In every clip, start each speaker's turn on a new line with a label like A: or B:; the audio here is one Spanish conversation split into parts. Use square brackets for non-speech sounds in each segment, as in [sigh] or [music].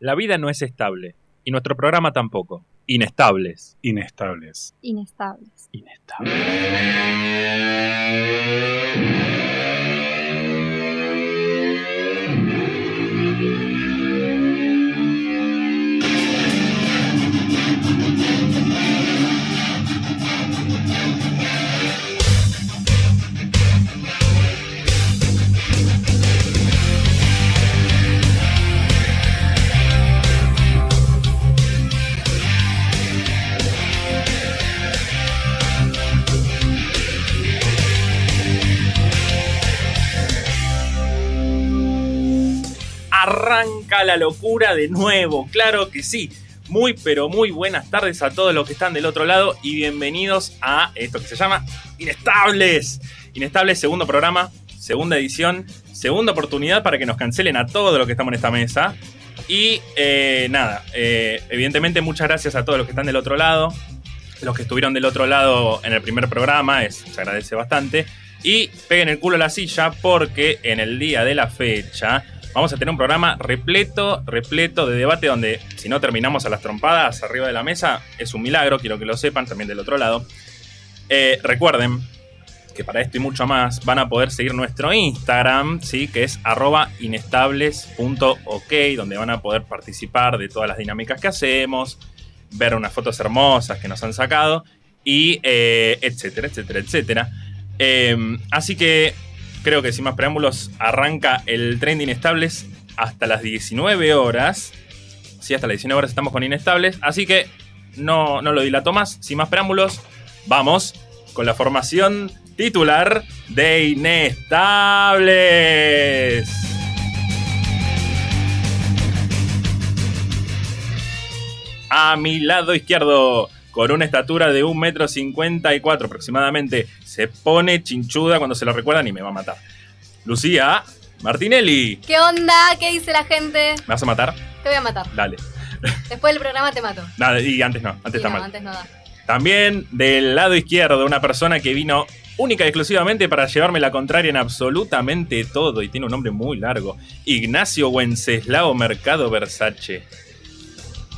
A: La vida no es estable. Y nuestro programa tampoco. Inestables.
B: Inestables.
C: Inestables.
A: Inestables. arranca la locura de nuevo, claro que sí. Muy pero muy buenas tardes a todos los que están del otro lado y bienvenidos a esto que se llama Inestables. Inestables, segundo programa, segunda edición, segunda oportunidad para que nos cancelen a todos los que estamos en esta mesa. Y eh, nada, eh, evidentemente muchas gracias a todos los que están del otro lado, los que estuvieron del otro lado en el primer programa, es- se agradece bastante. Y peguen el culo a la silla porque en el día de la fecha vamos a tener un programa repleto, repleto de debate donde si no terminamos a las trompadas arriba de la mesa es un milagro, quiero que lo sepan también del otro lado. Eh, recuerden que para esto y mucho más van a poder seguir nuestro Instagram, ¿sí? que es arroba inestables.ok, donde van a poder participar de todas las dinámicas que hacemos, ver unas fotos hermosas que nos han sacado, y eh, etcétera, etcétera, etcétera. Eh, así que creo que sin más preámbulos arranca el tren de Inestables hasta las 19 horas. Sí, hasta las 19 horas estamos con Inestables, así que no, no lo dilato más. Sin más preámbulos, vamos con la formación titular de Inestables. A mi lado izquierdo, con una estatura de 1,54 metro cincuenta y cuatro aproximadamente, se pone chinchuda cuando se lo recuerdan y me va a matar. Lucía Martinelli,
C: ¿Qué onda? ¿Qué dice la gente?
A: ¿me vas a matar?
C: Te voy a matar.
A: Dale.
C: Después del programa te mato.
A: Nada, y antes no, antes
C: Sí,
A: está
C: no,
A: mal.
C: antes no da.
A: También del lado izquierdo, una persona que vino única y exclusivamente para llevarme la contraria en absolutamente todo y tiene un nombre muy largo. Ignacio Wenceslao Mercado Versace.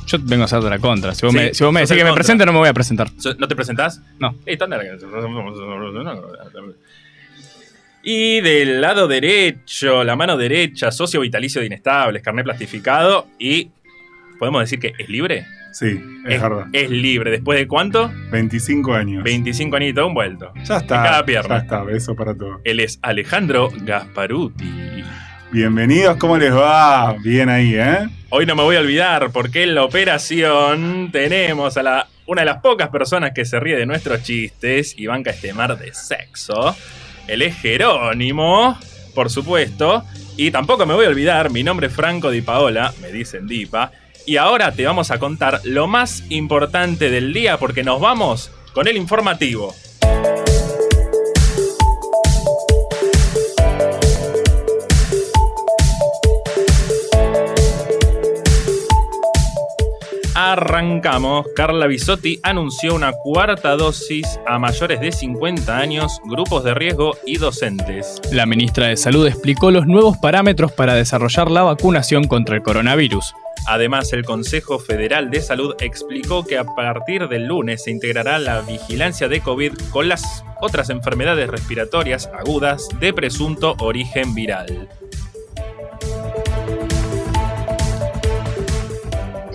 D: Yo vengo a hacerte la contra. Si vos
A: Sí,
D: me, si vos me
A: sos
D: decís
A: el
D: que me
A: contra.
D: presente, no me voy a presentar.
A: So- ¿No te presentás?
D: No.
A: Eh, tan- Y del lado derecho, la mano derecha, socio vitalicio de inestables, carnet plastificado y. ¿Podemos decir que es libre?
B: Sí, es verdad.
A: Es libre. ¿Después de cuánto?
B: 25 años.
A: 25 añitos, un vuelto.
B: Ya está.
A: en cada pierna.
B: Ya está, beso para todos.
A: Él es Alejandro Gasparuti.
B: Bienvenidos, ¿cómo les va? Bien ahí, ¿eh?
A: Hoy no me voy a olvidar porque en la operación tenemos a la, una de las pocas personas que se ríe de nuestros chistes y banca este mar de sexo. Él es Jerónimo, por supuesto. Y tampoco me voy a olvidar, mi nombre es Franco Di Paola, me dicen Dipa. Y ahora te vamos a contar lo más importante del día porque nos vamos con el informativo. Arrancamos. Carla Bisotti anunció una cuarta dosis a mayores de 50 años, grupos de riesgo y docentes.
D: La ministra de Salud explicó los nuevos parámetros para desarrollar la vacunación contra el coronavirus.
A: Además, el Consejo Federal de Salud explicó que a partir del lunes se integrará la vigilancia de COVID con las otras enfermedades respiratorias agudas de presunto origen viral.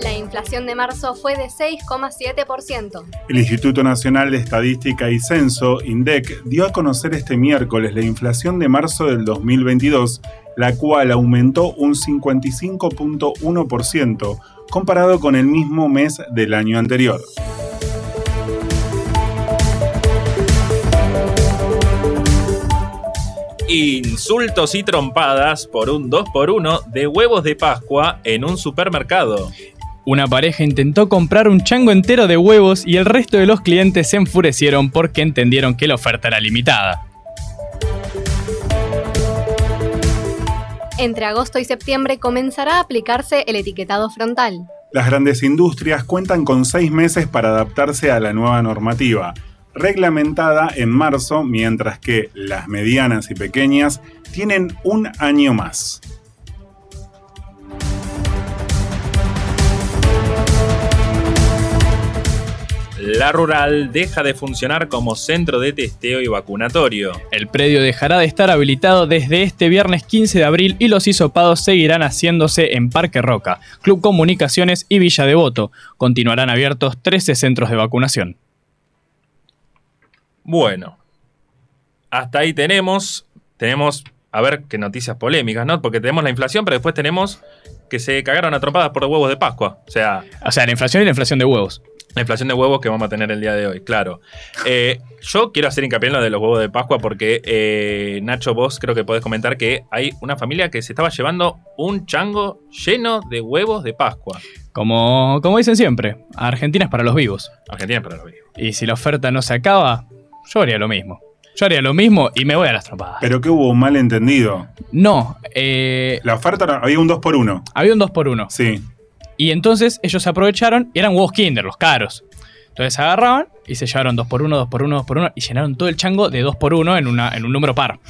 C: La inflación de marzo fue de 6,7%.
B: El Instituto Nacional de Estadística y Censo, INDEC, dio a conocer este miércoles la inflación de marzo del 2022, la cual aumentó un 55.1% comparado con el mismo mes del año anterior.
A: Insultos y trompadas por un 2x1 de huevos de Pascua en un supermercado.
D: Una pareja intentó comprar un chango entero de huevos y el resto de los clientes se enfurecieron porque entendieron que la oferta era limitada.
C: Entre agosto y septiembre comenzará a aplicarse el etiquetado frontal.
B: Las grandes industrias cuentan con seis meses para adaptarse a la nueva normativa, reglamentada en marzo, mientras que las medianas y pequeñas tienen un año más.
A: la rural deja de funcionar como centro de testeo y vacunatorio.
D: El predio dejará de estar habilitado desde este viernes 15 de abril y los hisopados seguirán haciéndose en Parque Roca, Club Comunicaciones y Villa Devoto. Continuarán abiertos 13 centros de vacunación.
A: Bueno, hasta ahí tenemos. Tenemos, a ver qué noticias polémicas, ¿no? Porque tenemos la inflación, pero después tenemos que se cagaron a trompadas por huevos de Pascua. O sea,
D: O sea, la inflación y la inflación de huevos.
A: La inflación de huevos que vamos a tener el día de hoy, claro. Eh, yo quiero hacer hincapié en lo de los huevos de Pascua porque, eh, Nacho, vos creo que podés comentar que hay una familia que se estaba llevando un chango lleno de huevos de Pascua.
D: Como, como dicen siempre, Argentina es para los vivos.
A: Argentina, pero lo vi.
D: Y si la oferta no se acaba, yo haría lo mismo. Yo haría lo mismo y me voy a las trompadas.
B: Pero que hubo un malentendido.
D: No, eh,
B: La oferta era- había un 2 por 1
D: había un 2x1.
B: Sí.
D: Y entonces ellos se aprovecharon y eran huevos Kinder, los caros. Entonces agarraban y se llevaron 2x1, 2x1, 2x1 y llenaron todo el chango de 2x1 en, una, en un número par.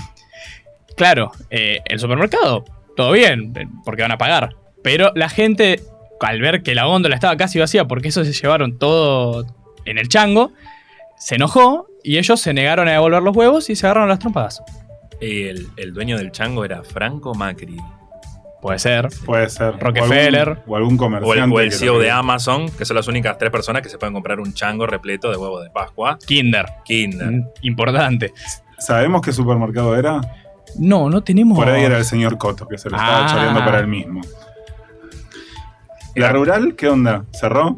D: Claro, eh, el supermercado, todo bien, eh, porque van a pagar. Pero la gente, al ver que la góndola estaba casi vacía porque eso se llevaron todo en el chango, se enojó y ellos se negaron a devolver los huevos y se agarraron las trompadas.
A: Y el, el dueño del chango era Franco Macri.
D: Puede ser.
B: Puede ser.
D: Rockefeller.
B: O algún, o algún
A: O el, E
B: comerciante.
A: o el
B: que lo
A: CEO de
B: tenga.
A: Amazon, que son las únicas tres personas que se pueden comprar un chango repleto de huevos de Pascua.
D: Kinder.
A: Kinder.
D: Mm, Importante.
B: ¿Sabemos qué supermercado era?
D: No, no tenemos...
B: Por ahí era el señor Coto, que se lo estaba
D: Ah.
B: choreando para el mismo. ¿La rural qué onda? ¿Cerró?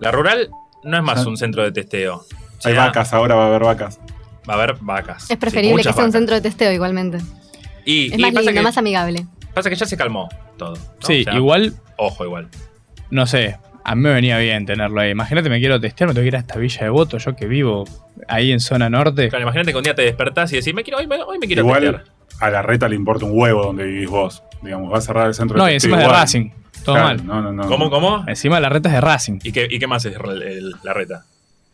A: La rural no es más
B: Ah.
A: un centro de testeo.
B: Hay
A: Ya
B: vacas, ahora va a haber vacas.
A: Va a haber vacas.
C: Es
A: Sí,
C: preferible
A: muchas
C: que sea un
A: vacas.
C: centro de testeo igualmente.
A: Y,
C: Es
A: y
C: más
A: pasa,
C: lindo,
A: que,
C: más amigable.
A: pasa que ya se calmó todo. ¿no?
D: Sí,
A: O sea,
D: igual
A: Ojo, igual.
D: No sé, a mí me venía bien tenerlo ahí. Imagínate, me quiero testear, me tengo que ir hasta Villa de Voto, yo que vivo ahí en zona norte.
A: Claro, imagínate que un día te despertás y decís, me quiero, hoy, me, hoy me quiero
B: Igual
A: testear.
B: a la reta le importa un huevo donde vivís vos. Digamos, va a cerrar el centro
D: No, y
B: de testeo
D: encima es de
B: igual.
D: Racing. Todo
B: Claro,
D: mal.
B: No, no, no.
A: ¿Cómo, cómo?
D: Encima la reta es de Racing.
A: ¿Y qué, y qué más es el- el- la reta?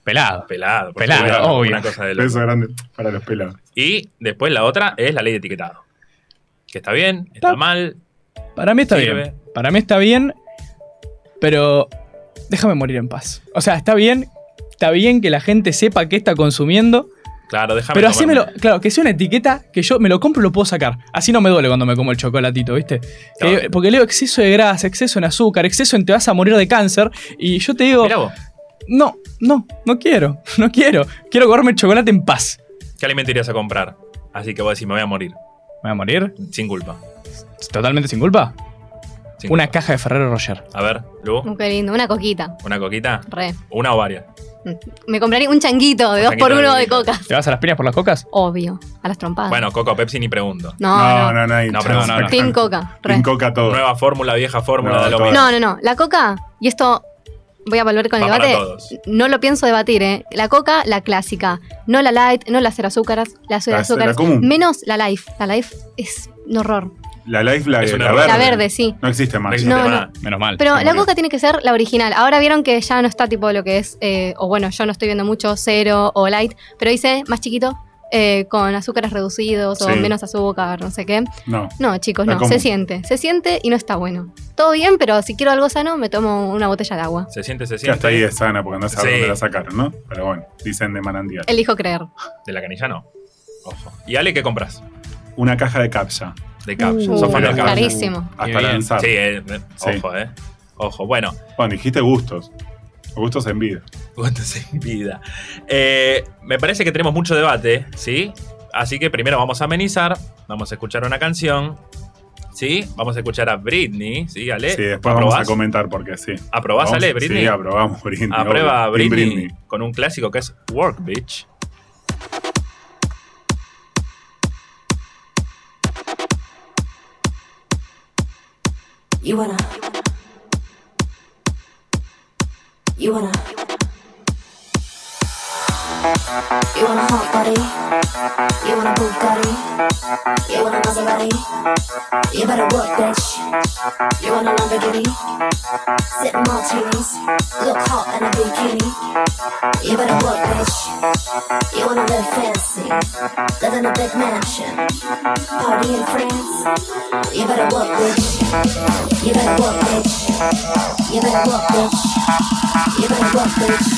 D: Pelado.
A: Pelado. por
D: Pelado,
A: supuesto,
D: obvio.
A: Una cosa de loco.
B: Peso grande para los pelados.
A: Y después la otra es la ley de etiquetado. Que está bien, está
D: Está-
A: mal.
D: Para mí está
A: Sirve.
D: bien. Para mí está bien, pero déjame morir en paz. O sea, está bien, está bien que la gente sepa qué está consumiendo,
A: Claro, déjame.
D: pero
A: tomarme.
D: hacémelo, claro, que sea una etiqueta que yo me lo compro y lo puedo sacar. Así no me duele cuando me como el chocolatito, ¿viste? Que-
A: Claro.
D: porque leo exceso de grasa, exceso en azúcar, exceso en te vas a morir de cáncer, y yo te digo...
A: Mirá vos,
D: No, no, no quiero, [laughs] no quiero. Quiero comerme el chocolate en paz.
A: ¿qué alimento irías a comprar? Así que vos decís, me voy a morir.
D: ¿Me voy a morir?
A: Sin culpa.
D: ¿Totalmente sin culpa?
A: Sin
D: Una
A: culpa.
D: caja de Ferrero Rocher.
A: A ver, Lu,
C: Muy lindo, una coquita.
A: una coquita,
C: Re.
A: una o varias.
C: Me compraría un changuito de
A: Un
C: dos por
A: changuito de
C: uno de
A: coquita.
C: coca.
D: ¿Te vas a las piñas por las cocas?
C: Obvio. A las trompadas.
A: Bueno, Coca o Pepsi ni pregunto.
C: no,
B: No,
C: no.
B: no, no. hay
A: No,
B: chance.
A: pero no, no, no.
C: Team coca. Re.
B: Team Coca todo.
A: Nueva fórmula, vieja fórmula
B: No,
A: de lo
B: todo.
A: mismo.
C: No, no, no. La coca, y esto voy a volver con el
A: Va para
C: debate.
A: todos.
C: No lo pienso debatir, ¿eh? La coca, la clásica. No la light, no la cero azúcaras, la cero
B: La-
C: azúcaras.
B: la común.
C: Menos la life. La life es un horror.
B: La Life, la,
A: Es una
B: la
A: verde.
B: verde.
C: La verde, sí.
B: No existe
A: No
B: más.
A: existe
C: No, no.
A: más.
D: Menos mal.
C: Pero
B: Se
C: la
B: murió.
C: coca tiene que ser la original. Ahora vieron que ya no está tipo lo que es, eh, o bueno, yo no estoy viendo mucho cero o light, pero dice más chiquito, eh, con azúcares reducidos o
B: Sí.
C: menos azúcar, no sé qué.
B: No.
C: No, chicos,
B: La
C: no,
B: común.
C: se siente, se siente y no está bueno. Todo bien, pero si quiero algo sano, me tomo una botella de agua.
A: Se siente, se
B: Que
A: siente.
B: hasta ahí es sana porque no sé
A: Sí.
B: dónde la sacaron, ¿no? Pero bueno, dicen de manantial.
C: Elijo creer.
A: De la canilla no. Ojo. ¿Y Ale qué compras?
B: Una caja de capsa.
A: De Cap.
C: Uh,
A: Sos fan de
C: Bueno,
A: Cap.
C: carísimo.
D: Qué
B: Hasta
D: bien.
B: lanzar.
A: Sí, eh, eh,
B: Sí.
A: ojo, eh. Ojo, bueno,
B: Bueno, dijiste gustos. Gustos en vida.
A: cuántos en vida. Eh, me parece que tenemos mucho debate, ¿sí? Así que primero vamos a amenizar, vamos a escuchar una canción, ¿sí? Vamos a escuchar a Britney, ¿sí, Ale?
B: Sí,
A: Eh,
B: después
A: ¿Aprobás?
B: vamos a comentar porque sí.
A: ¿Aprobás,
B: Vamos-
A: Ale, Britney?
B: Sí, aprobamos Britney.
A: Aprueba a
B: obvio. Team
A: Britney, con un clásico que es Work, Bitch.
E: You wanna. You wanna. You wanna hot body. You wanna Bugatti. You wanna Maserati. You better work, bitch. You wanna Lamborghini. Sip martinis. Look hot in a bikini. You better work, bitch. You wanna live fancy. Live in a big mansion. Party in France. You better work, bitch. You better work, bitch. You better work, bitch. You better work, bitch.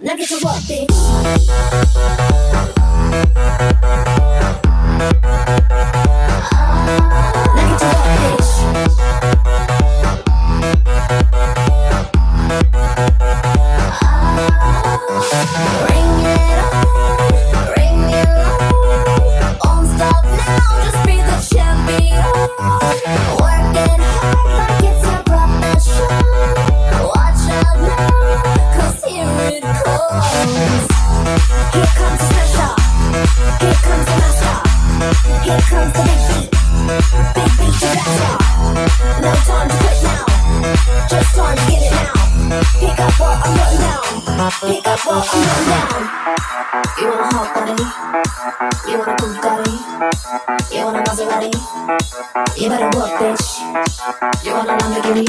E: Now get to work, bitch. Now get to work, bitch. Ring it on, ring it on. Won't stop now, just be the champion. Working hard like it's your profession. Watch out now, 'cause here it comes. Here comes the pressure. Here comes the master. Here comes the big beat. Big beat disaster. No time to quit now. Just time to get it now. Pick up what I'm putting down. Pick up what I'm putting down. You want a hot body? You want a Bugatti? You want a Maserati? You better work, bitch. You want a Lamborghini?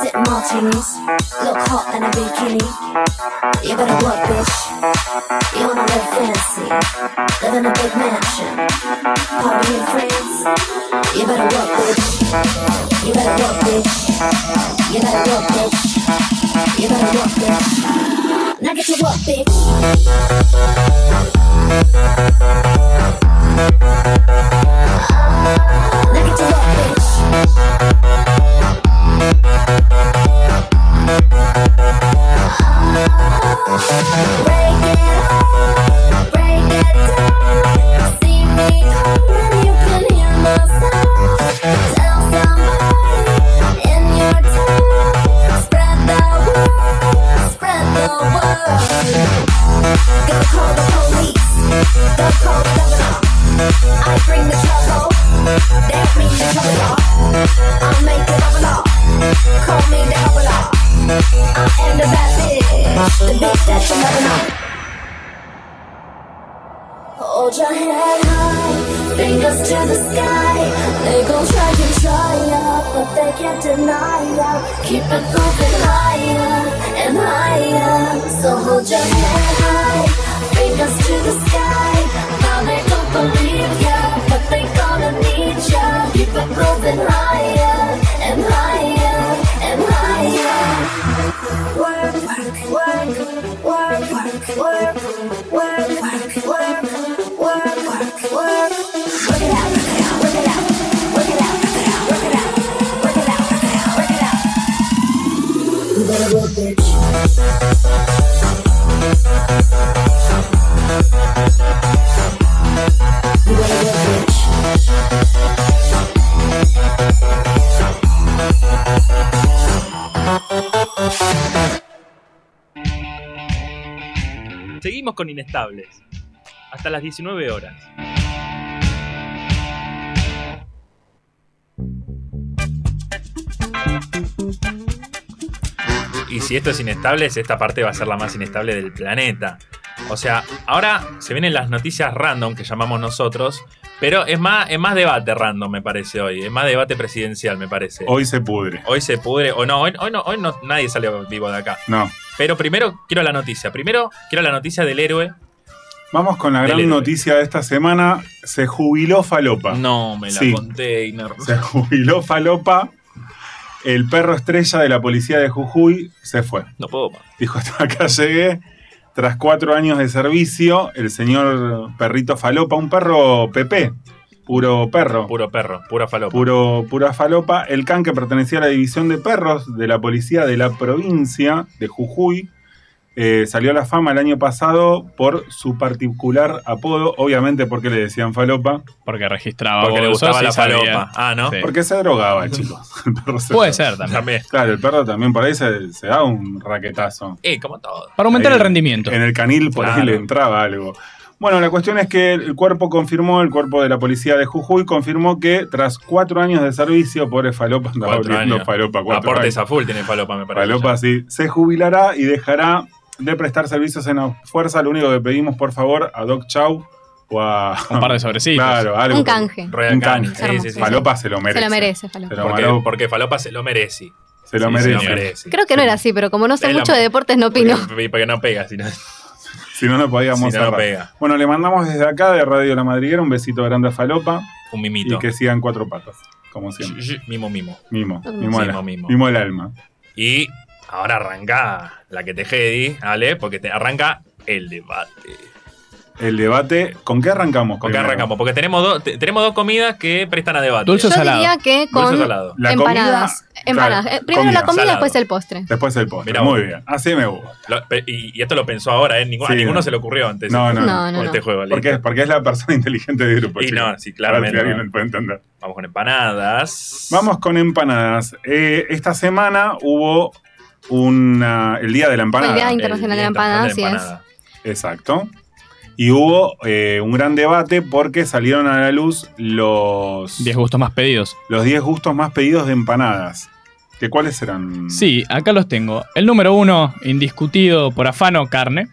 E: Sip martinis. Look hot in a bikini. You better work, bitch. You wanna live fancy? Live in a big mansion. Party in France. You better work, bitch. You better work, bitch. You better work, bitch. You better work, bitch. Now get to work, bitch. Now get to work, bitch. Break it up, break it down. See me coming, you can hear my sound. Tell somebody in your town. Spread the word, spread the word. Go call the police, go call the governor. I bring the trouble, they bring the trouble. I make the trouble, call me the trouble. I am the bad bitch, the bitch that you never know. Hold your head high, fingers to the sky. They gon' try and try ya, but they can't deny ya. Keep it moving higher and higher. So hold your head high, fingers to the sky. Now they don't believe ya, but they gonna need ya. Keep it moving higher and higher and higher. Work, work, work, work, work, work, work, work, work, work, work, work. Work it out, work it out, work it out, work it out, work it out, work it out, work it out, work it out. You better work, bitch. You better work, bitch.
F: Seguimos con Inestables. Hasta las 19 horas. Y si esto es inestable, esta parte va a ser la más inestable del planeta. O sea, ahora se vienen las noticias random que llamamos nosotros, pero es más, es más debate random, me parece hoy. Es más debate presidencial, me parece. Hoy,
B: Hoy se pudre.
F: se pudre. O no, hoy, hoy no, hoy no, nadie salió vivo de acá.
B: No.
F: Pero primero quiero la noticia. Primero quiero la noticia del héroe.
B: Vamos con la
F: Del
B: gran
F: héroe.
B: noticia de esta semana. Se jubiló Falopa.
F: No, me la
B: Sí.
F: conté, Iner.
B: Se jubiló Falopa. El perro estrella de la policía de Jujuy se fue.
F: No puedo más.
B: Dijo, [laughs] hasta acá llegué. Tras cuatro años de servicio, el señor perrito Falopa, un perro PP, puro perro,
F: Puro perro, pura falopa.
B: puro, pura Falopa, el can que pertenecía a la división de perros de la policía de la provincia de Jujuy, eh, salió a la fama el año pasado por su particular apodo, obviamente porque le decían Falopa,
D: Porque registraba
F: porque le
D: abusos
F: gustaba
D: y
F: la
D: sabía.
F: falopa. Ah, ¿no?
D: Sí.
B: porque se drogaba, chicos. [laughs] El perro se
D: Puede
B: drogaba.
D: ser también.
F: También.
B: Claro, el perro también por ahí se, se da un raquetazo.
F: Eh, como todo.
D: Para aumentar
B: Ahí,
D: el rendimiento.
B: En el canil por ahí
F: Claro.
B: le entraba algo. Bueno, la cuestión es que el cuerpo confirmó, el cuerpo de la policía de Jujuy confirmó que tras cuatro años de servicio, pobre Falopa, andaba
F: Cuatro
B: volviendo
F: años.
B: Falopa, cuatro
F: Aportes
B: años.
F: a full tiene falopa, me parece.
B: Falopa, sí. Se jubilará y dejará de prestar servicios en la fuerza. Lo único que pedimos, por favor, a Doc Chau o a...
D: Un par de sobrecitos.
B: Claro, algo.
C: Un canje.
F: Royal
B: Un
F: Canin,
B: canje.
F: sí, sí, sí.
B: Falopa se lo merece.
C: Se lo merece, Falopa.
B: Se lo,
F: Porque,
B: malo-
F: porque falopa se lo merece.
B: se lo
D: sí,
B: merece.
F: Se lo merece.
C: Creo que no era así, pero como no sé
F: Es la
C: mucho
F: ma-
C: de deportes, no opino.
F: porque, porque no pega, si no,
B: Si no, no
F: si
B: podíamos
F: no, no
B: cerrar.
F: pega.
B: Bueno, le mandamos desde acá, de Radio La Madriguera, un besito grande a Falopa.
F: Un
B: Y
F: mimito.
B: que sigan cuatro patas, como siempre.
F: Sh- sh- Mimo, mimo.
B: Mimo,
C: Sí,
B: mimo, el,
F: mimo.
B: mimo el alma.
F: Y
A: Ahora arranca la que te jedi, Ale, porque te arranca el debate.
B: El debate, ¿con qué arrancamos?
A: ¿Con qué
B: primero?
A: arrancamos? Porque tenemos, dos- te- tenemos dos comidas que prestan a debate.
C: Yo
D: Dulce o salado.
C: diría que
A: Dulce
C: con
A: o salado.
B: La
C: empanadas.
B: comida,
C: empanadas.
B: claro,
C: Eh, primero
B: comida.
C: la comida,
A: Salado.
C: después el postre.
B: Después el postre.
A: Mirá
B: Muy
A: vos.
B: bien. Así me gusta.
A: Lo- pe- y, y esto lo pensó ahora, ¿eh? Ningún- a
B: Sí.
A: ninguno se le ocurrió antes.
B: No, no,
C: No,
B: no.
C: no, no.
A: Este juego,
B: Porque,
A: listo.
B: porque es la persona [laughs] inteligente del grupo.
A: Y
B: chicos.
A: no, sí,
B: Para
A: claramente.
B: que alguien
A: no.
B: lo pueda entender.
A: Vamos con empanadas.
B: Vamos con empanadas. Eh, esta semana hubo una, el Día de la Empanada. Eh,
C: El Día
A: El
C: Internacional de la
A: Día
C: Empanada,
A: Internacional de
C: así es.
A: Empanada.
B: Exacto. Y hubo eh, un gran debate porque salieron a la luz los
D: 10 gustos más pedidos.
B: los 10 gustos más pedidos de empanadas. ¿Que ¿Cuáles serán?
D: Sí, acá los tengo. El número uno, indiscutido por afano, carne.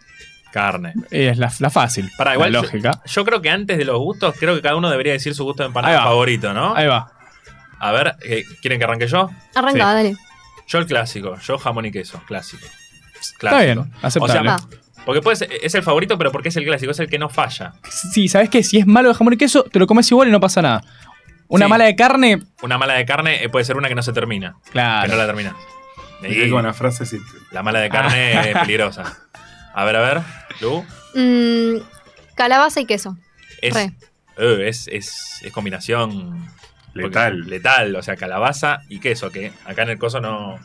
A: Carne.
D: Es la, la fácil.
A: Pará,
D: la
A: igual yo-
D: lógica.
A: Yo creo que antes de los gustos, creo que cada uno debería decir su gusto de empanada
D: Ahí va.
A: favorito, ¿no?
D: Ahí va.
A: A ver, eh, ¿quieren que arranque yo?
C: Arranca,
D: Sí.
C: dale.
A: Yo el clásico, yo jamón y queso, clásico.
D: Está
A: Clásico.
D: bien, aceptable.
C: Va.
A: Porque puede ser- es el favorito, pero porque es el clásico, es el que no falla.
D: sí, sabes que si es malo de jamón y queso, te lo comes igual y no pasa nada. Una
A: Sí.
D: mala de carne,
A: Una mala de carne eh, puede ser una que no se termina, que no
D: claro.
A: la termina.
B: Me quedé con la frase sí.
A: La mala de carne es peligrosa. A ver, a ver, Lu.
C: Mm, calabaza y queso.
A: Es,
C: Re.
A: eh, es, es- es combinación porque-
B: Letal.
A: Letal, o sea, calabaza y queso, que acá en el coso no.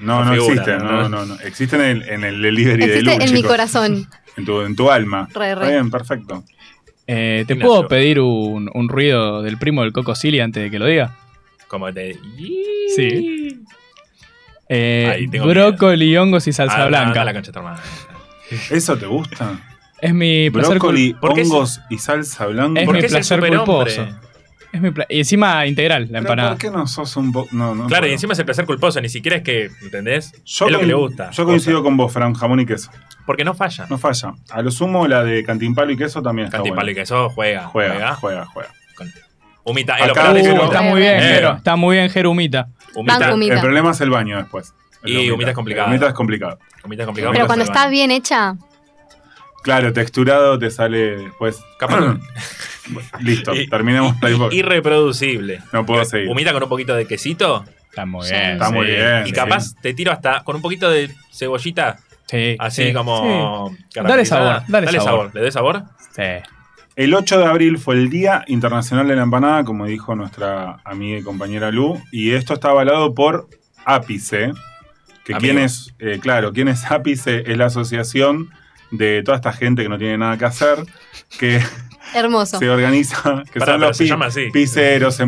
B: No, no
A: no figura,
B: existen. No,
A: ¿no?
B: no, no. Existen en, el- en el delivery de
C: Existe
B: Lu,
C: en mi
B: chicos.
C: corazón.
B: En tu, en tu alma.
C: Re,
B: Está
C: re.
B: bien, perfecto.
D: Eh, ¿Te
A: Ignacio.
D: puedo pedir un, un ruido del primo del Coco Silly antes de que lo diga?
A: Como te.
D: Sí. Eh,
A: Ahí, tengo
D: brócoli, hongos y salsa
A: Ah, no, anda
D: blanca.
A: la concha de tu hermana.
B: ¿eso te gusta?
D: Es mi placer cul-
B: Brócoli,
A: ¿Por qué es-
B: hongos y salsa blanca.
D: Es
A: ¿Por
D: mi
A: qué es el
D: placer
A: superhombre?
D: culposo. es mi pla- Y encima integral, la
B: Pero
D: empanada.
B: ¿Por qué no sos un poco.? No, no
A: Claro, y
B: puedo.
A: encima es el placer culposo, ni siquiera es que, ¿entendés?
B: Yo
A: es lo que
B: con-
A: le gusta.
B: Yo coincido
A: O
B: con vos, Fran, jamón y queso.
A: sea, Porque no falla.
B: No falla. A lo sumo, la de cantimpalo y queso también está
A: Cantimpalo y
B: buena.
A: queso juega. Juega.
B: Juega, juega, juega.
A: Con- Humita, eh,
B: Acá
A: el
D: Uh,
A: operador
B: Dale,
A: dice
B: Jero.
D: está
A: humita.
D: muy bien,
A: Eh.
D: Jero. Está muy bien, Jerumita.
A: Humita,
C: Banco humita.
B: El problema es el baño después. El
A: Y
B: de
A: humita es complicado.
B: El humita es complicado.
A: humita es complicado. porque
C: Pero cuando
A: se
C: está
A: van.
C: bien hecha,
B: Claro, texturado te sale después.
A: Capaz-
B: [laughs] Listo,
A: Y-
B: terminemos la época.
A: Irreproducible.
B: No puedo seguir.
A: Humita con un poquito de quesito.
D: Está muy
C: Sí.
D: bien.
B: Está muy
D: sí.
B: bien.
A: y
B: sí.
A: capaz te tiro hasta con un poquito de cebollita.
D: Sí,
A: Así
D: sí,
A: como.
D: Dale sabor, dale sabor.
A: ¿Le doy sabor?
D: sí, sí.
B: El 8 de abril fue el Día Internacional de la Empanada, como dijo nuestra amiga y compañera Lu, y esto está avalado por Ápice, que
A: Amigo.
B: quién es, eh, claro, quién es Ápice es la asociación de toda esta gente que no tiene nada que hacer, que
C: hermoso.
B: se organiza, que
A: Pará,
B: son
A: pero
B: los
A: se
B: pi-
A: llama así.
B: piseros,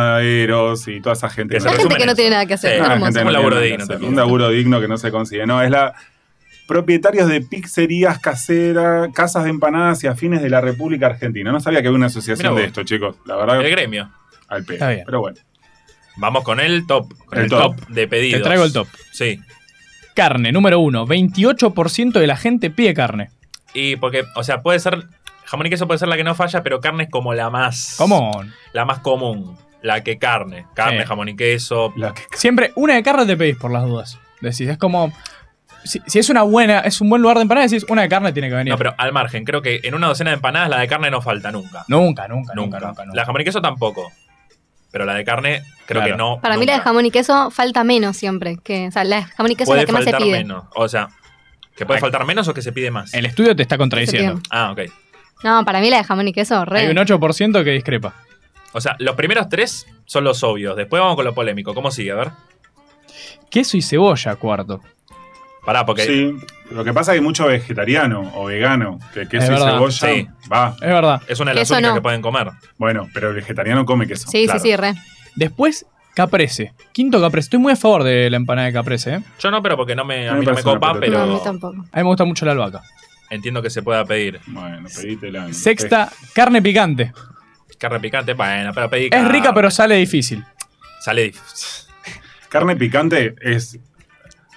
B: empanaderos y toda esa gente.
A: Que se
B: no
C: La
B: tiene
C: gente
A: resumen
C: que no
A: eso.
C: tiene nada que hacer.
A: Sí,
B: Ah,
A: la
C: hermoso.
B: gente
A: Eh, Un laburo
B: tiene
A: digno
B: nada que hacer.
A: también.
B: Un laburo digno que no se consigue. No, es la propietarios de pizzerías caseras, casas de empanadas y afines de la República Argentina. No sabía que había una
A: Mirá
B: asociación
A: vos.
B: de esto, chicos. La verdad,
A: El gremio.
B: al pedo.
D: Está bien.
B: Pero bueno.
A: Vamos con el top. Con el,
B: El
A: top.
B: top.
A: de pedidos.
D: Te traigo el top.
A: Sí.
D: Carne, número uno. 28% de la gente pide carne.
A: Y porque, o sea, puede ser. Jamón y queso puede ser la que no falla, pero carne es como la más.
D: ¿Cómo?
A: La más común. La que carne. Carne,
D: Sí.
A: jamón y queso.
B: La que-
D: Siempre una de carne te pedís por las dudas. Decís, es como. Si, si es una buena, es un buen lugar de empanada, decís, una de carne tiene que venir.
A: No, pero al margen, creo que en una docena de empanadas la de carne no falta nunca.
D: nunca, nunca,
A: nunca.
D: nunca, nunca. nunca.
A: La de jamón y queso tampoco. Pero la de carne, creo
D: Claro.
A: que no.
C: Para mí la de
A: nunca.
C: jamón y queso falta menos siempre. Que, o sea, la de jamón y queso es
A: puede
C: la que más se
A: faltar
C: pide.
A: menos. O sea, ¿que puede
D: Ay.
A: faltar menos o que se pide más?
D: El estudio te está contradiciendo.
C: Eso
A: Ah, ok.
C: No, para mí la de jamón y queso, re.
D: Hay un 8% que discrepa.
A: O sea, los primeros tres son los obvios. Después vamos con lo polémico. ¿Cómo sigue? A ver.
D: Queso y cebolla, cuarto.
A: Pará, porque.
B: Sí. Lo que pasa es que hay mucho vegetariano o vegano, que queso
D: Es
B: y
D: verdad.
B: cebolla
A: Sí.
B: va.
D: Es verdad.
A: Es una de las
C: Queso
A: únicas
C: no.
A: que pueden comer.
B: Bueno, pero el vegetariano come queso.
C: Sí,
A: claro.
C: sí, sí, re.
D: Después, caprese. Quinto caprese. Estoy muy a favor de la empanada de caprese, ¿eh?
A: Yo no, pero porque no me, a
B: A mí
A: mí no me
B: parece una
A: copa,
B: pelota.
A: pero
C: No, a mí tampoco.
D: A mí me gusta mucho la albahaca.
A: entiendo que se pueda pedir.
B: Bueno, pedítela. ¿no?
D: Sexta, carne picante.
A: Carne picante, bueno, pero pedí.
D: Es
A: carne.
D: rica, pero sale difícil.
A: Sale dif-
B: eh, Carne picante es.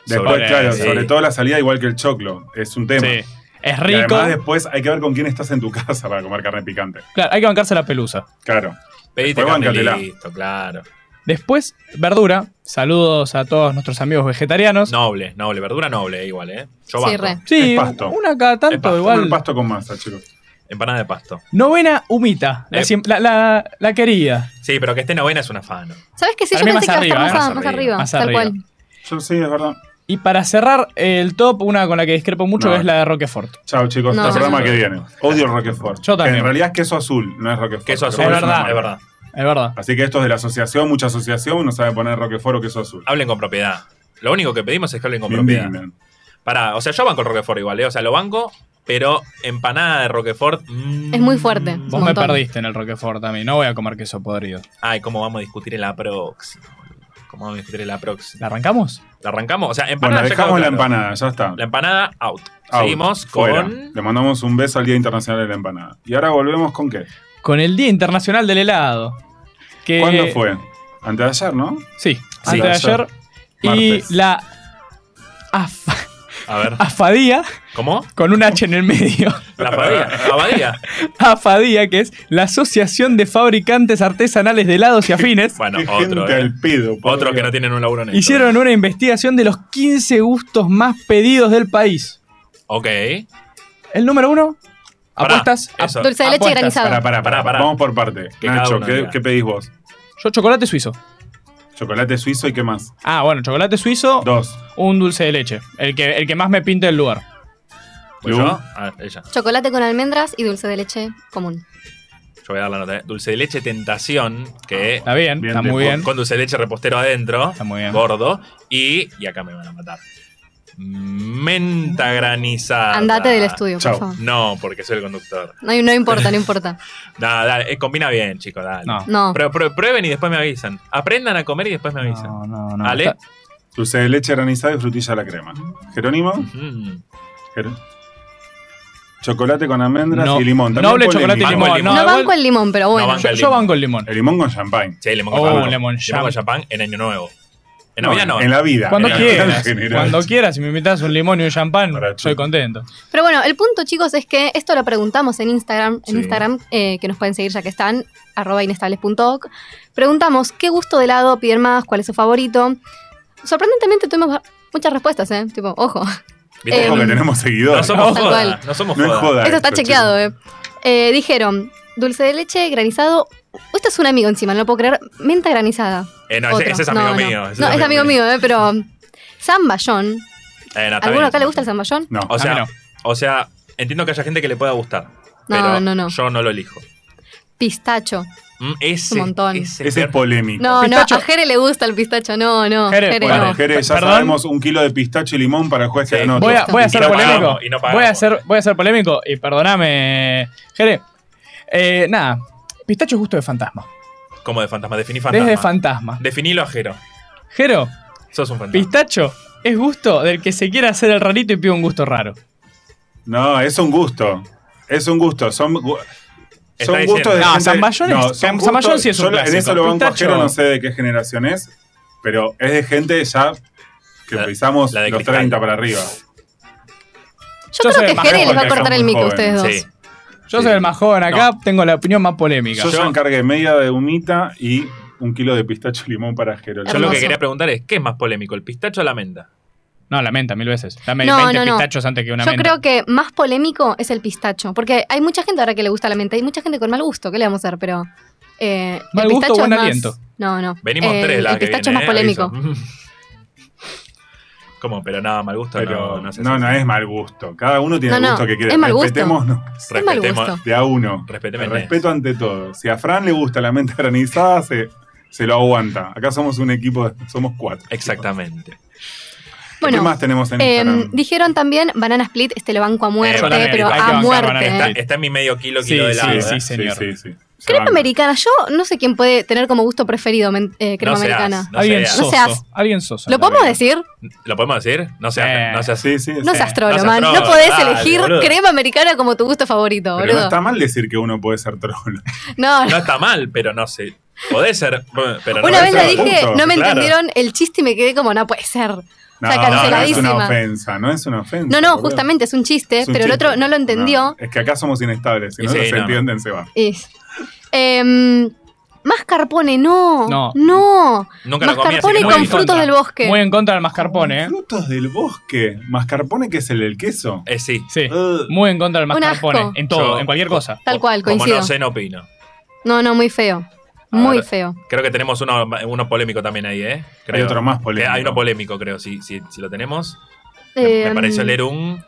B: Después,
A: Sobre-
B: claro,
A: sí.
B: sobre todo la salida, igual que el choclo. Es un tema.
D: Sí. Es
B: Y
D: rico.
B: además después hay que ver con quién estás en tu casa para comer carne picante.
D: Claro, hay que bancarse la pelusa.
B: Claro.
A: Pediste
B: Después
A: carne y
B: bancatela.
A: listo, claro.
D: Después, verdura. Saludos a todos nuestros amigos vegetarianos.
A: Noble, noble. Verdura noble, eh, igual, ¿eh? Yo
C: Sí,
A: banco.
C: re.
D: Sí,
B: Es pasto.
D: una cada
A: Es
D: tanto
A: pasto,
B: Come
D: igual.
B: el pasto con masa, chicos.
A: Empanada de pasto.
D: Novena, humita. La,
A: Eh.
D: siem- la- la- la querida.
A: Sí, pero que esté novena es un afano.
C: ¿Sabes qué? Sí, yo
D: Para mí
C: pensé que iba
D: más
C: a estar
D: arriba,
C: más,
D: ¿eh?
C: a-
A: Más
C: más
A: arriba,
C: arriba,
D: más
C: tal
D: arriba.
C: cual.
B: Yo sí, es verdad.
D: Y para cerrar el top, una con la que discrepo mucho
B: No.
D: es la de Roquefort.
B: Chao, chicos,
C: No.
B: hasta el programa
A: Sí.
B: que viene. Odio el Roquefort.
D: Yo también.
B: Que en realidad es queso azul, no es Roquefort.
A: Queso
B: Pero
A: azul,
D: es
B: una
D: verdad,
B: marca.
A: es verdad.
D: Es verdad.
B: Así que esto es de la asociación, mucha asociación, uno sabe poner Roquefort o queso azul.
A: Hablen con propiedad. Lo único que pedimos es que hablen Ah, con
B: Me
A: propiedad.
B: indignan.
A: Pará, o sea, yo banco el Roquefort igual, ¿eh? O sea, lo banco, pero empanada de Roquefort. mm.
C: Es muy fuerte.
D: Vos
C: Un
D: me
C: montón.
D: perdiste en el Roquefort a mí. No voy a comer queso podrido.
A: Ay, cómo vamos a discutir en la próxima, boludo. ¿Cómo vamos a discutir en la próxima?
D: ¿La arrancamos?
A: ¿La arrancamos? O sea, empanada.
B: Bueno,
A: Ah, ya quedó
B: dejamos la
A: claro.
B: empanada, ya está.
A: La empanada, out.
B: Out,
A: Seguimos
B: fuera.
A: con.
B: Le mandamos un beso al Día Internacional de la Empanada. Y ahora volvemos con qué.
D: Con el Día Internacional del Helado. Que,
B: ¿Cuándo fue? Antes de ayer, ¿no?
D: Sí,
A: Sí,
D: antes de
B: ayer.
D: ayer. Y
B: Martes.
D: la af-
A: A ver,
D: afadía,
A: ¿cómo?
D: con un H en el medio. [laughs]
A: La abadía. Abadía.
D: AFADIA, que es la Asociación de Fabricantes Artesanales de Helados y Afines,
A: Bueno,
B: Qué
A: otro.
B: gente
A: eh.
B: al pedo, por
A: Otros que
B: Dios.
A: no tienen un laburo neto.
D: hicieron una investigación de los 15 gustos más pedidos del país.
A: Ok. pues
D: El número uno,
A: Pará,
D: apuestas. ap-
A: eso.
C: Dulce de leche
D: Apuestas.
C: granizado.
B: Pará,
A: Pará,
B: pará, pará,
A: pará.
B: Vamos por parte.
A: Que cada
B: Nacho,
A: uno
B: ¿qué,
A: diga.
B: qué pedís vos?
D: Yo chocolate suizo.
B: Chocolate suizo y qué más.
D: Ah, bueno, chocolate suizo,
B: Dos.
D: un dulce de leche. El que, el que más me pinta el lugar.
A: Pues
B: Lu.
A: yo, a ver, ella.
C: Chocolate con almendras y dulce de leche común.
A: Yo voy a dar la nota. eh. Dulce de leche tentación, que
B: Ah.
D: Está bien,
B: Bien,
D: está
B: bien.
D: muy
A: con-
D: bien.
A: con dulce de leche repostero adentro.
D: Está muy bien.
A: Gordo. Y, y acá me van a matar. Menta granizada.
C: Andate del estudio,
B: Chao.
C: por favor.
A: No, porque soy el conductor.
C: No, no importa, no importa.
A: Nada, dale, eh, combina bien, chicos, dale.
D: No.
C: No.
A: Pero, pero prueben y después me avisan. Aprendan a comer y después me avisan.
D: No, no, no.
A: Ale.
D: Está-
B: Dulce de leche granizada y frutilla a la crema. Jerónimo.
A: Mm.
B: Jer- Chocolate con almendras
D: No.
B: y limón. También
D: Noble
B: polémico.
D: chocolate y
A: Banco
D: limón.
A: el limón.
C: no
D: igual-
C: banco el limón, pero bueno.
A: banco
D: yo,
A: el
D: yo
A: limón.
D: banco el limón.
B: El limón con champagne.
A: Sí, limón
D: Oh,
A: con champán.
D: lemon
A: Limón con
D: jam.
A: champán en año nuevo. En Navidad no.
B: En la vida.
D: Cuando
B: en la vida en
D: quieras,
B: general.
D: cuando quieras, si me invitas un limón y un champán,
B: Para
D: soy
B: chupar.
D: contento.
C: Pero bueno, el punto, chicos, es que esto lo preguntamos en Instagram, en
A: Sí.
C: Instagram, eh, que nos pueden seguir ya que están, arroba inestables.org. Preguntamos qué gusto de helado piden más, cuál es su favorito. Sorprendentemente tuvimos ba- muchas respuestas, ¿eh? Tipo, ojo,
A: ¿Viste?
C: Eh,
B: Ojo que tenemos
A: no
B: seguidores.
A: somos
C: Tal
A: joda.
C: cual.
A: No somos
B: No es
A: joda.
B: joda.
C: eso está
B: esto,
C: chequeado, ¿eh? Eh, Dijeron, dulce de leche, granizado. Este es un amigo encima, no lo puedo creer. Menta granizada.
A: Eh, no, ese,
C: Otro.
A: ese es amigo
C: No, no.
A: mío. ese
C: no, es amigo mío, ¿eh? Pero Zamballón.
A: Eh, no, está bien,
C: ¿Alguno acá le
A: ese
C: gusta el
A: amigo.
C: Zamballón?
B: No.
A: O sea,
D: A mí
A: o sea, entiendo que haya gente que le pueda gustar.
C: No,
A: pero
C: no, no.
A: Yo no lo elijo.
C: Pistacho.
A: Mm, Ese.
C: Un montón.
A: Ese,
B: Ese es polémico.
C: No,
D: Pistacho.
C: no, a Jere le gusta el pistacho. No, no,
D: Jere,
C: Jere,
D: bueno,
C: no.
B: Bueno, Jere, ya
D: Perdón.
B: sabemos un kilo de pistacho y limón para el juez
A: Sí.
B: que anota.
D: Voy a, voy a
A: Y
D: ser
A: no
D: polémico.
A: pagamos, y no pagamos.
D: voy, a ser, voy a ser polémico y perdoname, Jere. Eh, nada, pistacho es gusto de fantasma.
A: Como de fantasma. Definí fantasma.
D: Desde fantasma.
A: Definilo a Jero.
D: Jero,
A: Sos un fantasma.
D: pistacho es gusto del que se quiere hacer el rarito y pide un gusto raro.
B: No, es un gusto. Es un gusto. Son, gu-
A: Está
B: son
A: diciendo-
B: gustos de.
D: No,
B: gente-
D: Zamballón es-
B: son
D: Zam- Zamballón
B: gustos-
D: sí es un
B: yo la- En
D: clásico.
B: eso lo banco
D: Pistacho-
B: ajero, no sé de qué generación es, pero es de gente ya que
A: La-
B: pisamos
A: la de
B: los
A: cristal.
B: 30 para arriba.
C: Yo,
D: Yo
C: creo
D: soy
C: que Jere
B: más
C: les va a
B: joven,
C: cortar el
B: muy
C: micro a
B: joven.
C: ustedes dos.
A: Sí.
D: Yo
A: Sí.
D: soy el más joven acá, tengo la opinión más polémica.
B: Yo
A: Yo-
B: ya encargué media de humita y un kilo de pistacho y limón para Jero.
A: Yo lo que
C: Hermoso.
A: quería preguntar es, ¿qué es más polémico, el pistacho o la menta?
D: No, la menta, mil veces. Dame
C: No,
D: 20
C: no, no.
D: pistachos antes que una
C: Yo
D: menta.
C: creo que más polémico es el pistacho, porque hay mucha gente ahora que le gusta la menta, hay mucha gente con mal gusto, ¿qué le vamos a hacer? Pero eh,
D: Mal
C: el
D: gusto,
C: pistacho
D: buen
C: es más...
D: aliento.
C: No, no.
A: Venimos
C: Eh,
A: tres la
C: El
A: que
C: pistacho es
A: viene,
C: más
A: eh,
C: polémico.
A: aviso. [laughs] ¿Cómo? Pero nada, mal gusto
B: Pero
A: no, no, sé
B: no,
A: si-
B: no es mal gusto. Cada uno tiene
C: No,
B: el
C: no,
B: gusto que quiere.
C: es mal gusto.
B: Respetémonos
C: Es mal
A: Respetemos-
C: gusto.
B: de a uno.
A: Respeteme
B: El
A: el
B: respeto ante todo. Si a Fran le gusta la mente granizada, se, se lo aguanta. Acá somos un equipo, de- somos cuatro.
A: Exactamente.
C: Eh.
B: ¿Qué
C: Bueno,
B: más tenemos en
C: eh,
B: Instagram?
C: dijeron también banana split, este lo banco a muerte,
A: banana split,
C: pero
A: hay que
C: a
D: bancar
C: muerte.
D: banana
A: Está,
C: ¿eh?
D: split.
A: está en mi medio kilo,
D: Sí,
A: kilo de helado.
D: sí,
A: ¿eh?
D: sí, señor.
B: Ah, Sí, sí, sí. Se
C: Crema
B: banca.
C: americana, yo no sé quién puede tener como gusto preferido men- eh, crema
A: No seas,
C: americana.
A: no
D: alguien
A: seas.
D: soso.
C: seas.
D: Alguien soso.
C: ¿Lo podemos decir?
A: ¿Lo podemos decir? No sea,
D: Eh,
A: no sea así.
B: Sí, sí. sí.
C: No seas trolo,
A: seas
C: man.
A: trolo,
C: no podés
A: dale,
C: elegir
A: boludo.
C: crema americana como tu gusto favorito,
B: Pero no
C: boludo.
B: está mal decir que uno puede ser
C: [laughs]
B: troll.
C: No,
A: No está mal, pero no sé. Podés ser. Pero no
C: Una
A: podés
C: vez
A: ser.
C: le dije,
B: punto,
C: no me
A: claro.
C: entendieron el chiste y me quedé como, no puede ser.
B: No,
C: sea,
B: no es
C: canceladísima.
B: una ofensa, no es una ofensa.
C: No, no,
B: boludo.
C: justamente es un chiste,
B: Es un
C: pero el
B: chiste.
C: otro no lo entendió.
B: No, Es que acá somos inestables. Si
A: Y
B: no
A: sí,
B: los
A: no, no.
B: entienden, se va.
C: Y- Em, mascarpone, no.
D: No.
C: no.
A: Nunca lo comí, así que
C: Mascarpone
A: no
D: muy
C: con
A: me
D: disfruto.
C: frutos del bosque.
D: Muy en contra del mascarpone, ¿eh?
B: Frutos del bosque. Mascarpone, que es el del queso.
A: Eh, sí.
D: Sí.
B: Uh,
D: Muy en contra del
C: Un
D: mascarpone.
C: asco.
D: En todo,
A: Yo-
D: en cualquier cosa.
C: Tal cual,
A: Como
C: coincido.
A: no sé, no opino.
C: No, no, muy feo. Muy
A: ver.
C: feo.
A: Creo que tenemos uno, uno polémico también ahí, ¿eh? Creo.
B: Hay otro más
A: Que
B: polémico.
A: Hay uno polémico, creo, si, si, si lo tenemos.
C: Eh,
A: Me pareció leer un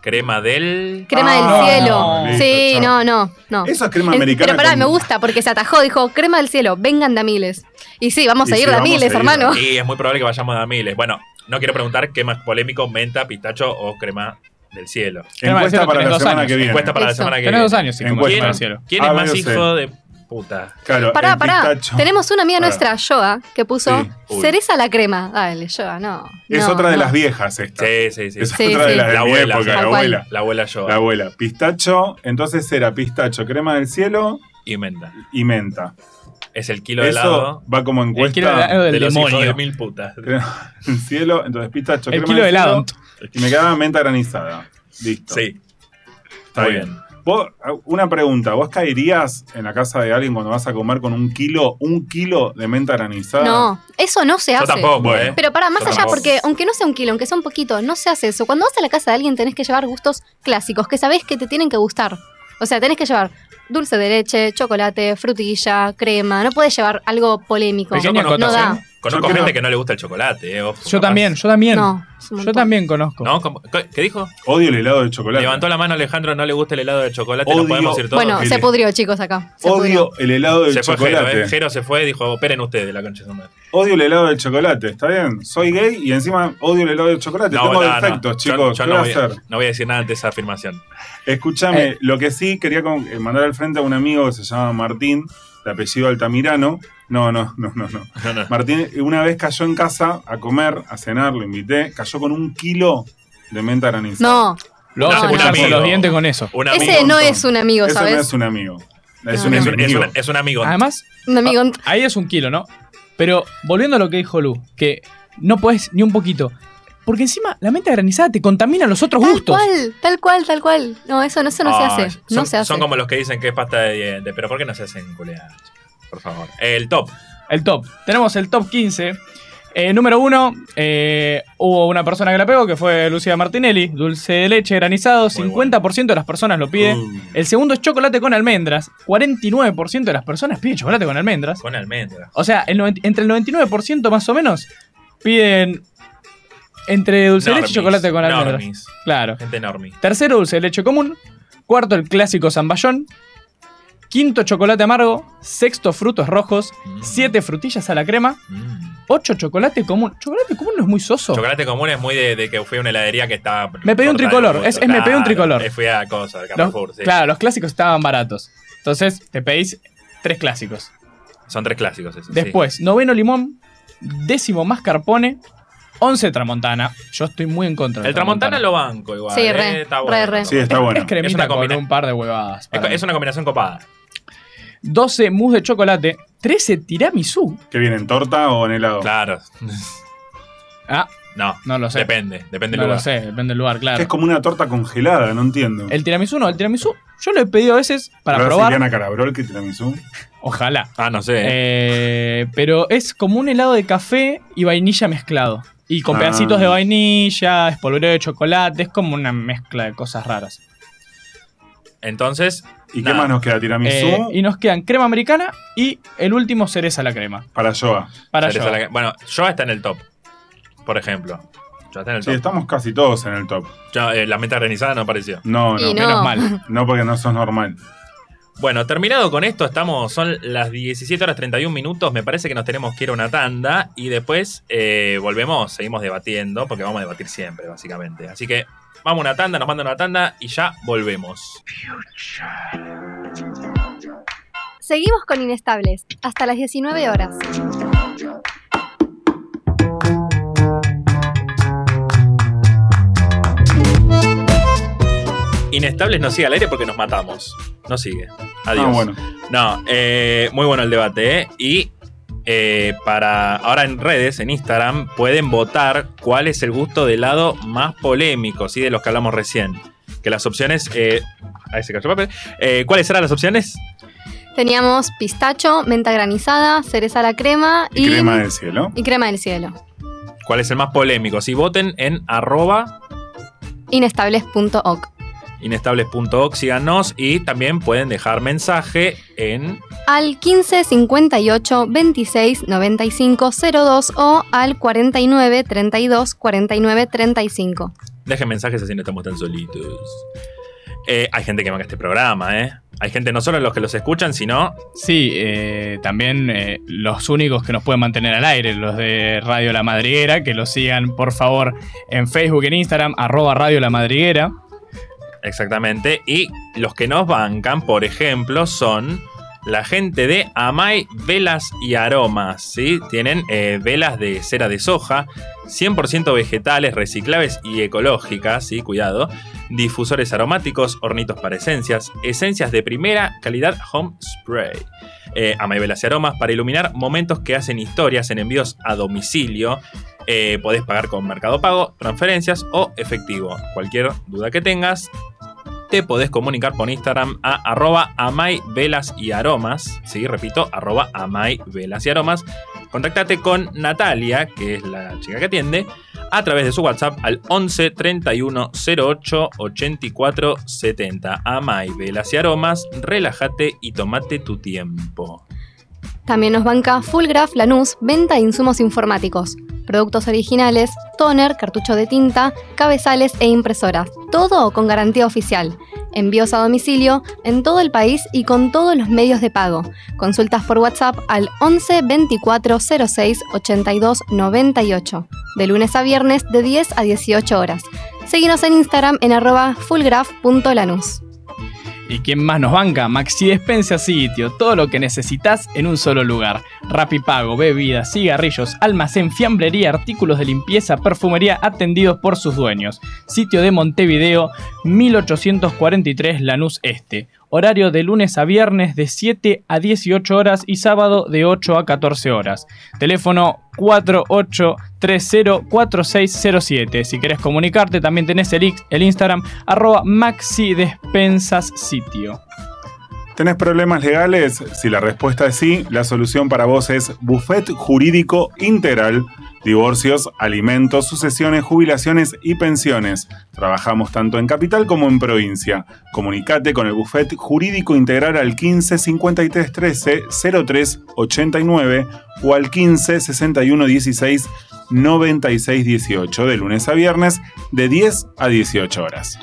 A: crema del...
C: Crema
B: Ah, no,
C: del cielo.
B: listo,
C: sí,
B: chao.
C: no, no, no.
B: Eso es crema
C: Eh,
B: americana.
C: Pero pará,
B: con-
C: me gusta porque se atajó, dijo, crema del cielo, vengan de a miles. Y sí, vamos
B: Y
C: a ir
B: sí,
C: de a
B: vamos a
C: miles,
B: ir.
C: hermano.
A: Y es muy probable que vayamos a miles. Bueno, no quiero preguntar qué más polémico, menta, pistacho o crema del cielo.
D: Crema del
B: Encuesta
D: cielo
B: para
D: tenés
B: la
D: dos
B: semana
D: años.
B: que viene.
A: Encuesta para la
C: Eso.
A: semana que
D: Tenés
A: viene.
D: dos años, sí, como
B: Encuesta.
A: ¿Quién,
D: crema del cielo.
A: quién es
B: A, B
A: más
B: o C.
A: hijo de puta?
B: Claro,
C: Pará,
B: el
C: pará.
B: pistacho.
C: Tenemos una amiga
B: Pará.
C: nuestra, Yoa, que puso
B: Sí,
A: uy.
C: cereza a la crema. Dale, Yoa, no.
B: Es
C: no,
B: otra de
C: no.
B: las viejas esta.
A: Sí, sí, sí.
B: Es
C: Sí,
B: otra de
C: sí.
B: las de
A: La
B: mi
A: abuela,
B: época,
C: tal
B: la
C: cual.
B: abuela.
A: La abuela yo
B: La abuela. Pistacho, entonces era pistacho, crema del cielo
A: y menta.
B: y menta.
A: Es el kilo de helado
B: Eso va como
D: El kilo de
B: encuesta [laughs]
D: helado del
A: de los hijos de
D: demonio.
A: mil putas.
B: crema del cielo, entonces pistacho,
D: El
B: crema
D: kilo de
B: del
D: helado.
B: cielo, Y me quedaba menta granizada. Listo.
A: Sí,
B: está
A: muy
B: bien. Vos, una pregunta, ¿vos caerías en la casa de alguien cuando vas a comer con un kilo, un kilo de menta granizada?
C: No, eso no se
A: Yo
C: hace.
A: tampoco, ¿eh?
C: Pero para más
A: Yo
C: allá,
A: tampoco.
C: porque aunque no sea un kilo, aunque sea un poquito, no se hace eso. Cuando vas a la casa de alguien tenés que llevar gustos clásicos que sabés que te tienen que gustar. O sea, tenés que llevar dulce de leche, chocolate, frutilla, crema. No puedes llevar algo polémico.
A: Yo
D: Pequeña
A: conozco,
C: no da.
A: conozco
B: Yo creo-
A: gente que no le gusta el chocolate. eh, ojo,
D: Yo
A: capaz.
D: también, yo también.
C: No, es un
D: yo
C: montón.
D: también conozco.
A: ¿No? ¿Cómo? ¿Qué qué dijo?
B: Odio el helado de chocolate.
A: Levantó la mano Alejandro, no le gusta el helado de chocolate, no
B: Odio-
A: podemos ir todos.
C: Bueno,
B: Mire.
C: se pudrió, chicos, acá. Se pudrió.
B: Odio el helado de
A: se fue Jero,
B: chocolate. Este
A: ¿eh? Jero se fue, dijo, operen ustedes la concha de su madre.
B: Odio el helado de chocolate, ¿está bien? Soy gay y encima odio el helado de chocolate. Tengo defectos,
A: Yo-
B: chicos.
A: yo
B: ¿Qué
A: no,
B: voy a
A: voy a,
B: hacer?
A: no voy a decir nada ante esa afirmación.
B: Escúchame,
D: Eh.
B: lo que sí quería con- eh, mandar al frente a un amigo que se llama Martín, de apellido Altamirano. No, no, no, no, no.
A: No,
B: [laughs]
A: no.
B: Martín eh, una vez cayó en casa a comer, a cenar, lo invité, cayó con un kilo de menta granizada.
C: No,
D: Luego
C: No,
D: se
C: no.
D: pican por
A: Amigo.
D: los dientes con eso.
A: Un amigo.
C: ese no es un amigo,
B: Ese no
C: ¿sabes?
B: es un amigo. Es
C: No,
B: un
C: no.
A: Es un, es
B: enemigo.
A: un- es un amigo.
C: Ah,
D: Además, ah,
C: Un
B: Ah,
C: amigo.
D: ahí es un kilo, ¿no? Pero volviendo a lo que dijo Lu, que no podés ni un poquito. Porque encima la menta granizada te contamina los otros
C: Tal
D: gustos.
C: cual, tal cual, tal cual. No, eso no, eso no
A: Ah,
C: se hace.
A: Son,
C: no se hace.
A: Son como los que dicen que es pasta de dientes, pero ¿por qué no se hacen culeadas? Por favor. El top.
D: El top. Tenemos el top 15. Eh, número uno, eh, hubo una persona que la pegó, que fue Lucía Martinelli. Dulce de leche granizado,
A: Muy
D: 50% de las personas lo pide.
A: Mm,
D: El segundo es chocolate con almendras. 49% de las personas piden chocolate con almendras.
A: con almendra.
D: O sea, el 90 entre el 99% más o menos piden entre dulce de leche y
A: Normis,
D: chocolate con almendras.
A: normis,
D: Claro.
A: Gente enorme.
D: Tercero, dulce de leche común. Cuarto, el clásico zamballón. Quinto, chocolate amargo. Sexto, frutos rojos.
A: Mm.
D: Siete, frutillas a la crema. Ocho, chocolate común. Chocolate común no es muy soso.
A: Chocolate común es muy de, de que fui a una heladería que estaba.
D: Me pedí
A: cortada
D: un
A: de
D: tricolor,
A: gusto.
D: es- es me pedí un
A: Claro,
D: tricolor.
A: eh, Fui a cosa, al
D: Los-
A: Carrefour, sí.
D: Claro, los clásicos estaban baratos. Entonces, te pedís tres clásicos.
A: Son tres clásicos esos. sí.
D: Después, noveno limón. Décimo, mascarpone. Once, tramontana. Yo estoy muy en contra. del
A: El tramontana lo banco igual.
C: Sí,
A: eh,
C: re,
A: está
C: re,
A: bueno.
C: re.
B: Sí, está bueno.
D: Es cremita
A: Es una
D: con
A: combina-
D: un par de huevadas.
A: Es,
D: para mí.
A: es una combinación copada.
D: 12 mousse de chocolate, 13 tiramisú.
B: ¿Que viene en torta o en helado?
A: Claro.
D: Ah,
A: No.
D: no lo sé.
A: Depende, depende
D: no
A: del lugar.
D: lo sé, depende del lugar,
B: Que
D: claro.
B: es como una torta congelada, no entiendo.
D: El tiramisú no, el tiramisú yo lo he pedido a veces para
B: ¿Verdad,
D: probar.
B: Silvana Calabrol que tiramisú?
D: Ojalá.
A: Ah, no sé.
D: Eh, pero es como un helado de café y vainilla mezclado. Y con
B: Ah.
D: pedacitos de vainilla, espolvoreo de chocolate, es como una mezcla de cosas raras.
A: Entonces,
B: ¿Y
A: Nah.
B: qué más nos queda? Tiramisú
D: Eh, y nos quedan crema americana y el último cereza a la crema.
B: para Yoa.
D: Para
A: Cereza
D: yo.
A: la- bueno, yo está en el top. Por ejemplo. Yo está en el
B: Sí,
A: top.
B: estamos casi todos en el top.
A: Yo, eh, la menta granizada no apareció.
B: No,
C: Y
B: no.
C: no. [laughs]
D: Menos mal.
B: No, porque no sos normal.
A: Bueno, terminado con esto, estamos, son las 17 horas 31 minutos. Me parece que nos tenemos que ir a una tanda y después eh, volvemos, seguimos debatiendo, porque vamos a debatir siempre, básicamente. Así que vamos a una tanda, nos mandan una tanda y ya volvemos.
C: Seguimos con Inestables hasta las 19 horas.
A: Inestables no sigue al aire porque nos matamos. No sigue. Adiós.
B: Ah, bueno.
A: No, eh, muy bueno el debate, ¿eh? Y eh, para ahora en redes, en Instagram, pueden votar cuál es el gusto de helado más polémico, ¿sí? De los que hablamos recién. Que las opciones... Eh, ahí se cayó el papel. Eh, ¿Cuáles eran las opciones?
C: Teníamos pistacho, menta granizada, cereza a la crema
B: Y
C: y,
B: crema del cielo.
C: y crema del cielo.
A: ¿Cuál es el más polémico? Si voten en arroba
C: Inestables.org.
A: inestables.org, síganos y también pueden dejar mensaje en
C: al 15 58 26 95 02 o al 49 32 49 35.
A: Dejen mensajes así no estamos tan solitos. Eh, hay gente que marca este programa, ¿eh? Hay gente, no solo los que los escuchan, sino
D: Sí, eh, también eh, los únicos que nos pueden mantener al aire, los de Radio La Madriguera, que los sigan por favor en Facebook, en Instagram, arroba Radio La Madriguera.
A: exactamente. Y los que nos bancan, por ejemplo, son la gente de Amay Velas y Aromas, ¿sí? Tienen eh, velas de cera de soja, 100% vegetales, reciclables y ecológicas, ¿sí? Cuidado. Difusores aromáticos, hornitos para esencias, esencias de primera calidad home spray. Eh, Amay Velas y Aromas para iluminar momentos que hacen historias en envíos a domicilio. Eh, podés pagar con Mercado Pago, transferencias o efectivo. Cualquier duda que tengas, te podés comunicar por Instagram a arroba amay velas y aromas. Sí, repito, arroba amay velas y aromas. Contáctate con Natalia, que es la chica que atiende, a través de su WhatsApp al 11 31 08 84 70. Amay velas y aromas, relájate y tomate tu tiempo.
C: También nos banca Fullgraph Lanús, venta de insumos informáticos, productos originales, toner, cartucho de tinta, cabezales e impresoras. Todo con garantía oficial. Envíos a domicilio en todo el país y con todos los medios de pago. Consultas por WhatsApp al 11 24 06 82 98. De lunes a viernes de 10 a 18 horas. Seguinos en Instagram en arroba fullgraph.lanús.
D: ¿Y quién más nos banca? Maxi Despensa Sitio, todo lo que necesitas en un solo lugar. Rapipago, bebidas, cigarrillos, almacén, fiambrería, artículos de limpieza, perfumería atendidos por sus dueños. Sitio de Montevideo, 1843 Lanús Este. Horario de lunes a viernes de 7 a 18 horas y sábado de 8 a 14 horas. Teléfono 48304607. Si querés comunicarte, también tenés el, ix- el Instagram arroba maxidespensassitio.
B: ¿Tenés problemas legales? Si la respuesta es sí, la solución para vos es Buffet Jurídico Integral. Divorcios, alimentos, sucesiones, jubilaciones y pensiones. Trabajamos tanto en capital como en provincia. Comunicate con el Buffet Jurídico Integral al 15 53 13 03 89 o al 15 61 16 96 18 de lunes a viernes de 10 a 18 horas.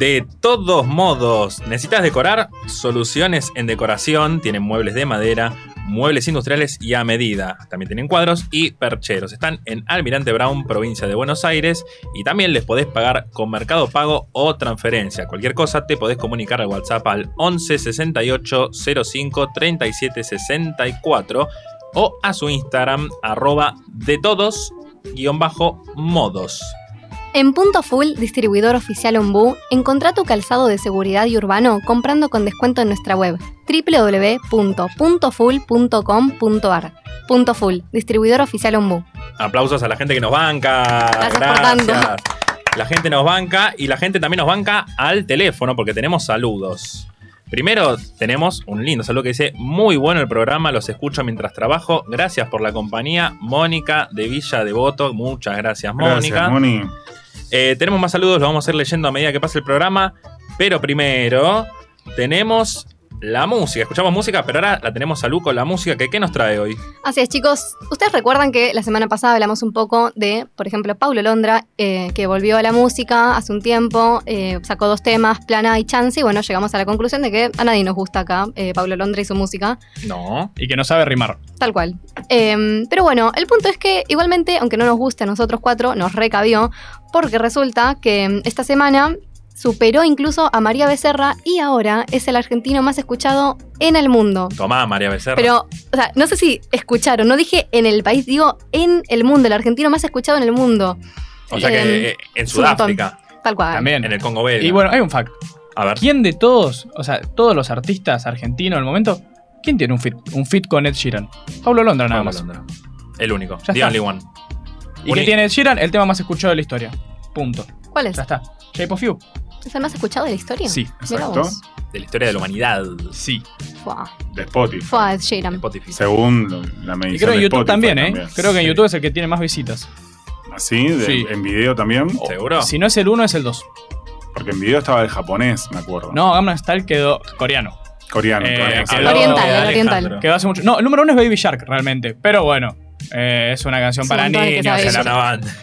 A: De todos modos, ¿necesitas decorar? Soluciones en decoración. Tienen muebles de madera, muebles industriales y a medida. También tienen cuadros y percheros. Están en Almirante Brown, provincia de Buenos Aires. Y también les podés pagar con Mercado Pago o transferencia. Cualquier cosa te podés comunicar al WhatsApp al 11 68 05 37 64 o a su Instagram arroba de todos guión bajo modos.
C: En Punto Full, distribuidor oficial Ombú, encontrá tu calzado de seguridad y urbano comprando con descuento en nuestra web www.puntofull.com.ar. Punto Full, distribuidor oficial Ombú.
A: Aplausos a la gente que nos banca.
C: Gracias por tanto.
A: La gente nos banca y la gente también nos banca al teléfono porque tenemos saludos. Primero tenemos un lindo saludo que dice, muy bueno el programa, los escucho mientras trabajo, gracias por la compañía, Mónica de Villa Devoto, muchas gracias Mónica.
B: Gracias, Moni.
A: Eh, tenemos más saludos, los vamos a ir leyendo a medida que pase el programa, pero primero tenemos la música, escuchamos música, pero ahora la tenemos a Lu con la música, que ¿qué nos trae hoy?
C: Así es, chicos. Ustedes recuerdan que la semana pasada hablamos un poco de, por ejemplo, Paulo Londra, eh, que volvió a la música hace un tiempo, eh, sacó dos temas, Plana y Chance, y bueno, llegamos a la conclusión de que a nadie nos gusta acá eh, Paulo Londra y su música.
A: No.
D: Y que no sabe rimar.
C: Tal cual. Eh, pero bueno, el punto es que igualmente, aunque no nos guste a nosotros cuatro, nos recabió, porque resulta que mm, esta semana superó incluso a María Becerra y ahora es el argentino más escuchado en el mundo.
A: Tomá, María Becerra.
C: Pero, o sea, no sé si escucharon, no dije en el país, digo en el mundo, el argentino más escuchado en el mundo.
A: o sea que
C: eh,
A: eh, en
C: es un montón.
A: Sudáfrica.
C: Tal cual.
D: También.
A: En el Congo belga.
D: Y bueno, hay un fact.
A: a ver.
D: ¿Quién de todos, o sea, todos los artistas argentinos del momento, quién tiene un fit, un fit con Ed Sheeran? Pablo Londra nada
A: Pablo
D: más.
A: Londra. El único.
D: Ya
A: The
D: está.
A: only one.
D: ¿Y qué
A: Uni-
D: tiene Ed Sheeran? El tema más escuchado de la historia. Punto.
C: ¿Cuál es?
D: Ya está. Shape of You.
C: ¿Es el más escuchado de la historia?
D: Sí,
C: Mirá
B: exacto.
C: vos.
A: De la historia de la humanidad.
D: Sí.
C: Fua,
B: De Spotify.
C: fua, Ed Sheeran.
A: Spotify. Eh,
B: Según la medición
D: Y creo en
B: de
D: YouTube
B: Spotify
D: también, ¿eh? Creo que en
B: Sí.
D: YouTube es el que tiene más visitas.
B: ¿Así? De-
D: Sí.
B: ¿En video también?
A: ¿Seguro?
D: Si no es el 1, es el 2.
B: Porque en video estaba de japonés, me acuerdo.
D: No, Gamma Style quedó coreano.
B: Coreano,
D: Eh,
B: coreano.
D: quedó-
C: Oriental,
A: Alejandro.
C: oriental.
D: Quedó hace mucho. No, el número uno es Baby Shark, realmente. Pero bueno, eh, es una canción
C: Es un
D: para
C: montón de que
D: niños.
C: sea Baby
D: se la-
A: Era una banda.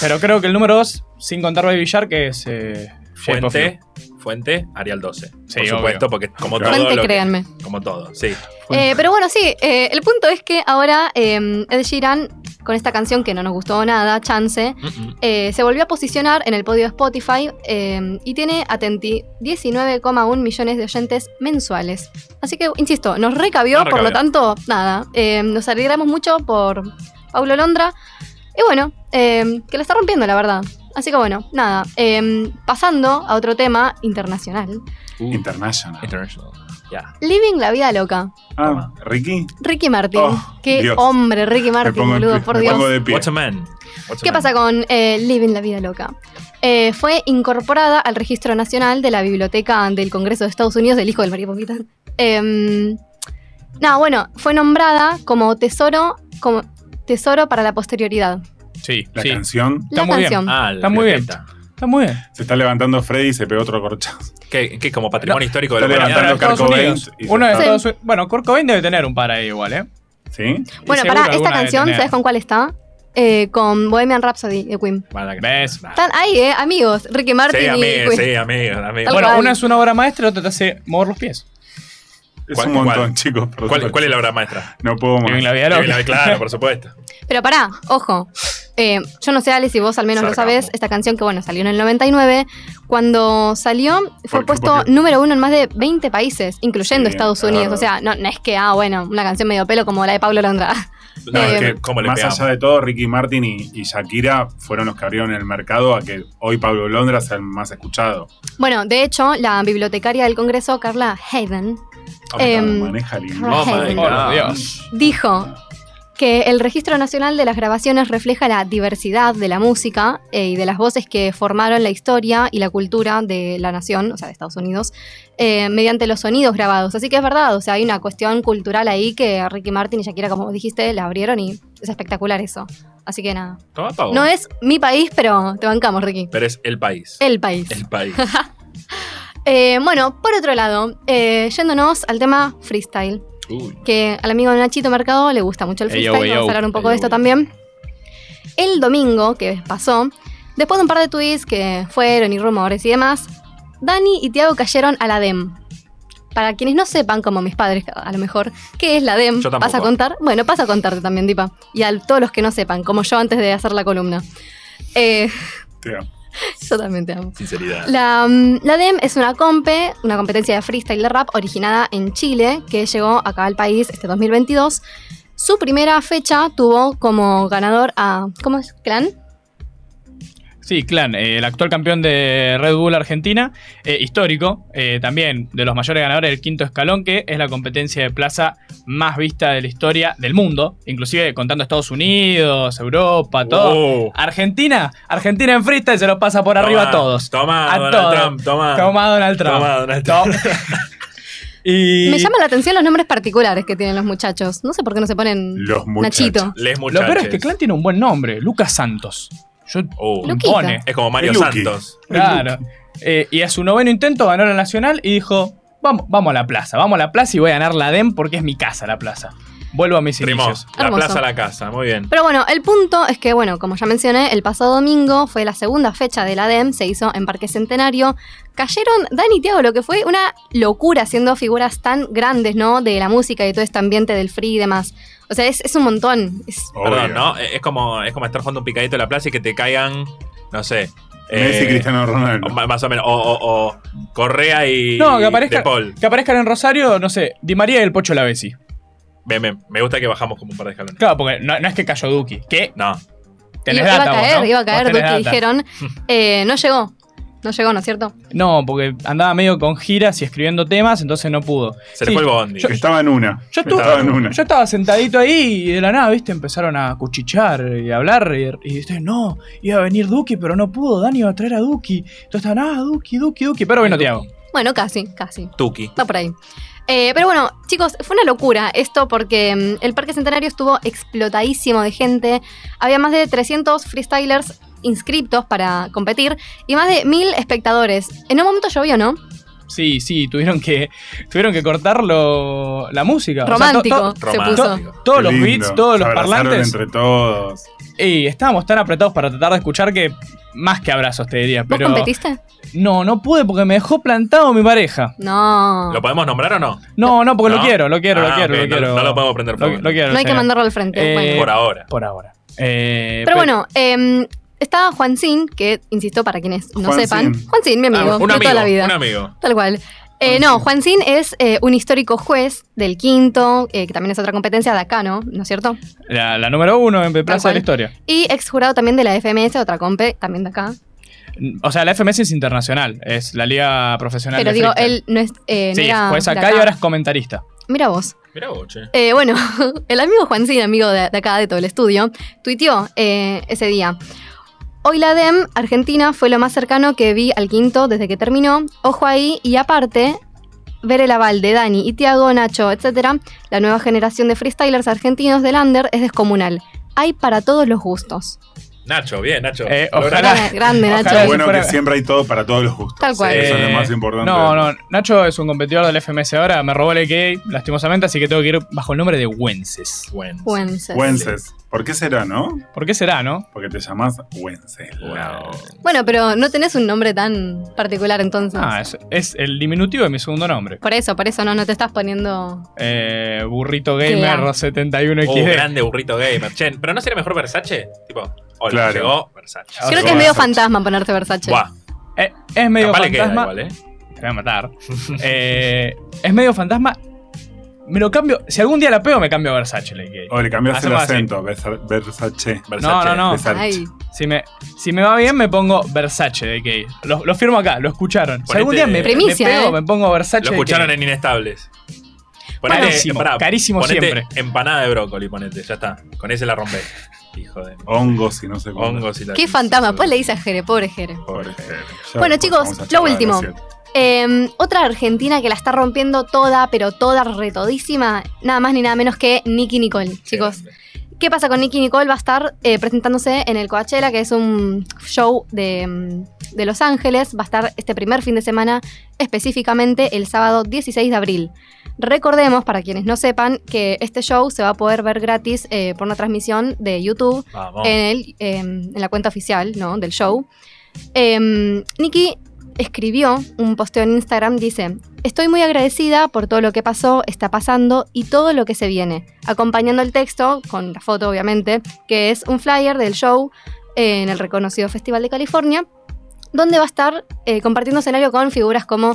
D: Pero creo que el número dos, sin contar Baby Shark, es. eh, Shape of
A: Fuente, fuente, Arial 12. por
D: obvio.
A: supuesto, porque como
B: Claro.
A: todo.
C: Fuente,
A: lo que-
C: créanme.
A: como todo, sí.
C: Eh, pero bueno, sí, eh, el punto es que ahora eh, Ed Sheeran, con esta canción que no nos gustó nada, Chance,
A: Mm, mm.
C: eh, se volvió a posicionar en el podio de Spotify eh, y tiene, atenti, 19,1 millones de oyentes mensuales. Así que, insisto, nos recabió,
A: Nos
C: por lo
A: recabió.
C: tanto, nada, eh, nos alegramos mucho por Paulo Londra y bueno, eh, que la está rompiendo, la verdad. Así que bueno, nada, eh, pasando a otro tema internacional.
B: International.
A: International. Ya.
C: Living la vida loca.
B: Ah, Ricky,
C: Ricky Martin.
B: Oh,
C: Qué
B: Dios.
C: hombre, Ricky
B: me
C: Martin,
B: pongo, en
C: boludo,
B: pie,
C: por
B: me
C: Dios.
B: pongo de pie.
A: What's a man? What's a
C: ¿Qué
A: man?
C: pasa con eh, Living la Vida Loca? Eh, fue incorporada al Registro Nacional de la Biblioteca del Congreso de Estados Unidos del Hijo del María Pomita. Em, nada, bueno, fue nombrada como tesoro, como tesoro para la posterioridad.
D: Sí,
B: La
D: sí.
B: canción.
D: Está
C: la
D: muy bien.
C: canción.
A: Ah, la
D: Está muy bien.
A: fiesta.
D: Está muy bien.
B: Se está levantando Freddy y se pegó otro corchazo.
A: Que, que como patrimonio histórico de la
B: Está
A: humanidad.
B: levantando
D: Estados
B: Kurt Cobain
D: Unidos.
B: y se
D: Uno de
B: está-
D: Estados Unidos. Bueno, Kurt Cobain debe tener un par ahí igual, ¿eh?
B: ¿Sí?
C: bueno,
D: Y
C: pará,
D: seguro
C: esta
D: alguna debe
C: canción,
D: tener.
C: ¿sabes con cuál está? Eh, con Bohemian Rhapsody de Queen.
A: Mala que-
D: ¿Ves?
A: Nah.
C: Están ahí, ¿eh? Amigos, Ricky Martin
A: Sí,
C: y
A: amigo,
C: Queen.
A: sí, amigo, amigo.
C: Tal
D: Bueno,
C: cual.
D: una es una obra maestra y otra te hace mover los pies.
B: Es
A: ¿Cuál-
B: un montón,
A: cuál?
B: chicos. perdón.
A: ¿Cuál, ¿Cuál es la obra maestra?
B: No puedo más.
D: Living la vida
A: Claro,
D: loca.
A: claro por supuesto.
C: Pero pará, ojo. Eh, yo no sé, Ale, si vos al menos
A: Sarcasmo.
C: lo sabés, esta canción que, bueno, salió en el 99, cuando salió
B: ¿Por
C: fue
B: qué?
C: puesto
B: ¿Por qué?
C: número uno en más de 20 países, incluyendo
B: Sí,
C: Estados
B: claro.
C: Unidos. O sea, no, no es que, ah, bueno, una canción medio pelo como la de Pablo Londra.
A: No,
C: Eh,
A: es que, ¿cómo le
B: Más
A: pegamos?
B: allá de todo, Ricky Martin y, y Shakira fueron los que abrieron el mercado a que hoy Pablo Londra sea el más escuchado.
C: [laughs] Bueno, de hecho, la bibliotecaria del Congreso, Carla Hayden,
B: Oh, me
C: Em,
B: cago, maneja el inglés.
A: Oh my
D: Oh,
A: God.
D: Dios.
C: dijo que el Registro Nacional de las Grabaciones refleja la diversidad de la música eh, y de las voces que formaron la historia y la cultura de la nación, o sea, de Estados Unidos, eh, mediante los sonidos grabados. Así que es verdad, o sea, hay una cuestión cultural ahí que Ricky Martin y Shakira, como dijiste, la abrieron y es espectacular eso. Así que nada.
A: Toma pavo.
C: No es mi país, pero te bancamos, Ricky.
A: Pero es el país.
C: El país.
A: El
D: [laughs]
A: país.
C: Eh, bueno, por otro lado, eh, yéndonos al tema freestyle.
A: Uy.
C: que al amigo Nachito Mercado le gusta mucho el
D: Ey,
C: freestyle,
D: yo, ey,
C: vamos
D: yo.
C: a hablar un poco
A: Ey,
C: de
A: yo,
C: esto
A: yo.
C: también. El domingo que pasó, después de un par de tweets que fueron y rumores y demás, Dani y Tiago cayeron a la DEM. Para quienes no sepan, como mis padres a lo mejor, ¿qué es la DEM?
A: Yo tampoco.
C: ¿Vas a contar? Bueno, pasa a contarte también, Dipa. Y a todos los que no sepan, como yo antes de hacer la columna. Eh, [laughs]
B: Te amo.
C: yo también te amo.
A: Sinceridad.
C: La, mm, la DEM es una compe, una competencia de freestyle de rap originada en Chile que llegó acá al país este 2022. Su primera fecha tuvo como ganador a. ¿Cómo es? ¿Clan?
D: Sí, Clan, eh, el actual campeón de Red Bull Argentina, eh, histórico, eh, también de los mayores ganadores del quinto escalón, que es la competencia de plaza más vista de la historia del mundo, inclusive contando Estados Unidos, Europa, todo.
A: Oh.
D: Argentina, Argentina en freestyle se lo pasa por arriba a
A: Toma,
D: todos.
A: Toma,
D: A
A: Donald
D: todos.
A: Trump, toma.
D: Toma Donald Trump.
A: Toma, Donald
D: [laughs] Toma. y
C: Me llaman la atención los nombres particulares que tienen los muchachos. No sé por qué no se ponen.
B: Los muchachos.
C: Nachito.
A: Les
D: lo
A: muchachos.
D: peor es que Clan tiene un buen nombre, Lucas Santos. Yo
A: Oh.
C: Luqui.
D: impone.
C: Luquita.
A: Es como Mario
B: El Luqui.
A: Santos.
D: Claro. Eh, y a su noveno intento ganó la Nacional y dijo, vamos, vamos a la plaza, vamos a la plaza y voy a ganar la DEM porque es mi casa la plaza. Vuelvo a mis
A: Primos.
D: inicios.
A: La
C: Hermoso.
A: plaza a la casa. Muy bien.
C: Pero bueno, el punto es que, bueno, como ya mencioné, el pasado domingo fue la segunda fecha de la DEM, se hizo en Parque Centenario. Cayeron Dani y Tiago, lo que fue una locura siendo figuras tan grandes, ¿no? De la música y todo este ambiente del free y demás. O sea, es, es un montón. Es-
B: Obvio.
A: Perdón, ¿no? Eh, Es como, es como estar jugando un picadito en la plaza y que te caigan, no sé.
B: Messi
A: eh,
B: Cristiano Ronaldo.
A: o ma- Más o menos. O, o- o Correa y.
D: No, que aparezca,
A: De Paul.
D: que aparezcan en Rosario, no sé, Di María y el Pocho Lavesi.
A: Ven, ven, Me gusta que bajamos como un par de escalones.
D: Claro, porque no, no es que cayó Duki, que
A: No.
D: tenés
C: iba,
D: data
C: a
D: vos,
C: caer,
D: ¿no?
C: iba a
D: Vos
C: caer,
D: tenés
C: Duki,
D: data. [laughs]
C: dijeron. Eh, no llegó. No llegó, ¿no es cierto?
D: No, porque andaba medio con giras y escribiendo temas, entonces no pudo.
A: Se le
D: Sí,
A: fue el bondi.
D: yo-
B: Que estaba en una.
D: Yo
B: Que
D: estuve-
B: estaba en una.
D: Yo estaba sentadito ahí y de la nada, viste, empezaron a cuchichar y a hablar. Y, y ustedes, no, iba a venir Duki, pero no pudo. Dani iba a traer a Duki. Entonces estaban, ah, Duki, Duki, Duki. Pero vino Tiago.
C: Bueno, casi, casi.
A: Tuki.
C: Va por ahí. Eh, pero bueno, chicos, fue una locura esto porque mm, el Parque Centenario estuvo explotadísimo de gente. Había más de 300 freestylers inscriptos para competir y más de mil espectadores. En un momento llovió, ¿no?
D: Sí, sí, tuvieron que, tuvieron que cortar lo- la música. O sea, to-
C: Romántico
D: to-
A: to-
C: se
A: romántico.
C: puso.
A: Romántico.
D: todos
B: Qué
D: los
B: lindo.
D: beats, todos
B: Se
D: los
B: abrazaron
D: parlantes.
B: entre todos.
D: Y estábamos tan apretados para tratar de escuchar que más que abrazos te diría.
C: ¿Vos
D: Pero
C: competiste?
D: no, no pude porque me dejó plantado mi pareja.
C: No.
A: ¿Lo podemos nombrar o no?
D: No, no, porque
A: ¿No?
D: lo quiero, lo quiero,
A: Ah,
D: lo quiero,
A: ok,
D: lo
A: no-
D: quiero.
A: no lo podemos prender fuego,
D: Lo, lo quiero,
C: No hay que
D: señor.
C: mandarlo al frente.
D: Eh,
C: bueno.
A: Por ahora.
D: Por ahora. Eh,
C: Pero bueno, eh, estaba Juan Sin, que, insisto, para quienes no
B: Juan
C: sepan,
B: Sin.
C: Juan Sin, mi amigo,
A: Ah, un
C: de
A: amigo,
C: toda la vida.
A: un amigo.
C: Tal cual. Eh, no, Juan Sin es eh, un histórico juez del quinto, eh, que también es otra competencia de acá, ¿no? ¿No es cierto?
D: La, la número uno en Plaza de
C: cual.
D: la Historia.
C: Y ex jurado también de la FMS, otra compe, también de acá.
D: O sea, la FMS es internacional, es la liga profesional.
C: Pero
D: de
C: digo,
D: freestyle.
C: él no es. eh, no
D: Sí,
C: era
D: juez
C: de
D: acá y ahora es comentarista.
C: Mira vos.
A: Mirá vos, che.
C: Eh, bueno, [laughs] el amigo Juan Sin, amigo de, de acá, de todo el estudio, tuiteó eh, ese día. Hoy la DEM Argentina fue lo más cercano que vi al quinto desde que terminó. Ojo ahí, y aparte, ver el aval de Dani y Tiago, Nacho, etcétera, la nueva generación de freestylers argentinos del Under es descomunal. Hay para todos los gustos.
A: Nacho, bien, Nacho.
D: Eh,
A: Logra-
D: Ojalá.
C: Grande, grande,
D: Ojalá
C: Nacho.
B: Lo
D: eso
B: bueno
D: fuera-
B: que siempre hay todo para todos los gustos.
C: Tal cual.
B: Eso es
D: Eh,
B: lo más importante.
D: No, no, Nacho es un competidor del FMS ahora, me robó el EK, lastimosamente, así que tengo que ir bajo el nombre de Wences.
A: Bueno.
C: Wences.
B: Wences. ¿Por qué será, no?
D: ¿Por qué será, no?
B: Porque te llamas Wences.
A: Wow.
C: Bueno, pero no tenés un nombre tan particular entonces.
D: Ah, es, es el diminutivo de mi segundo nombre.
C: Por eso, por eso no, no te estás poniendo
D: Eh, burrito
C: Claro.
D: Gamer 71
A: Oh,
D: XD.
A: grande burrito gamer. Che, pero no sería mejor Versace? Tipo, hola,
B: Claro.
A: llegó Versace.
D: Ah,
C: Creo
D: sí,
C: que es medio
B: Versace.
C: fantasma ponerte Versace.
A: Buah,
D: Eh, es medio
A: capaz le queda
D: fantasma.
A: igual, ¿eh?
D: Te voy a matar. [laughs] Eh, es medio fantasma. Me lo cambio. Si algún día la pego, me cambio a Versace el EK.
B: O Oh, le cambiaste el
D: Hacemos así.
B: acento. Versa- Versace.
A: Versace.
D: no, no.
B: Versace.
C: Ay,
D: Si me, si me va bien, me pongo Versace de Key. Lo, lo firmo acá, lo escucharon. Si
A: Ponete-
D: algún día me,
C: Primicia,
D: me pego,
C: eh.
D: me pongo Versace
A: Lo
D: de
A: escucharon
D: Key.
A: en Inestables.
D: Carísimo, carísimo
A: ponete
D: siempre.
A: Empanada de brócoli, ponete, ya está. Con ese la rompé. Hijo de
B: Hongos y no sé Eh, cuánto.
A: hongos y la.
C: qué fantasma. Pues le dice a Jere, pobre Jere.
B: Pobre Jere. Ya
C: Bueno,
B: después
C: chicos,
B: vamos a
C: lo
B: charlar de
C: último.
B: los siete.
C: Eh, otra argentina que la está rompiendo toda, pero toda retodísima, nada más ni nada menos que Nicky Nicole, chicos. ¿Qué pasa con Nicky Nicole? Va a estar eh, presentándose en el Coachella, que es un show de, mm, de Los Ángeles. Va a estar este primer fin de semana, específicamente el sábado 16 de abril. Recordemos, para quienes no sepan, que este show se va a poder ver gratis eh, por una transmisión de YouTube
A: Vamos.
C: en, el, eh, en la cuenta oficial ¿no? del show. Eh, Nikki escribió un posteo en Instagram, dice, estoy muy agradecida por todo lo que pasó, está pasando y todo lo que se viene, acompañando el texto, con la foto obviamente, que es un flyer del show en el reconocido Festival de California, donde va a estar eh, compartiendo escenario con figuras como...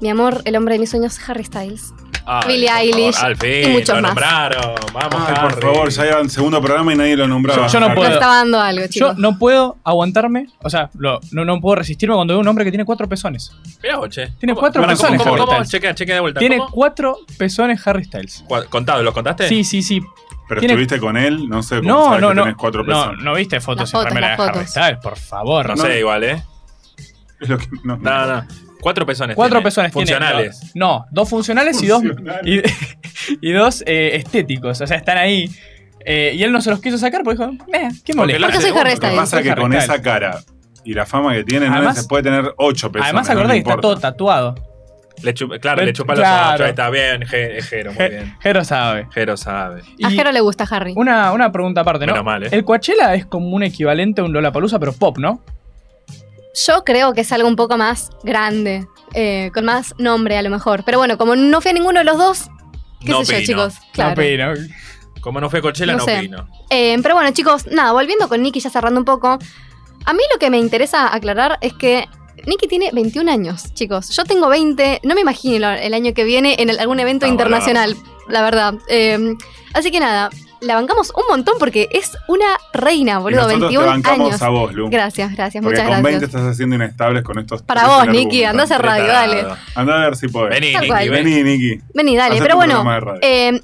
C: Mi amor, el hombre de mis sueños, Harry Styles.
A: Ay,
C: Billie
A: por favor,
C: Eilish
A: Al fin,
C: y muchos
A: lo
C: más.
A: nombraron. Vamos,
B: Ay, por
A: Harry.
B: favor, ya era el segundo programa y nadie lo nombraba. Ah,
D: Yo- yo no
B: Harry.
C: No
D: puedo.
C: estaba dando algo,
D: Yo
C: chicos.
D: no puedo aguantarme, o sea, lo- no, no puedo resistirme cuando veo un hombre que tiene cuatro pezones.
A: Mirá vos, che.
D: Tiene
A: ¿Cómo-
D: cuatro
A: cómo-
D: personas,
A: ¿Cómo?
D: Harry
A: cómo?
D: Styles.
A: Chequea, chequea de vuelta.
D: Tiene
A: ¿Cómo?
D: cuatro pezones Harry Styles.
A: Cu- Contado, ¿los contaste?
D: Sí, sí, sí.
B: Pero
D: tiene-
B: estuviste con él, no sé cómo
D: No,
B: sabes
D: no,
B: que
D: no.
B: tenés cuatro
D: No,
B: personas.
D: no viste fotos
C: Las
D: en
C: fotos,
D: remera
C: las
D: de Harry
C: fotos.
D: Styles, por favor.
A: No,
B: No.
A: sé, igual, ¿eh?
B: Es lo que- no,
A: No, no. Cuatro pezones.
D: Cuatro
A: tiene.
D: personas
A: Funcionales.
D: tiene. No, no, dos funcionales y dos, y,
B: Funcionales.
D: [laughs] y dos eh, estéticos. O sea, están ahí. Eh, y él no se los quiso sacar porque dijo, eh, ¿qué molesta?
A: la-
C: Porque soy Harry
B: Lo que
C: Styles.
B: pasa es que
D: Harry
B: con
D: Styles.
B: esa cara y la fama que tiene, nadie
D: Además-
B: se puede tener ocho personas.
D: Además,
B: no
D: acordá
B: le
D: que está
B: importa.
D: todo tatuado.
A: Le chupa- claro,
D: Le-
A: le chupa los
D: claro.
A: ocho. Ahí Está bien, Je- Jero, muy bien.
D: Jero sabe.
A: Jero sabe.
C: A
D: Y
C: Jero le gusta Harry.
D: una, una pregunta aparte, ¿no?
A: Menos mal, ¿eh?
D: El Coachella es como un equivalente a un Lollapalooza, pero pop, ¿no?
C: Yo creo que es algo un poco más grande, eh, con más nombre a lo mejor. Pero bueno, como no fui a ninguno de los dos, qué
A: No
C: sé yo,
A: opino.
C: chicos. Claro.
D: No, pero-
A: Como no fue a Coachella,
C: No
A: no,
C: sé.
A: opino.
C: Eh, pero bueno, chicos, nada, volviendo con Nicky, ya cerrando un poco. A mí lo que me interesa aclarar es que Nicky tiene 21 años, chicos. Yo tengo 20, no me imagino el año que viene en el- algún evento
A: Ah,
C: internacional, la verdad. Eh, así que nada, la bancamos un montón porque es una reina,
B: Y
C: boludo,
B: nosotros
C: 21
B: te bancamos
C: años.
B: a vos, Lu.
C: Gracias, gracias,
B: Porque
C: muchas
B: con 20
C: gracias.
B: estás haciendo inestables con estos.
C: Para
B: tres
C: vos,
B: sin
C: Nicky,
B: argumentos.
C: andá a hacer radio, dale.
A: Retardado.
B: Andá a ver si podés.
A: Vení,
C: Tal
A: Nicky,
C: cual.
A: vení.
B: Vení, Nicky.
C: Vení, dale,
B: Hacete
C: pero
B: un
C: bueno.
B: programa de radio.
C: eh,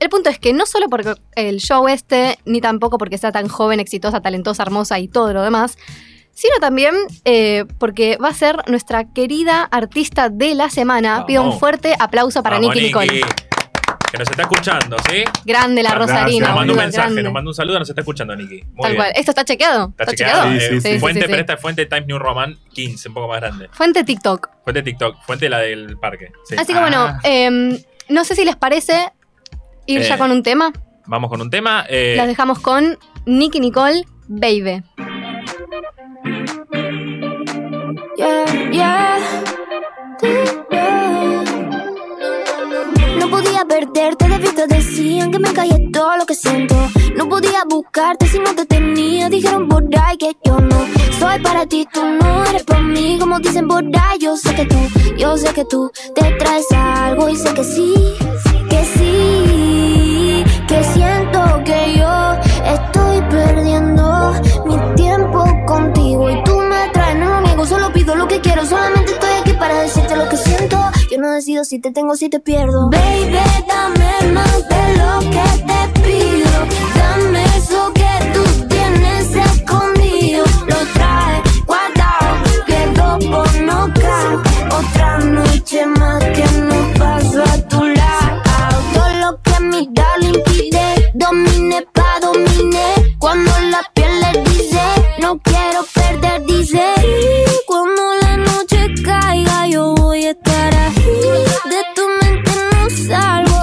C: el punto es que no solo porque el show este, ni tampoco porque sea tan joven, exitosa, talentosa, hermosa y todo lo demás, sino también eh, porque va a ser nuestra querida artista de la semana.
A: Vamos.
C: Pido un fuerte aplauso para
A: Vamos,
C: Nicky Nicole.
A: que nos está escuchando, ¿sí?
C: Grande la
B: Gracias.
C: Rosarina.
A: Nos mandó
C: boludo,
A: un mensaje,
C: grande.
A: nos mandó un saludo, nos está escuchando, Nicky. Muy
C: Tal
A: bien.
C: cual. ¿Esto está chequeado?
A: Está chequeado.
B: chequeado?
A: eh,
B: Sí, sí, sí.
A: fuente,
C: sí, sí.
A: pero esta es fuente Times New Roman 15, un poco más grande.
C: Fuente TikTok.
A: Fuente TikTok, fuente la del parque. Sí.
C: Así que bueno,
D: Ah.
C: em, no sé si les parece ir
A: Eh,
C: ya con un tema.
A: Vamos con un tema. eh,
C: Las dejamos con Nicky Nicole, Baby.
E: Yeah, yeah. No podía perderte de vista, decían que me callé todo lo que siento. No podía buscarte si no te tenía, dijeron por ahí que yo no soy para ti, tú no eres para mí, como dicen por ahí. Yo sé que tú, yo sé que tú te traes algo y sé que sí, que sí, que siento que yo estoy perdiendo mi tiempo contigo y tú me traes, no lo niego, solo pido lo que quiero, solamente estoy aquí para decirte lo que siento. Yo no decido si te tengo o si te pierdo. Baby, dame más de lo que te pido. Dame eso que tú tienes escondido. Lo trae guardado, quedó por no Otra noche más que no paso a tu lado. Todo lo que mi darling pide, domine pa' domine. Cuando la piel le dice, no quiero perder, dice. "Y Cuando la noche caiga, yo voy a estar ahí. De tu mente no salgo.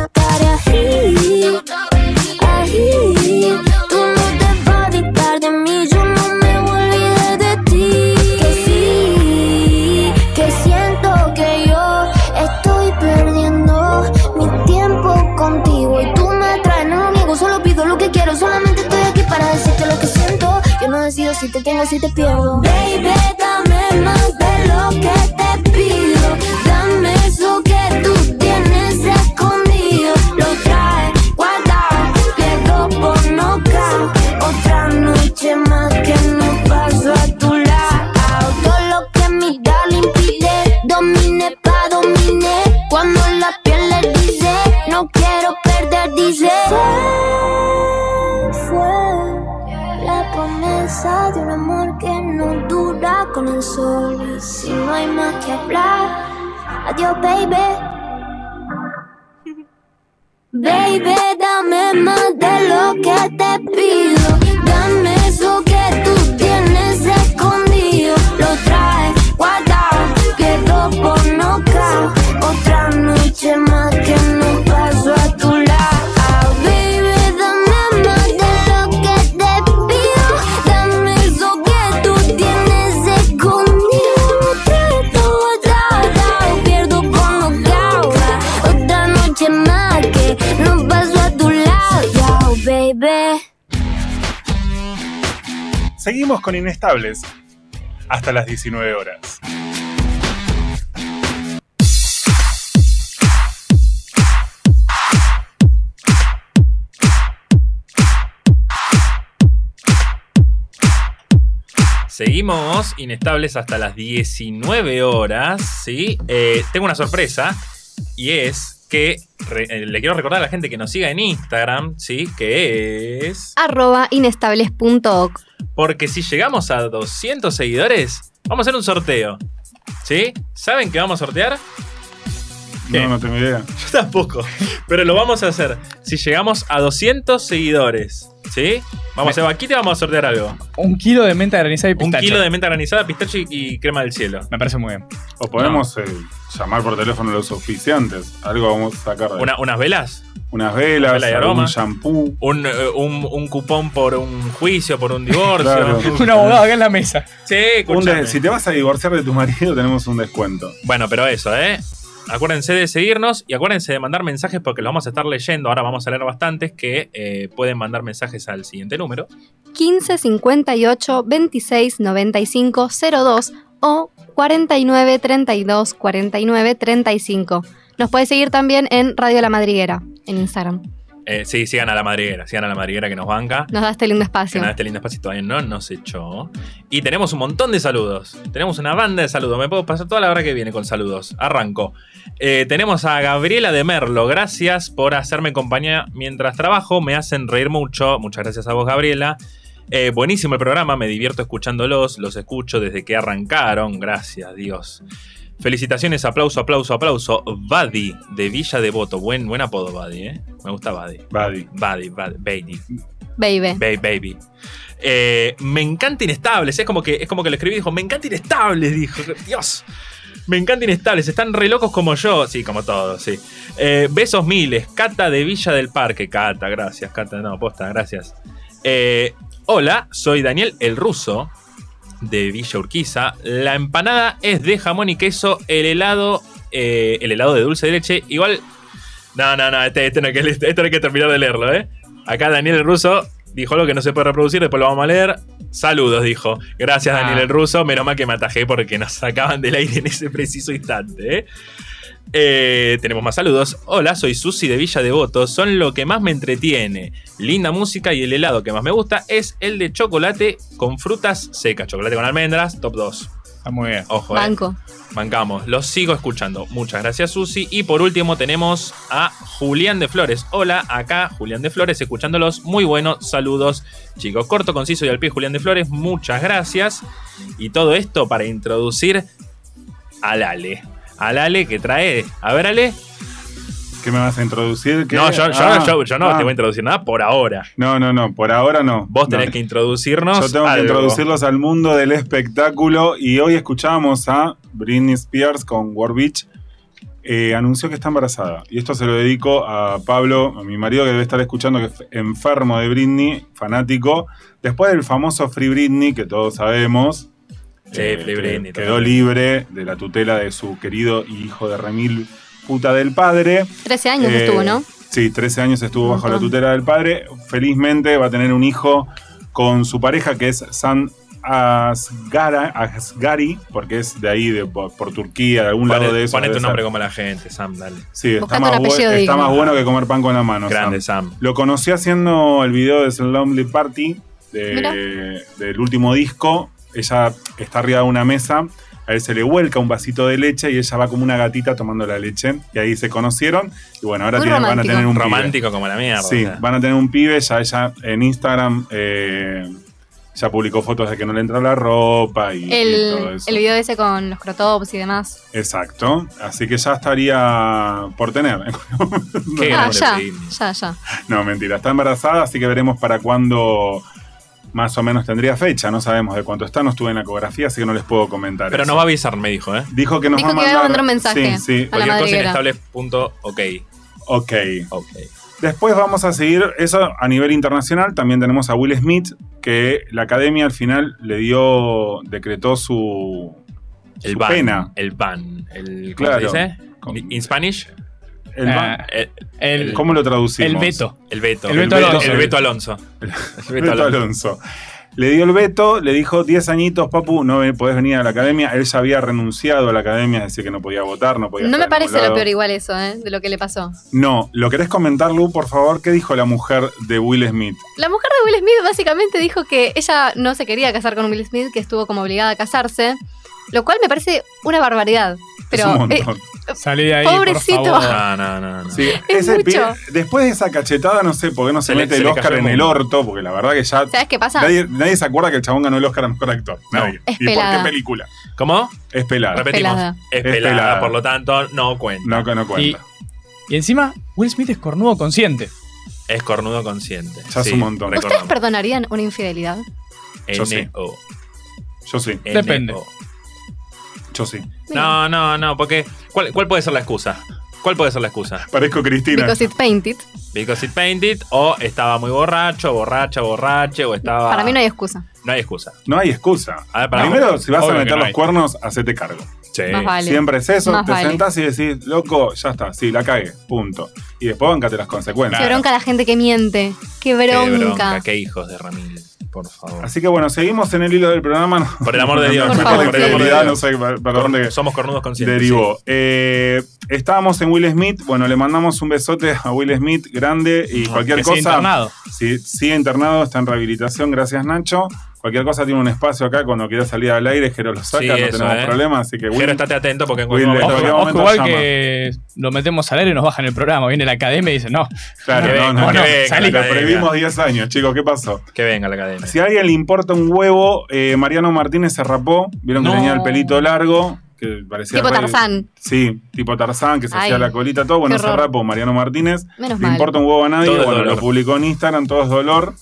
E: Estaré ahí, ahí. Tú no te vas a dictar de mí, yo no me voy a olvidar de ti. Que sí, que siento que yo estoy perdiendo mi tiempo contigo y tú me traes, no lo niego, solo pido lo que quiero, solamente estoy aquí para decirte lo que siento. Yo no decido si te tengo o si te pierdo. Baby, dame más de lo que te pido. Dame eso que tú tienes escondido. Lo trae guardado, quedó por no Otra noche más que no paso a tu lado. Todo lo que mi darling pide, domine pa' domine. Cuando la piel le dice, no quiero perder, dice. Fue, fue la promesa de un amor que no dura con el sol. Y si no hay más que hablar, adiós, baby. Baby, dame más de lo que te pido. Dame eso que tú tienes escondido. Lo traes guardado, quedó por no Otra noche más que no paso a tu lado. Baby, dame más de lo que te pido. Dame eso que tú tienes escondido. Lo traes todo guardado, pierdo por no Otra noche más que no paso a tu lado, yo, baby.
B: Seguimos con Inestables hasta las 19 horas.
A: Seguimos inestables hasta las 19 horas, ¿sí? Eh, tengo una sorpresa y es que re- eh, le quiero recordar a la gente que nos siga en Instagram, ¿sí? Que es...
C: Arroba inestables.org.
A: Porque si llegamos a 200 seguidores, vamos a hacer un sorteo, ¿sí? ¿Saben qué vamos a sortear? [laughs] ¿Qué?
B: No, no tengo idea.
A: Yo tampoco, pero lo vamos a hacer. Si llegamos a 200 seguidores, ¿sí? Vamos a aquí te vamos a sortear algo.
D: Un kilo de menta granizada y
A: Un
D: pistacho.
A: kilo de menta granizada, pistacho y- y crema del cielo.
D: Me
A: [laughs]
D: parece muy bien.
B: O podemos eh, llamar por teléfono a los oficiantes. Algo vamos a sacar de
A: Una- unas velas.
B: unas velas,
A: vela de
B: algún
A: aroma.
B: shampoo.
A: un, eh, un- un cupón por un juicio, por un divorcio.
B: Claro.
A: [laughs]
D: Un abogado acá en la mesa.
A: Sí,
B: Un
A: escuchame.
B: de- si te vas a divorciar de tu marido, tenemos un descuento.
A: Bueno, pero eso, ¿eh? Acuérdense de seguirnos y acuérdense de mandar mensajes porque los vamos a estar leyendo. Ahora vamos a leer bastantes que eh, pueden mandar mensajes al siguiente número.
C: 15 58 26 95 02 o 49 32 49 35. Nos puedes seguir también en Radio La Madriguera, en Instagram.
A: Eh, sí, sigan a la madriguera, sigan a la madriguera que nos banca.
C: Nos da este lindo
A: Que
C: espacio.
A: nada, este lindo espacio todavía no nos echó. Y tenemos un montón de saludos. Tenemos una banda de saludos. Me puedo pasar toda la hora que viene con saludos. Arranco. Eh, tenemos a Gabriela de Merlo. Gracias por hacerme compañía mientras trabajo. Me hacen reír mucho. Muchas gracias a vos, Gabriela. Eh, buenísimo el programa. Me divierto escuchándolos. Los escucho desde que arrancaron. Gracias, Dios. Felicitaciones, aplauso, aplauso, aplauso. Buddy de Villa Devoto. Buen, buen apodo, Buddy, ¿eh? Me gusta Buddy.
B: Buddy.
A: Buddy, Buddy, Baby.
C: Baby.
A: Baby, baby. Eh, me encanta Inestables. Es como que, es como que lo escribí y dijo, me encanta Inestables, dijo. Dios. Me encanta Inestables. Están re locos como yo. Sí, como todos, sí. Eh, besos miles. Cata de Villa del Parque. Cata, gracias. Cata, no, posta, gracias. Eh, hola, soy Daniel el Ruso de Villa Urquiza. La empanada es de jamón y queso. El helado, eh, el helado de dulce de leche. Igual... No, no, no, este, este no hay que, [laughs] este no hay que terminar de leerlo, ¿eh? Acá Daniel el Ruso dijo algo que no se puede reproducir, después lo vamos a leer. Saludos, dijo. Gracias,
D: Ah.
A: Daniel el Ruso. Menos mal que me atajé porque nos sacaban del aire en ese preciso instante. ¿eh? Eh, tenemos más saludos. Hola, soy Susi de Villa Devoto. Son lo que más me entretiene. Linda música y el helado que más me gusta es el de chocolate con frutas secas. Chocolate con almendras, top 2.
D: Está muy bien.
A: Ojo, eh.
C: Banco.
A: Bancamos, los sigo escuchando. Muchas gracias, Susi. Y por último tenemos a Julián de Flores. Hola, acá Julián de Flores, escuchándolos. Muy buenos saludos, chicos. Corto, conciso y al pie, Julián de Flores. Muchas gracias. Y todo esto para introducir al Ale. Al Ale que trae. A ver, Ale.
B: ¿Qué me vas a introducir? ¿Qué?
A: No, yo, yo-
B: Ah,
A: yo- yo no
B: ah.
A: te voy a introducir nada por ahora.
B: No, no, no, por ahora no.
A: Vos tenés
B: No.
A: que introducirnos.
B: Yo tengo que
A: algo.
B: introducirlos al mundo del espectáculo y hoy escuchamos a Britney Spears con War Beach. Eh, anunció que está embarazada. Y esto se lo dedico a Pablo, a mi marido que debe estar escuchando, que es enfermo de Britney, fanático. Después del famoso Free Britney, que todos sabemos, eh,
A: Sí, Free
B: que
A: Britney,
B: quedó
A: totalmente.
B: libre de la tutela de su querido hijo de Remil, puta del padre.
C: 13 años
B: Eh,
C: estuvo, ¿no?
B: Sí, 13 años estuvo
C: Un
B: bajo la
C: montón.
B: tutela del padre. Felizmente va a tener un hijo con su pareja que es San Asgara, Asgari, porque es de ahí, de, por, por Turquía, de algún lado
A: Ponete,
B: de eso.
A: ponete
B: debe
A: un nombre
B: ser.
A: como la gente, Sam, dale.
B: Sí, está
C: Buscate
B: más,
C: un
B: bu-
C: apellido
B: está
C: digno.
B: más bueno que comer pan con la mano.
A: Grande,
B: Sam.
A: Sam.
B: Lo conocí haciendo el video de The Lonely Party, de-
C: Mirá.
B: del último disco. Ella está arriba de una mesa, a él se le vuelca un vasito de leche y ella va como una gatita tomando la leche. Y ahí se conocieron. Y bueno, ahora
C: Muy
B: tienen- van a
C: romántico.
B: tener un pibe.
A: Romántico como la mierda.
B: Sí, van a tener un pibe, ya ella en Instagram eh, ya publicó fotos de que no le entra la ropa y, y todo
C: El,
B: eso.
C: el video ese con los crotops y demás.
B: Exacto, así que ya estaría por tener.
A: Qué
C: ah,
A: grande
C: ya,
A: Britney.
C: ya, ya.
B: no, mentira, está embarazada, así que veremos para cuándo más o menos tendría fecha, no sabemos de cuánto está, no estuve en la ecografía, así que no les puedo comentar.
A: Pero
B: eso.
A: nos va a avisar, me dijo, ¿eh?
B: Dijo que nos
C: Dijo
B: va a
C: que iba a
B: mandar
C: mandar un mensaje.
B: Sí, sí,
C: A la
A: Cualquier cosa
C: madriguera.
A: inestable punto ok.
B: ok.
A: Ok.
B: Después vamos a seguir eso a nivel internacional. También tenemos a Will Smith, que la academia al final le dio, decretó su,
A: El
B: su
A: ban.
B: pena.
A: El ban. El, ¿Cómo
B: Claro.
A: se dice?
B: Con-
A: ¿En Spanish?
B: El ban-
D: Ah,
A: El,
D: el,
B: ¿Cómo lo traducimos?
D: el veto.
A: Eh, el veto.
D: El veto
A: el
D: Alonso.
A: el veto Alonso. El
B: Beto Alonso. Le dio el veto, le dijo 10 añitos, papu, no ve- podés venir a la academia. Él ya había renunciado a la academia, es decir, que no podía votar, no podía
C: No
B: estar
C: me
B: en ningún
C: parece lo
B: lado.
C: peor igual eso, ¿eh? De lo que le pasó.
B: No, ¿lo querés comentar, Lu, por favor? ¿Qué dijo la mujer de Will Smith?
C: La mujer de Will Smith básicamente dijo que ella no se quería casar con Will Smith, que estuvo como obligada a casarse, lo cual me parece una barbaridad.
B: es un
C: Pero eh, [laughs]
B: montón.
D: Salí de ahí,
C: Pobrecito.
D: por favor.
A: No, no, no. no.
B: Sí,
C: Es
B: ese
C: mucho.
B: pi- después de esa cachetada, no sé por qué no se,
A: Se le-
B: mete
A: se
B: el
A: le
B: Oscar
A: cayó el
B: en el
A: mundo.
B: orto, porque la verdad que ya.
C: ¿sabes qué pasa?
B: Nadie, nadie se acuerda que el chabón ganó el Oscar a mejor actor. Nadie.
C: es
B: ¿Y por qué
C: pelada.
B: película?
A: ¿Cómo?
B: Es pelada.
A: Repetimos.
C: pelada.
A: Es
B: Es
A: pelada,
B: pelada.
A: por lo tanto, no cuenta.
B: No, no cuenta.
D: Y- Y encima, Will Smith es cornudo consciente.
A: Es cornudo consciente.
B: Ya es un montón.
C: ¿Ustedes
A: recordamos.
C: perdonarían una infidelidad?
B: Yo sí.
A: NO.
B: Yo sí,
D: Depende.
A: NO.
B: yo sí.
C: Mira,
A: No, no, no, porque. ¿cuál, ¿Cuál puede ser la excusa? ¿Cuál puede ser la excusa?
B: Parezco Cristina.
C: Because it painted.
A: Because it painted, o estaba muy borracho, borracha, borrache, o estaba.
C: Para mí no hay excusa.
A: No hay excusa.
B: No hay excusa.
A: A ver, para
B: Primero, si vas a
D: Obvio que
B: meter
D: no
B: los
D: hay.
B: cuernos, hacete cargo.
A: Sí.
C: Más vale.
B: Siempre es eso,
C: Más
B: te
C: vale.
B: sentás y decís, loco, ya está, sí, la cagué, punto. Y después bancate las consecuencias.
C: Qué bronca la gente que miente. Qué bronca.
A: Qué bronca, qué hijos de Ramil, por favor.
B: Así que bueno, seguimos en el hilo del programa. No-
A: Por el amor
B: [laughs]
A: de Dios,
B: No,
C: por
B: no, la
C: favor. Por el amor de
B: infidelidad,
A: Dios.
B: no sé para- para dónde.
A: Somos cornudos conscientes.
B: Derivó. Eh, estábamos en Will Smith. Bueno, le mandamos un besote a Will Smith, grande. Y cualquier
D: Que sigue
B: cosa.
D: internado.
B: Si sigue internado, está en rehabilitación. Gracias, Nacho. Cualquier cosa tiene un espacio acá. Cuando quiera salir al aire, Jero lo saca.
A: Sí,
B: no
A: eso,
B: tenemos
A: eh.
B: problema. Así que,
A: Sí.
B: Will,
A: Jero, estate atento porque en cualquier
B: Will,
A: momento.
B: ¿en qué
D: Ojo, ojo,
B: momento
D: igual
B: llama?
D: que lo metemos al aire y nos bajan el programa. Viene la academia y dice, no,
B: claro,
A: que
B: no,
A: venga,
B: no,
A: que
B: no,
A: venga,
B: salí.
A: que
B: Lo prohibimos
A: venga.
B: 10 años, chicos. ¿Qué pasó?
A: Que venga la academia.
B: Si a alguien le importa un huevo, eh, Mariano Martínez se rapó. Vieron que
D: No.
B: tenía el pelito largo. que parecía.
C: Tipo
B: re-
C: Tarzán.
B: Sí, tipo Tarzán, que se
C: Ay,
B: hacía la colita, todo. Bueno,
C: qué
B: ese
C: horror.
B: rapo, Mariano Martínez.
C: Menos
B: Le
C: mal.
B: importa un huevo a nadie.
A: Todo es
B: bueno, lo
A: dolor.
B: publicó en Instagram, todo es dolor.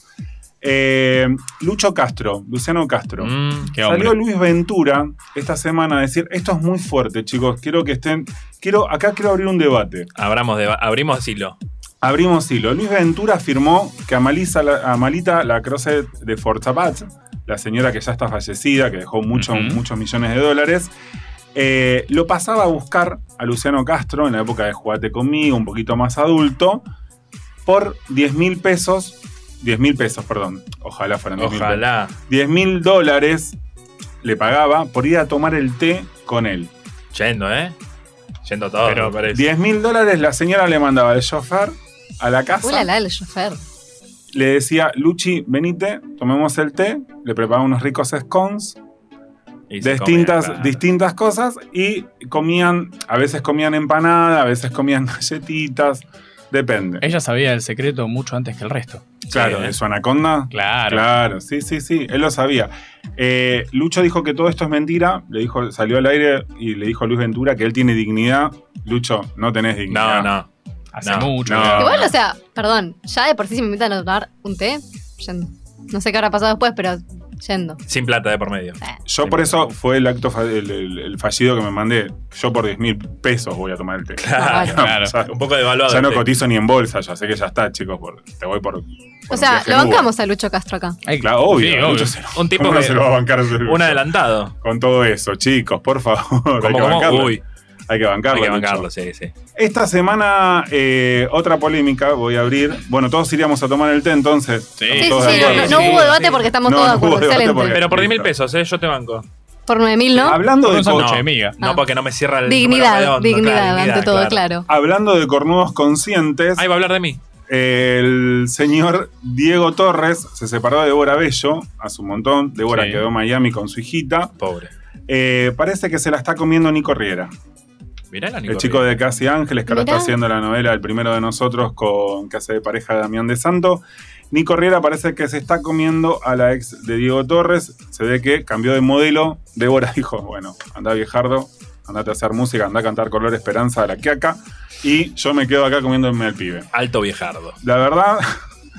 B: Eh, Lucho Castro, Luciano Castro.
A: Mm,
D: Qué
B: Salió
D: hombre.
B: Luis Ventura esta semana a decir, esto es muy fuerte, chicos, quiero que estén, quiero, acá quiero abrir un debate.
A: abramos deba- abrimos hilo.
B: Abrimos hilo. Luis Ventura afirmó que Amalisa, la, Amalita la Croce de Fortabat, la señora que ya está fallecida, que dejó mucho-
D: Ujú.
B: muchos millones de dólares, eh, lo pasaba a buscar a Luciano Castro en la época de Jugate conmigo, un poquito más adulto, por 10 mil pesos. 10 mil pesos, perdón. Ojalá fueran 10 mil pesos.
A: Ojalá.
B: 10 mil dólares le pagaba por ir a tomar el té con él.
A: Yendo, ¿eh? Yendo todo,
D: Pero-
A: Ah, me parece.
B: 10 mil dólares la señora le mandaba el chofer a la casa.
C: Uy, Uh, la, la, el chofer.
B: Le decía, Luchi, venite, tomemos el té. Le preparaba unos ricos scones,
A: Y se
B: distintas,
A: come, claro.
B: distintas cosas. Y comían, a veces comían empanada, a veces comían [laughs] galletitas. Depende.
D: Ella sabía el secreto mucho antes que el resto.
B: claro,
A: sí, ¿eh?
B: de su anaconda.
D: Claro.
B: Claro, sí, sí, sí, él lo sabía. Eh, Lucho dijo que todo esto es mentira, le dijo, salió al aire y le dijo a Luis Ventura que él tiene dignidad. Lucho, no tenés
A: No,
B: dignidad.
A: no.
D: Hace
A: No,
D: mucho.
B: no.
D: claro.
C: Igual, o sea, perdón, ya de por sí si me invitan a tomar un té, yendo. No sé qué habrá pasado después, pero yendo.
A: Sin plata de por medio.
B: Yo por eso fue el acto, fa- el, el- el fallido que me mandé. Yo por 10 mil pesos voy a tomar el té. [laughs]
C: Claro.
D: Claro.
B: Ya,
A: Un poco devaluado.
B: ya no
A: este.
B: cotizo ni en bolsa, ya sé que ya está, chicos. por- te voy por. por
C: O
B: un
C: sea,
B: viaje
C: lo
B: en Uber.
C: bancamos a Lucho Castro acá.
D: Ay,
B: Claro, obvio.
D: Sí, obvio.
B: Lucho se-
A: Un tipo
B: ¿cómo no
A: que-
B: se lo va a bancar.
A: Un adelantado.
B: Con todo eso, chicos, por favor. hay,
A: Como,
B: que
A: como,
B: bancarlo,
A: uy,
B: hay que bancarlo.
A: hay que
B: Lucho.
A: bancarlo, sí, sí.
B: Esta semana, eh, otra polémica voy a abrir. Bueno, todos iríamos a tomar el té entonces.
D: Sí.
B: ¿Estamos
C: Sí, sí,
B: todos de
C: sí, no,
B: acuerdo?
C: no- no
D: Sí,
C: hubo
D: sí.
C: debate porque estamos
B: No,
C: todos
B: no
C: de
B: hubo
C: acuerdo.
B: debate
C: Excelente.
B: porque-
A: Pero por 10 mil
B: Listo.
A: pesos, ¿eh? Yo te banco.
C: Por 9000, ¿no?
B: Hablando
D: Con
B: de
D: un
B: co-
D: sándwich de miga.
A: No,
C: Ah.
A: porque no me cierra el.
C: Dignidad,
A: número redondo,
C: dignidad,
A: claro,
C: ante todo, claro.
B: Hablando de cornudos conscientes,
A: Ahí va a hablar de mí.
B: el señor Diego Torres se separó de Débora Bello hace un montón. Débora
D: Sí.
B: quedó en Miami con su hijita.
A: Pobre.
B: Eh, parece que se la está comiendo Nico Riera,
A: Mirá la
B: el chico de Casi Ángeles, que ahora
C: Mirá.
B: está haciendo la novela El primero de nosotros con que hace de pareja de Damián de Santo. Nico Riera parece que se está comiendo a la ex de Diego Torres. Se ve que cambió de modelo. Débora [laughs] dijo: Bueno, anda viejardo, andate a hacer música, anda a cantar Color Esperanza de la Quiaca. Y yo me quedo acá comiéndome al pibe.
A: Alto viejardo.
B: La verdad,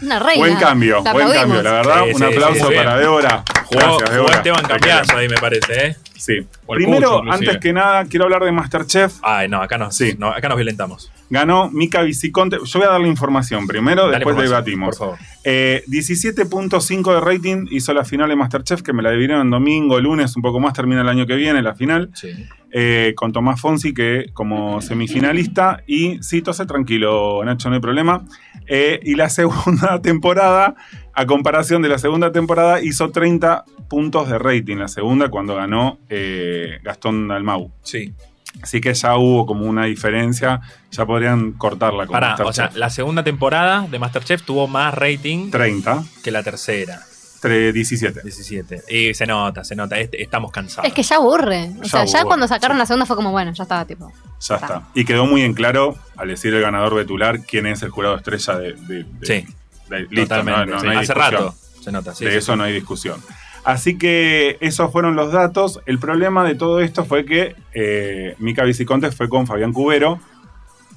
C: Una reina.
B: Buen cambio,
C: La
B: buen
C: aplaudimos.
B: cambio, la verdad.
A: Sí, sí,
B: un
A: sí,
B: aplauso
A: muy bien.
B: para Débora.
A: Jugó,
B: Gracias,
A: jugó
B: Débora.
A: Esteban Cambiazo ahí, me parece, ¿eh?
B: Sí.
D: O el
B: Primero,
D: Cucho, inclusive.
B: antes que nada, quiero hablar de Masterchef.
A: Ay, no, acá nos,
B: Sí.
A: no, acá nos violentamos.
B: Ganó Mika Viciconte. Yo voy a darle información primero,
A: Dale
B: después
A: información,
B: debatimos.
A: Por favor.
B: Eh, 17.5 de rating hizo la final de Masterchef, que me la dividieron domingo, lunes, un poco más, termina el año que viene la final,
A: Sí.
B: eh, con Tomás Fonsi que como semifinalista. Y sí, tose tranquilo, Nacho, no hay problema. Eh, y la segunda [laughs] temporada, a comparación de la segunda temporada, hizo 30 puntos de rating, la segunda cuando ganó eh, Gastón Dalmau.
A: Sí.
B: Así que ya hubo como una diferencia, ya podrían cortarla con
A: Pará, o sea,
B: Masterchef.
A: la segunda temporada de Masterchef tuvo más rating
B: 30,
A: que la tercera,
B: tre- 17.
A: 17. Y se nota, se nota, este- estamos cansados.
C: Es que ya aburre. O
B: Ya
C: sea, ya
B: aburre,
C: cuando sacaron
B: sí.
C: la segunda fue como, bueno, ya estaba tipo.
B: Ya está. Y quedó muy en claro al decir el ganador Betular quién es el jurado estrella de. de- de-
A: Sí,
B: de- listo,
A: totalmente.
B: no- no-
A: sí.
B: no hay
A: Hace
B: discusión.
A: rato se nota, sí.
B: de
A: sí,
B: eso no hay discusión. Así que esos fueron los datos. El problema de todo esto fue que eh, Mica Viciconte fue con Fabián Cubero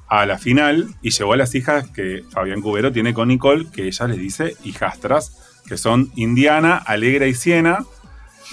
B: a la final y llevó a las hijas que Fabián Cubero tiene con Nicole, que ella les dice hijastras, que son Indiana, Alegra y Siena.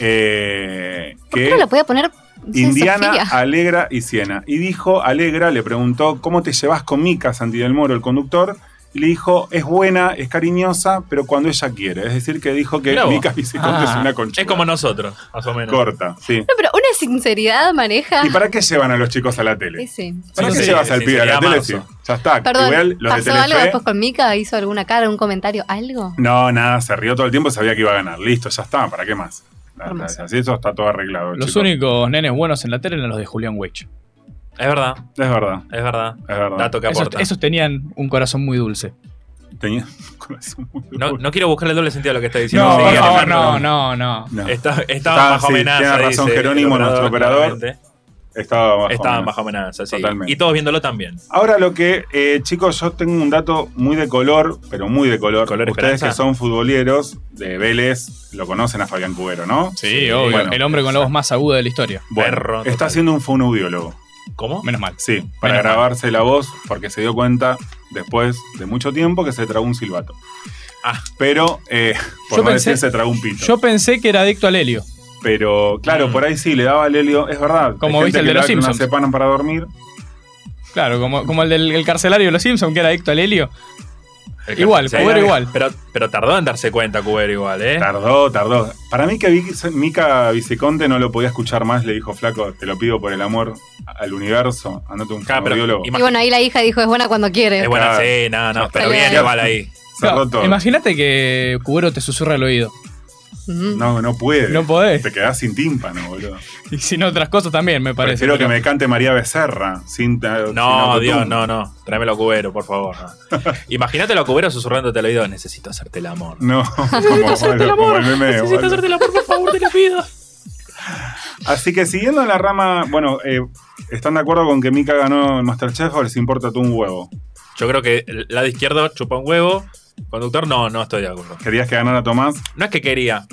B: eh,
C: ¿Por
B: que
C: qué no lo podía poner no sé,
B: Indiana,
C: Sofía?
B: Alegra y Siena. Y dijo, Alegra le preguntó, ¿cómo te llevas con Mica, Santi del Moro, el conductor? Y le dijo, es buena, es cariñosa, pero cuando ella quiere. Es decir, que dijo que
A: Mirá vos.
B: Mica Viciconte
D: Ah,
B: es una
A: sí.
B: conchuda.
A: Es como nosotros, más o menos.
B: Corta, sí.
C: [laughs] No, pero una sinceridad maneja.
B: ¿Y para qué llevan a los chicos a la
C: Sí,
B: tele?
C: sí.
B: ¿Para
A: Sí,
B: qué
A: sí,
B: llevas
A: sí,
B: al
A: sí,
B: pibe a la
A: sería
B: tele?
A: marzo.
B: sí? Ya está.
C: Perdón,
B: Igual los de
C: ¿pasó algo
B: Telefe-
C: después con Mika? ¿Hizo alguna cara, un comentario, algo?
B: No, nada, se rió todo el tiempo, sabía que iba a ganar. Listo, ya está, ¿para qué más? Nada,
C: Hermoso.
B: Así eso está todo arreglado.
D: Los
B: chicos.
D: únicos nenes buenos en la tele eran los de Julián Witch.
A: Es verdad,
B: Es verdad,
A: es verdad.
B: Ah, es verdad.
A: Dato que
D: Esos,
A: aporta.
D: esos tenían un corazón muy dulce.
B: Tenía [laughs] un corazón muy
A: No,
B: duro.
A: no quiero buscarle el doble sentido a lo que está diciendo.
B: No,
A: Sí,
B: por
A: que
B: favor,
A: Alejandro.
D: no, no, no.
B: No.
A: Está, estaba
B: Está,
A: bajo
B: Ah, sí,
A: amenaza.
B: tiene razón
A: dice el
B: Jerónimo, nuestro operador.
A: claramente.
B: Estaba bajo
A: Estaban
B: amenaza.
A: bajo amenaza, sí.
B: Totalmente.
A: Y todos viéndolo también.
B: Ahora lo que, eh, chicos, yo tengo un dato muy de color, pero muy de color.
A: Color
B: Ustedes
A: esperanza.
B: que son futboleros de Vélez, lo conocen a Fabián Cubero, ¿no?
D: Sí, obvio.
B: bueno.
D: el hombre con la voz más aguda de la historia.
B: Bueno,
A: Perro
B: está
A: total.
B: haciendo un fonoaudiólogo.
A: ¿Cómo?
D: Menos mal.
B: Sí, para
D: Menos mal.
B: grabarse la voz, porque se dio cuenta después de mucho tiempo que se tragó un silbato.
A: Ah.
B: Pero, eh, [laughs] por
D: Yo
B: no
D: pensé-
B: decir se tragó un pito.
D: Yo pensé que era adicto al helio.
B: Pero, claro,
A: Mm.
B: por ahí sí, le daba al helio. Es verdad.
D: Como
B: hay gente
D: viste el de
B: que le
D: los
B: da que
D: Simpsons.
B: No se paran para dormir.
D: Claro, como, como el del el carcelario de los Simpsons, que era adicto al helio.
A: El
D: Igual,
A: carnicero.
D: Cubero igual.
A: Pero, pero tardó en darse cuenta Cubero igual, ¿eh?
B: Tardó, tardó. Para mí que Vic- Mica Viciconte no lo podía escuchar más, le dijo, flaco, te lo pido por el amor al universo, andate un
A: Ah, pero
B: fonoaudiólogo.
A: imag-
C: Y bueno, ahí la hija dijo, es buena cuando quiere.
A: Es buena
B: Claro.
A: cena, no,
B: Ya
A: no,
B: está.
A: pero bien
C: Claro.
A: igual ahí.
B: Cerró
D: Claro,
B: todo.
D: Imagínate que Cubero te susurra al oído.
C: Mm.
B: No, no puede.
D: No podés.
B: Te quedás sin tímpano, boludo.
D: Y sin otras cosas también, me parece.
B: Prefiero que
D: pero-
B: me cante María Becerra. Sin, ta- sin
A: No,
B: autotune.
A: Dios, no, no. Tráemelo a Cubero, por favor.
B: [laughs]
A: no. Imagínate a Cubero susurrándote al oído, necesito hacerte el amor. [laughs]
B: No, como, como- como el meme,
D: Necesito
B: boludo.
D: hacerte el amor, por favor, te lo pido.
B: Así que siguiendo en la rama, bueno, eh, ¿están de acuerdo con que Mika ganó el Masterchef o les importa tú un huevo?
A: Yo creo que el lado izquierdo chupa un huevo. Conductor, no, no estoy de acuerdo.
B: ¿Querías que ganara Tomás?
A: No es que quería.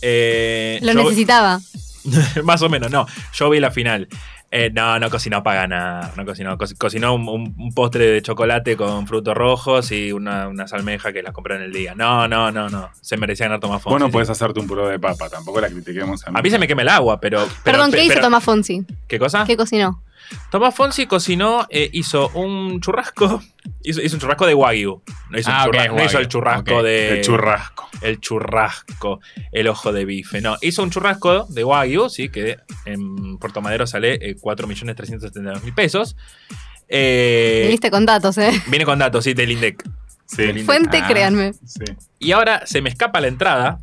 A: Eh,
C: Lo
A: yo-
C: necesitaba.
A: [laughs] Más o menos, no. Yo vi la final. Eh, no, no cocinó para ganar. No cocinó. Co- cocinó un, un- un postre de chocolate con frutos rojos y una, unas almejas que las compré en el día. No, no, no, no. Se merecía ganar Tomás Fonsi.
B: Vos no
A: sí.
D: pues,
B: podés hacerte un puré de papa, tampoco la critiquemos a mí.
A: A mí se me quema el agua, pero. pero-
C: Perdón, ¿qué
A: pe-
C: hizo
A: pero-
C: Tomás Fonsi?
A: ¿Qué
B: Ah.
A: cosa?
C: ¿Qué cocinó?
A: Tomás Fonsi cocinó, eh, hizo un churrasco. [laughs] Hizo, hizo un churrasco de Wagyu. No hizo, un
D: Ah, ok,
A: churra- no
D: Wagyu.
A: hizo el churrasco
D: Ok.
A: de.
B: El churrasco.
A: el churrasco, el ojo de bife. No, hizo un churrasco de Wagyu, sí, que en Puerto Madero sale eh, 4.372.000 pesos. Eh,
C: Viniste con datos, ¿eh?
A: viene con datos, sí, del INDEC.
B: Sí,
C: Fuente,
D: Ah.
C: créanme.
B: sí.
A: Y ahora se me escapa la entrada,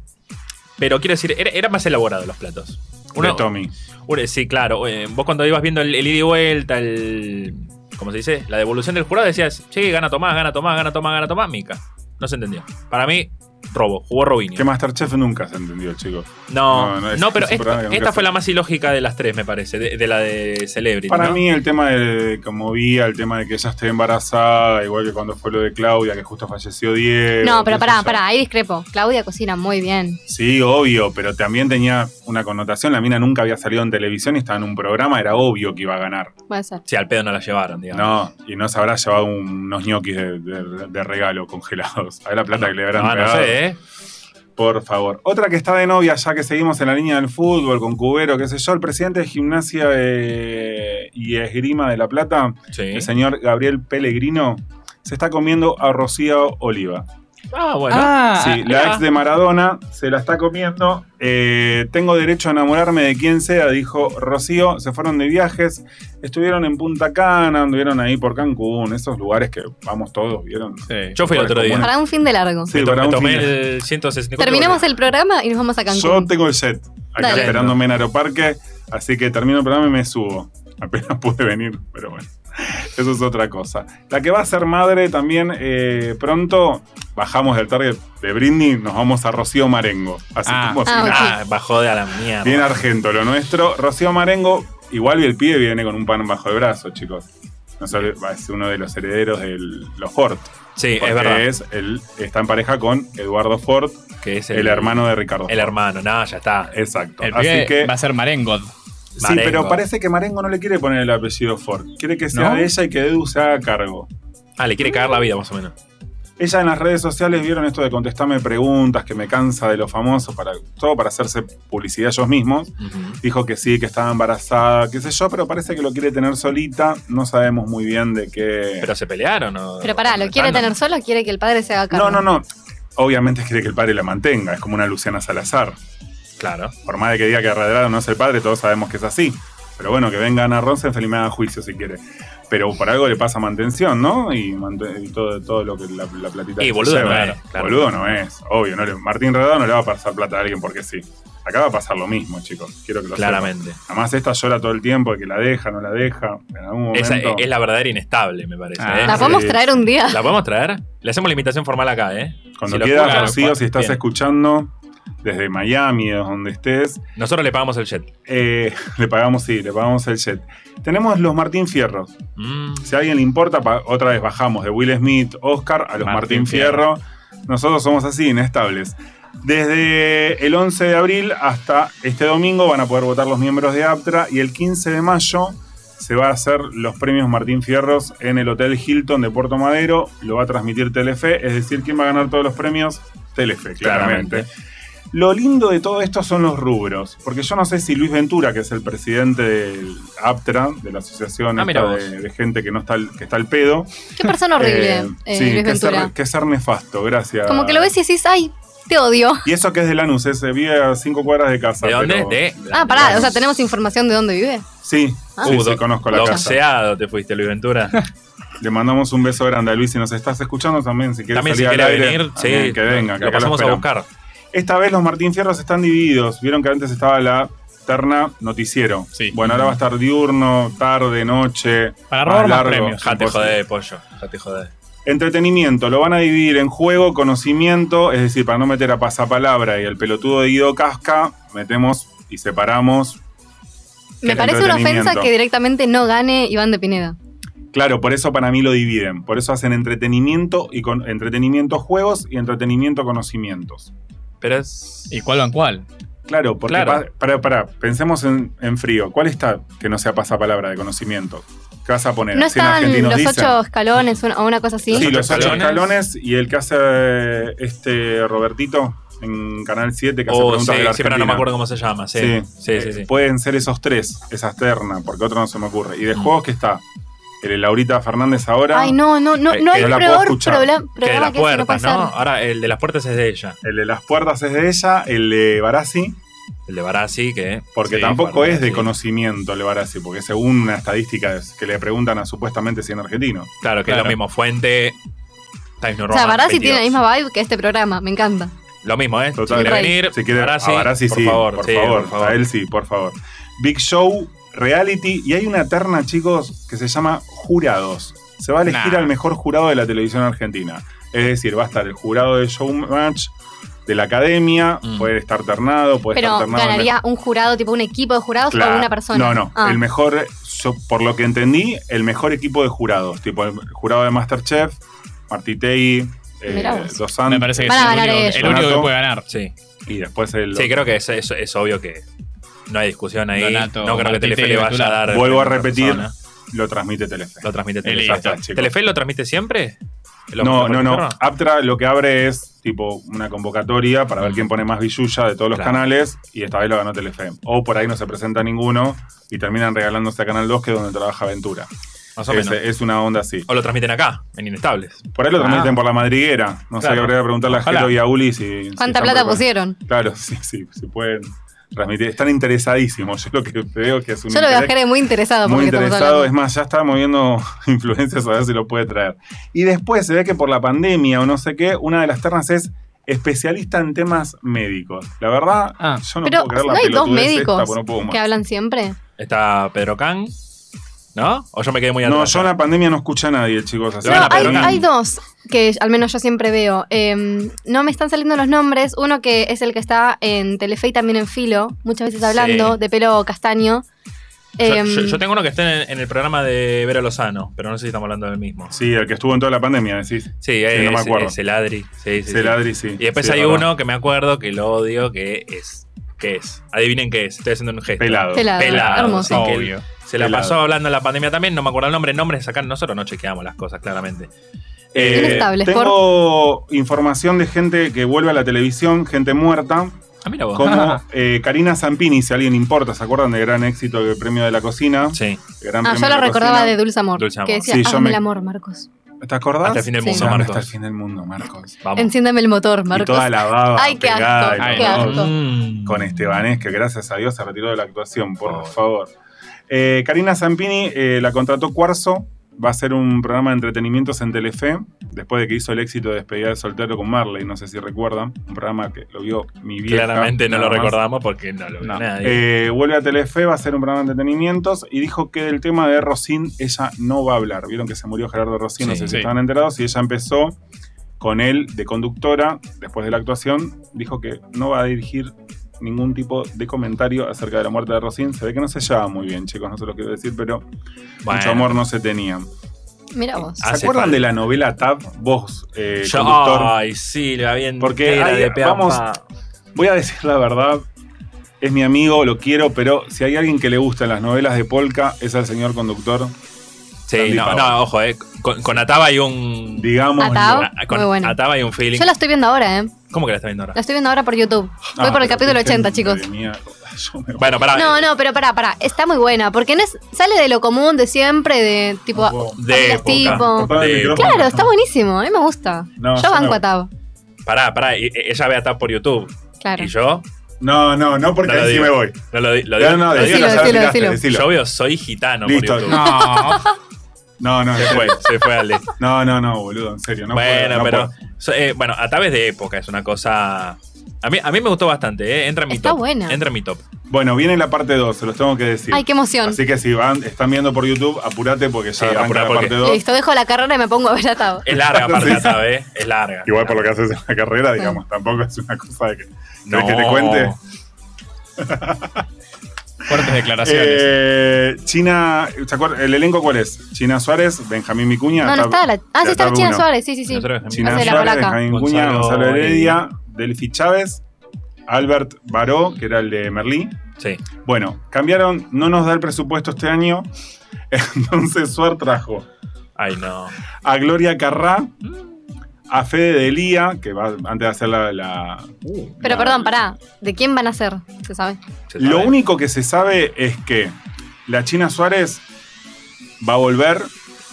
A: pero quiero decir, era, era más elaborado los platos.
B: de
A: Uno-
B: Tommy.
A: uno- sí, claro. eh, vos cuando ibas viendo el, el ida y vuelta, el. ¿Cómo se dice? La devolución del jurado decías, sí, gana Tomás, gana Tomás, gana Tomás, gana Tomás, Mica. No se entendió. Para mí, robo, jugó Robinho.
B: Que Masterchef nunca se entendió, chicos.
A: No,
B: No,
A: no,
B: no, es-
A: pero
B: es un programa
A: esta,
B: que nunca
A: esta
B: se-
A: fue la más ilógica de las tres, me parece, de, de la de Celebrity.
B: Para
A: ¿no?
B: mí el tema de, como vi, el tema de que ella esté embarazada, igual que cuando fue lo de Claudia, que justo falleció Diego.
C: No, pero
B: qué sé
C: pará,
B: yo.
C: pará, ahí discrepo. Claudia cocina muy bien.
B: Sí, obvio, pero también tenía una connotación. La mina nunca había salido en televisión y estaba en un programa, era obvio que iba a ganar.
C: Puede ser.
A: Sí, al pedo no la llevaron, digamos.
B: No, y no se habrá llevado un- unos ñoquis de, de- de regalo congelados. [laughs] A ver la plata que le habrán
A: No, no
B: pegado.
A: sé, ¿eh?
B: Por favor. Otra que está de novia, ya que seguimos en la línea del fútbol, con Cubero, qué sé yo, el presidente de Gimnasia eh, y Esgrima de La Plata,
A: Sí.
B: el señor Gabriel Pellegrino, se está comiendo a Rocío Oliva.
A: Ah, bueno.
D: Ah,
B: Sí, la
A: mirá.
B: ex de Maradona se la está comiendo. Eh, tengo derecho a enamorarme de quien sea, dijo Rocío. Se fueron de viajes, estuvieron en Punta Cana, anduvieron ahí por Cancún, esos lugares que vamos todos, ¿vieron?
D: sí.
A: Yo fui el otro día.
B: Bueno.
C: Para un fin de largo.
A: me,
B: Sí,
A: to-
B: para
A: me
B: un
A: tomé
B: fin de-
A: el 164.
C: Terminamos el programa y nos vamos a
B: Yo
C: Cancún.
B: tengo el jet acá
C: Dale.
B: esperándome en Aeroparque, así que termino el programa y me subo. Apenas [laughs] pude venir, pero bueno. Eso es otra cosa. La que va a ser madre también eh, pronto, bajamos del target de Britney, nos vamos a Rocío Marengo. Así
D: Ah.
B: como si
C: Ah,
B: nada.
A: Ah, bajó de a la mierda.
B: Bien argento lo nuestro. Rocío Marengo, igual y el pibe viene con un pan bajo el brazo, chicos. No sabe- va a ser uno de los herederos de los Ford.
A: sí,
B: porque
A: es verdad.
B: es el- está en pareja con Eduardo Ford,
A: que es
B: el, hermano de Ricardo.
A: El hermano, no, ya está.
B: Exacto.
D: El
B: Así
D: pibe
B: que.
D: va a ser Marengod.
B: Sí,
A: Marengo.
B: pero parece que Marengo no le quiere poner el apellido Ford. Quiere que sea
D: ¿No?
B: ella y que Edu se haga cargo.
A: Ah, le quiere cagar la vida, más o menos.
B: Ella en las redes sociales vieron esto de contestarme preguntas, que me cansa de los famosos, para, todo para hacerse publicidad ellos mismos.
A: Ujú.
B: Dijo que sí, que estaba embarazada, qué sé yo, pero parece que lo quiere tener solita. No sabemos muy bien de qué.
A: Pero se pelearon, ¿no?
C: Pero pará, ¿lo quiere tener solo o quiere que el padre se haga cargo?
B: Ah, no, no, no. Obviamente quiere que el padre la mantenga. Es como una Luciana Salazar.
A: Claro.
B: Por más de que diga que Redrado no es el padre, todos sabemos que es así. Pero bueno, que venga Ana Rosenfeld y me haga juicio si quiere. Pero por algo le pasa mantención, ¿no? Y, mante- y todo, todo lo que la, la platita.
A: Y
B: que
A: boludo
B: se
A: no
B: lleva. eh.
A: es, claro.
B: Boludo no es, obvio. No le- Martín Redrado no le va a pasar plata a alguien porque sí. Acá va a pasar lo mismo, chicos. Quiero que lo sepan.
A: Claramente.
B: Además, esta llora todo el tiempo, de que la deja, no la deja. En algún momento.
A: Esa es la verdadera inestable, me parece.
D: Ah.
A: ¿eh?
C: ¿La
B: Sí.
C: podemos traer un día?
B: [laughs]
A: ¿La podemos traer? Le hacemos la invitación formal acá, ¿eh?
B: Cuando
A: si lo
B: quieras,
A: escuchas,
B: Rocío,
A: claro,
B: si estás
A: bien.
B: escuchando, desde Miami, desde donde estés.
A: Nosotros le pagamos el jet.
B: Eh, [laughs] le pagamos, sí, le pagamos el jet. Tenemos los Martín Fierros.
A: Mm.
B: Si a alguien le importa, pa- otra vez bajamos de Will Smith, Oscar, a los
A: Martín
B: Martín, Fierro. Nosotros somos así, inestables. Desde el 11 de abril hasta este domingo van a poder votar los miembros de APTRA y el 15 de mayo se va a hacer los premios Martín Fierros en el Hotel Hilton de Puerto Madero. Lo va a transmitir Telefe, es decir, ¿quién va a ganar todos los premios? Telefe, claramente. Lo lindo de todo esto son los rubros, porque yo no sé si Luis Ventura, que es el presidente del APTRA, de la asociación
A: Ah, mira
B: esta
A: vos.
B: de, de gente que no está al, que está al pedo.
C: Qué persona horrible,
B: eh,
C: eh,
B: sí,
C: Luis
B: que ser,
C: Ventura.
B: que ser nefasto, gracias.
C: Como que lo ves y decís, ay, te odio.
B: Y eso que es de Lanús, eh, se vive a cinco cuadras de casa.
A: ¿De dónde?
B: pero-
A: De.
C: Ah, pará, o sea, tenemos información de dónde vive.
B: Sí,
C: Ah.
B: sí,
A: Uh,
B: sí,
A: do-
B: conozco la casa.
A: doxeado te fuiste, Luis
B: [laughs]
A: Ventura.
B: Le mandamos un beso grande a Luis. Si nos estás escuchando también, si quieres
A: También si
B: salir
A: quiere
B: al aire,
A: venir,
B: también
A: sí,
B: que venga. que
A: lo
B: acá
A: pasamos a
B: esperamos.
A: buscar.
B: Esta vez los Martín Fierros están divididos. Vieron que antes estaba la terna noticiero.
D: Sí.
B: Bueno, ahora va a estar diurno, tarde, noche.
D: Para robar más
B: largo,
D: premios.
A: Jate
B: imposible.
A: joder, pollo. Jate joder.
B: Entretenimiento, lo van a dividir en juego, conocimiento, es decir, para no meter a pasapalabra y al pelotudo de Guido Casca, metemos y separamos.
C: Me
B: El
C: parece una ofensa
B: entretenimiento.
C: que directamente no gane Iván de Pineda.
B: Claro, por eso para mí lo dividen. Por eso hacen entretenimiento y con entretenimiento juegos y entretenimiento conocimientos.
A: Pero es.
D: ¿Y cuál van cuál?
B: Claro, porque
A: Claro.
B: pa- para, para, pensemos en, en frío. ¿Cuál está que no sea pasapalabra de conocimiento? ¿Qué vas a poner?
C: ¿No
B: Cien
C: están
B: argentinos
C: los
B: dicen.
C: ocho escalones una- o una cosa así?
B: Sí,
A: ocho
B: los ocho
A: escalones.
B: escalones y el que hace eh, este Robertito en Canal 7 que hace
A: Oh, sí,
B: preguntas de la
A: sí, pero no me
B: Argentina.
A: acuerdo cómo se llama. Sí, sí, sí.
B: Eh,
A: sí.
B: Pueden ser esos tres, esas ternas, porque otro no se me ocurre. Y de
A: Mm.
B: juegos que está el de Laurita Fernández ahora,
C: Ay, no, no, no,
A: Eh,
C: no
B: que
C: hay
B: no la
C: peor
B: puedo escuchar.
C: probla-
A: que de
C: programa
A: las
C: que ese no puede
A: puertas,
C: ser.
A: ¿no? Ahora el de las puertas es de ella.
B: el de Las Puertas es de ella, el de Barassi,
A: El de Barassi, que.
B: porque
A: sí,
B: tampoco
A: Barassi.
B: es de conocimiento el de Barassi, porque según una estadística es que le preguntan a supuestamente 100 argentinos.
A: Claro, que es
D: Claro.
A: lo mismo. Fuente. Times New
C: O sea,
A: Roman,
C: Barassi tiene la
A: 22.
C: misma vibe que este programa, me encanta.
A: Lo mismo, ¿eh?
B: Total.
A: Si quiere
C: Rey.
A: venir,
B: Si quiere,
A: Barassi,
B: a Barassi
A: por
B: sí,
A: favor,
B: por
A: sí,
B: favor,
A: por favor.
B: a él sí, por favor. Big Show, Reality, y hay una terna, chicos, que se llama Jurados. Se va a elegir
D: Nah.
B: al mejor jurado de la televisión argentina. Es decir, va a estar el jurado de Showmatch, de la academia,
A: Mm.
B: puede estar ternado, puede
C: Pero
B: estar ternado. el
C: ganaría un jurado, tipo un equipo de jurados
B: Claro.
C: o una persona.
B: No, no.
C: Ah,
B: El mejor, yo, por lo que entendí, el mejor equipo de jurados. Tipo el jurado de Masterchef, Martitei,
C: Mirá
B: eh,
C: vos.
B: Dos Santos,
D: Me parece que es
C: Van a
D: el
C: ganar
D: único,
C: ellos.
D: el único que
B: Donato.
D: puede ganar.
A: Sí.
B: Y después el.
A: Sí, creo que es, es- es obvio que no hay discusión ahí.
D: Donato,
A: no creo que
D: Martite y
A: Telefe le vaya a
D: Ventura.
A: dar.
B: Vuelvo a
A: otra
B: repetir.
A: persona.
B: Lo transmite Telefe.
A: Lo transmite
D: Eli,
A: Telefe.
B: ya está, chicos.
A: ¿Telefe lo transmite siempre? ¿Lo-
B: No,
A: lo
B: no, no.
A: transmite?
B: Aptra lo que abre es tipo una convocatoria para ver quién pone más billulla de todos los
A: Claro.
B: canales y esta vez lo ganó Telefe. O por ahí no se presenta ninguno y terminan regalándose a Canal 2, que es donde trabaja Ventura.
A: Más o
B: Es,
A: menos.
B: es una onda así.
A: O lo transmiten acá, en Inestables.
B: Por ahí lo transmiten por la madriguera. No sé,
A: Ah. Claro.
B: habría que preguntarle a
D: Ojalá.
B: Jero y a Uli si. si
C: ¿Cuánta
B: están
C: plata
B: preparados.
C: pusieron?
B: Claro, [laughs] sí, sí, si pueden transmitir. Están interesadísimos. Yo lo que veo que es un
C: Yo lo veo a
B: interés
C: Jere muy interesado. por
B: muy
C: lo que estamos
B: interesado, es
C: hablando.
B: más, ya está moviendo [laughs] influencias a ver si lo puede traer. Y después se ve que por la pandemia o no sé qué, una de las ternas es especialista en temas médicos. La verdad,
D: Ah.
B: yo no
C: Pero
B: puedo creer la
C: ¿no hay dos
B: pelotudez esta,
C: médicos
B: porque no puedo más.
C: que hablan siempre.
A: Está Pedro Can, ¿no? O yo me quedé muy
B: No,
A: atrás.
B: yo en la pandemia no escuché a nadie, chicos. así
A: Lo van
B: que
C: No,
A: a
C: hay,
A: perdonar.
B: perdonen.
C: hay dos que al menos yo siempre veo. Em, no me están saliendo los nombres. Uno que es el que está en Telefe y también en Filo, muchas veces hablando,
A: Sí.
C: de pelo castaño.
A: Yo,
C: Em,
A: yo- yo tengo uno que está en, en el programa de Vera Lozano, pero no sé si estamos hablando del mismo.
B: Sí, el que estuvo en toda la pandemia, decís.
A: Sí, eh,
B: no me
A: es,
B: acuerdo.
A: es el Adri. Sí, sí, sí.
B: Celadri, sí.
A: Y después
B: Sí,
A: hay
B: verdad.
A: uno que me acuerdo que lo odio, que es. ¿Qué es? Adivinen qué es. Estoy haciendo un gesto.
B: Pelado.
C: Pelado.
A: Pelado,
C: Hermoso.
A: sí, que
D: Obvio.
A: Se la
B: Pelado.
A: pasó hablando en la pandemia también, no me acuerdo el nombre. Nombres acá nosotros no chequeamos las cosas, claramente.
B: Eh,
C: Inestables,
B: tengo información de gente que vuelve a la televisión, gente muerta,
A: Ah, mira vos.
B: como eh, Karina Zampini, si a alguien importa, ¿se acuerdan del gran éxito del premio de la cocina?
A: [laughs] Sí,
B: Gran
C: Ah,
B: premio
C: yo
B: de
C: lo
B: la
C: recordaba
B: cocina.
C: de Dulce Amor.
A: Dulce Amor.
C: Que decía,
B: Sí, yo
C: hazme
B: me-
C: el amor, Marcos.
B: ¿Te acordás?
A: Hasta el fin del
C: Sí.
A: mundo,
B: Dame
A: Marcos.
B: Hasta el fin del mundo, Marcos.
A: Vamos.
C: Enciéndeme el motor,
B: Y
C: Marcos.
B: toda la baba
C: Ay, qué
B: pegada
C: asco,
B: y
C: qué
B: todo.
C: asco.
A: Mm.
B: Con Estebanés, que gracias a Dios se retiró de la actuación, por
A: Pobre.
B: favor. Eh, Karina Zampini eh, la contrató Cuarzo. Va a ser un programa de entretenimientos en Telefe, después de que hizo el éxito de Despedida de Soltero con Marley, no sé si recuerdan, un programa que lo vio mi vieja.
A: Claramente no
B: nada
A: lo
B: más.
A: recordamos porque no lo vio
D: No.
A: nadie.
B: Eh, vuelve a Telefe, va a ser un programa de entretenimientos y dijo que del tema de Rosín ella no va a hablar. Vieron que se murió Gerardo Rosín, no
A: Sí,
B: sé si
D: sí.
B: estaban enterados, y ella empezó con él de conductora, después de la actuación, dijo que no va a dirigir ningún tipo de comentario acerca de la muerte de Rosin. Se ve que no se llevaba muy bien, chicos, no se lo quiero decir, pero mucho
A: Bueno.
B: amor no se tenían.
C: Mira vos.
B: ¿Se
A: Hace
B: acuerdan
A: falta.
B: de la novela Tab? Vos, eh,
A: Yo-
B: conductor.
A: Ay, sí, le va bien.
B: Porque
A: entera
B: hay-
A: de pe a
B: vamos-
A: pa.
B: Voy a decir la verdad. Es mi amigo, lo quiero, pero si hay alguien que le gustan las novelas de Polka, es al señor conductor.
A: Sí,
B: Andy
A: no,
B: Pau.
A: no, ojo, eh. Con, con Ataba hay un.
B: Digamos.
C: Atao.
A: a- con
C: Muy bueno.
A: Ataba hay un feeling.
C: Yo la estoy viendo ahora, ¿eh?
A: ¿Cómo que la está viendo ahora?
C: La estoy viendo ahora por YouTube. Voy
B: Ah,
C: por
B: pero
C: el capítulo
B: qué
C: 80,
B: gente
C: chicos.
B: de mierda. Yo me voy.
A: Bueno, pará.
C: No, no, pero pará, pará. Está muy buena, porque no es, sale de lo común de siempre, de tipo.
B: Wow.
A: de
C: familias
A: época.
C: tipo.
B: Papá del
A: de-
B: micrófono.
C: Claro, está buenísimo. A mí me gusta.
B: No, yo
C: yo banco
B: me-
C: a Tab.
A: Pará, pará. y- y- Ella ve a Tab por YouTube.
C: Claro.
A: Y yo.
B: No, no, no, porque
A: No lo
B: ahí sí
A: digo.
B: me voy.
A: No lo, di- lo digo.
B: No, no,
A: lo digo yo-
B: decilo, ya lo
C: decilo,
B: explicaste,
C: decilo.
B: decilo.
A: yo veo, soy gitano
B: Listo.
A: por YouTube.
D: [laughs] No.
B: No, no, en
A: Se
B: serio.
A: fue, se fue Ale.
B: no, no, no, boludo, en serio. No
A: bueno,
B: puedo, no
A: pero.
B: puedo.
A: so- eh, bueno, a través de época es una cosa. A mí, a mí me gustó bastante, ¿eh? Entra en mi
C: Está
A: top.
C: buena.
A: Entra en mi top.
B: Bueno, viene la parte 2, se los tengo que decir.
C: Ay, qué emoción.
B: Así que si van, están viendo por YouTube, apurate porque
A: Sí,
B: ya arranca
A: apurá
B: la
A: porque-
B: parte 2.
C: Listo, dejo la carrera y me pongo a ver a Tab.
A: Es larga, aparte,
B: Sí.
A: la Tab, ¿eh? Es larga.
B: Igual por lo que haces en la carrera, digamos, tampoco es una cosa de que, ¿querés que te
A: [laughs]
B: cuente.
D: Fuertes declaraciones.
B: Eh, China, ¿se acuerdan? ¿El elenco cuál es? China Suárez, Benjamín Micuña.
C: No, no
B: Tab-
C: está la. Ah, sí,
B: de
C: está
B: Tab
C: China
B: uno.
C: Suárez, sí, sí, sí.
A: Nosotros en-
B: China
C: Hace la
B: Suárez,
C: polaca.
B: Benjamín Micuña,
A: Gonzalo
B: Gonzalo Heredia, Delphi Chávez, Albert Baró, que era el de Merlí.
A: Sí.
B: Bueno, cambiaron, no nos da el presupuesto este año. [laughs] Entonces Suar trajo
A: Ay, no.
B: a Gloria Carrá, a Fede Delía, que va antes de hacer la. la-
C: Pero
B: la-
C: perdón, pará. ¿De quién van a ser? ¿Se sabe?
A: se
B: Lo
A: sabe.
B: único que se sabe es que la China Suárez va a volver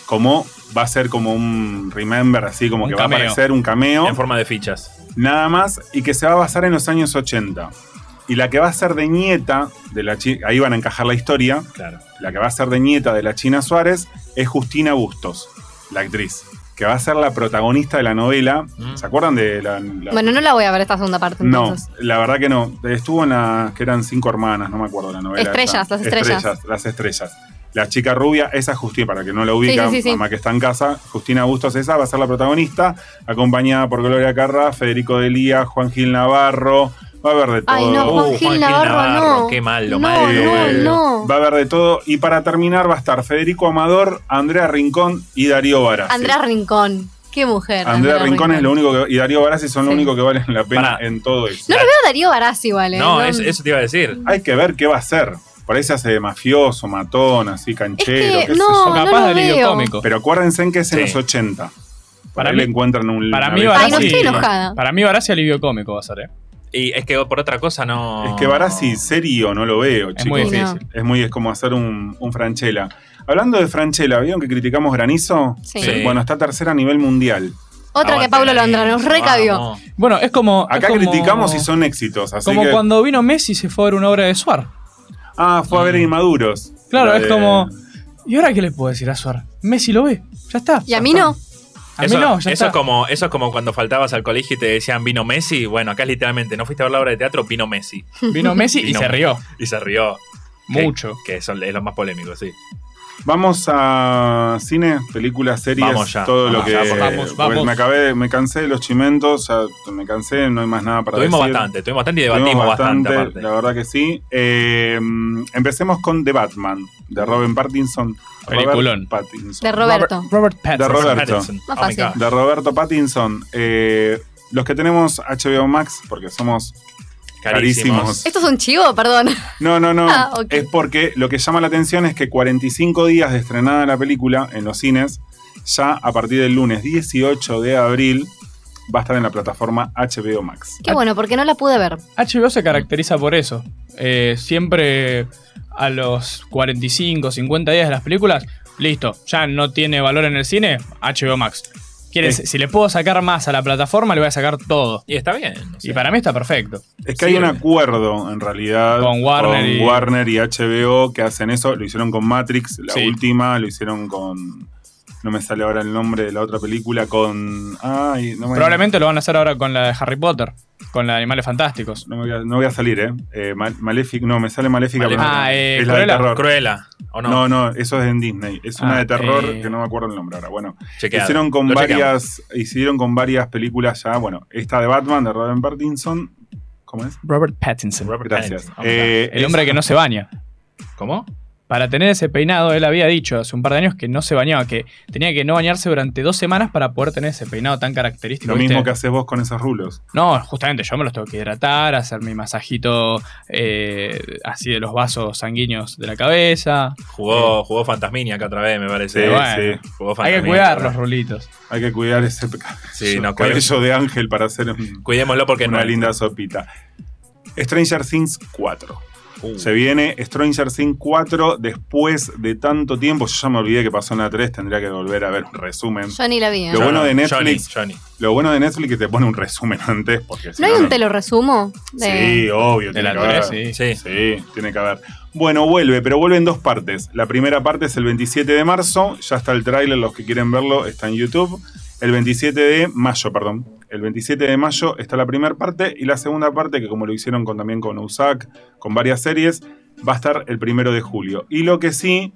B: como. Va a ser como un remember, así como
D: Un
B: que va
D: cameo.
B: a aparecer un cameo.
A: En forma de fichas.
B: nada más, y que se va a basar en los años 80. Y la que va a ser de nieta de la chi- ahí van a encajar la historia,
A: Claro.
B: la que va a ser de nieta de la China Suárez es Justina Bustos, la actriz, que va a ser la protagonista de la novela.
A: Mm.
B: ¿Se acuerdan de la, la-
C: Bueno, no la voy a ver esta segunda parte.
B: No,
C: entonces.
B: la verdad que no. Estuvo en la que eran cinco hermanas, no me acuerdo la novela.
C: Estrellas,
B: esa.
C: las estrellas.
B: Las estrellas. La chica rubia, esa es Justina, para que no la ubican,
C: sí, sí, sí.
B: mamá que está en casa. Justina Bustos, esa va a ser la protagonista, acompañada por Gloria Carra, Federico Delía, Juan Gil Navarro. Va a haber de todo. Eh,
C: Ay, no, Oh, Juan Gil Navarro, no.
A: Qué mal, lo
C: No,
A: mal.
C: no, no.
B: Va a haber de todo. Y para terminar va a estar Federico Amador, Andrea Rincón y Darío Varas.
C: Andrea Rincón. Qué mujer.
B: Andrea Rincón es lo único que, y Darío Barassi son lo
C: Sí.
B: único que valen la pena
A: Pará.
B: en todo eso.
C: No lo veo a Darío Barassi igual. ¿eh?
A: No, es- eso te iba a decir.
B: Hay que ver qué va a hacer. Por ahí se hace de mafioso, matón, así, canchero.
C: Es que
B: qué sé
C: no,
B: yo.
D: o capaz
C: lo
D: del
C: veo.
D: videocómico.
B: Pero acuérdense en que es en
A: Sí.
B: los 80. Para
D: Para
B: ahí
D: mí-
B: le encuentran un.
D: para
B: una
D: mí
B: vez-
C: Ay, no
D: Barassi-
C: estoy enojada.
D: Para mí, Barassi alivio cómico va a ser, ¿eh?
A: Y es que por otra cosa no.
B: Es que Barassi, serio, no lo veo,
D: Es
B: chicos.
D: muy
C: Chicos,
D: difícil.
B: Es muy, es como hacer un, un Franchella. Hablando de Franchella, ¿vieron que criticamos Granizo?
C: Sí.
A: Sí.
B: Bueno, está tercera a nivel mundial.
C: Otra que
A: Aguante,
C: Pablo Londra nos
A: Ah, vamos.
C: recabió.
D: Bueno, es como. es
B: Acá
D: como-
B: criticamos y son éxitos. Así
D: Como
B: que.
D: cuando vino Messi y se fue a ver una obra de Suar.
B: Ah, fue a ver Inmaduros.
D: Mm. Claro,
B: La
D: es
B: de-
D: como. ¿Y ahora qué le puedo decir a Suar? Messi lo ve. Ya está.
C: Y a mí no.
D: A mí
A: eso,
D: no,
A: eso
D: ya está.
A: es como, eso es como cuando faltabas al colegio y te decían vino Messi. Bueno, acá es literalmente, no fuiste a ver la obra de teatro, vino Messi.
D: Vino Messi
B: [laughs]
D: y
A: Vino.
D: se rió.
A: Y se rió. Que-
D: Mucho.
A: Que son, es lo más polémico, sí.
B: Vamos a cine, películas, series,
A: Vamos ya,
B: todo lo
A: vamos
B: que.
A: ya,
D: vamos,
B: porque
D: vamos.
B: Me acabé, me cansé de los chimentos, ya me cansé, no hay más nada para
A: Tuvimos
B: decir.
A: bastante, tuvimos bastante y
B: Tuvimos
A: debatimos bastante,
B: la
A: aparte.
B: verdad que sí. Eh, empecemos con The Batman, de Robin Pattinson. Robert
D: Peliculón.
B: Pattinson.
C: De Roberto.
D: Robert
B: De
D: Pattinson.
B: Roberto.
A: Pattinson.
C: Más
A: Oh my
C: fácil.
A: God.
B: De Roberto Pattinson. Eh, los que tenemos HBO Max, porque somos
A: Carísimos.
B: Carísimos.
C: Esto es un chivo, perdón.
B: No, no, no.
C: [laughs] Ah, ok.
B: Es porque lo que llama la atención es que 45 días de estrenada la película en los cines, ya a partir del lunes 18 de abril, va a estar en la plataforma HBO Max.
C: Qué bueno, porque no la pude ver.
D: HBO se caracteriza por eso. Eh, siempre a los 45, 50 días de las películas, listo, ya no tiene valor en el cine, HBO Max. Quieres,
B: Sí.
D: Si le puedo sacar más a la plataforma, le voy a sacar todo.
A: Y está bien. o sea,
D: Y para mí está perfecto.
B: Es que hay un
A: Sirve.
B: acuerdo, en realidad,
D: Con Warner
B: con
D: y-
B: Warner y HBO que hacen eso. Lo hicieron con Matrix, la
D: Sí.
B: última, lo hicieron con No me sale ahora el nombre de la otra película con. Ay, no me,
D: Probablemente lo van a hacer ahora con la de Harry Potter, con la de Animales Fantásticos.
B: No, me voy a, no voy a salir, ¿eh? eh Mal- Maléfic- no, me sale Maléfica.
D: Maléfica.
B: pero no,
D: Ah, eh,
B: es la de
D: Cruella.
B: terror.
A: Cruella, ¿o no?
B: No, no, eso es en Disney. Es una
D: Ah,
B: de terror
D: eh.
B: que no me acuerdo el nombre ahora. Bueno,
A: Chequeado.
B: hicieron con
A: Lo chequeamos.
B: varias hicieron con varias películas ya. Bueno, esta de Batman de Robin Pattinson, ¿cómo es?
D: Robert Pattinson.
A: Robert
B: Gracias.
A: Pattinson.
B: Eh,
D: el hombre que no se baña.
A: ¿Cómo?
D: Para tener ese peinado, él había dicho hace un par de años que no se bañaba, que tenía que no bañarse durante dos semanas para poder tener ese peinado tan característico.
B: Lo
D: ¿viste?
B: mismo que haces vos con esos rulos.
D: No, justamente yo me los tengo que hidratar, hacer mi masajito eh, así de los vasos sanguíneos de la cabeza.
A: Jugó, jugó Fantasminia acá otra vez, me parece.
B: Sí,
D: bueno.
B: sí.
A: Jugó
D: Hay que
A: Fantasminia,
D: cuidar
A: ¿verdad?
D: los rulitos.
B: Hay que cuidar ese peca-
A: Sí, no,
B: cabello de ángel para hacer un-
A: Cuidémoslo porque
B: una
A: no.
B: linda sopita. Stranger Things 4.
A: Uh,
B: Se viene Stranger Things 4 después de tanto tiempo. Yo ya me olvidé que pasó en la 3, tendría que volver a ver un resumen.
C: Yo ni la vi. ¿eh?
B: Lo bueno de Netflix-
A: Johnny, Johnny.
B: Lo bueno de Netflix es que te pone un resumen [laughs] antes. Porque si
C: ¿No hay un te lo resumo? De...
B: Sí, obvio.
D: De
B: tiene
D: la
B: que haber.
D: tres, sí.
A: Sí.
B: Sí, tiene que haber. Bueno, vuelve, pero vuelve en dos partes. La primera parte es el 27 de marzo, ya está el tráiler, los que quieren verlo está en YouTube. El 27 de mayo, perdón. El 27 de mayo está la primera parte y la segunda parte, que como lo hicieron con, también con USAC, con varias series, va a estar el primero de julio. Y lo que sí,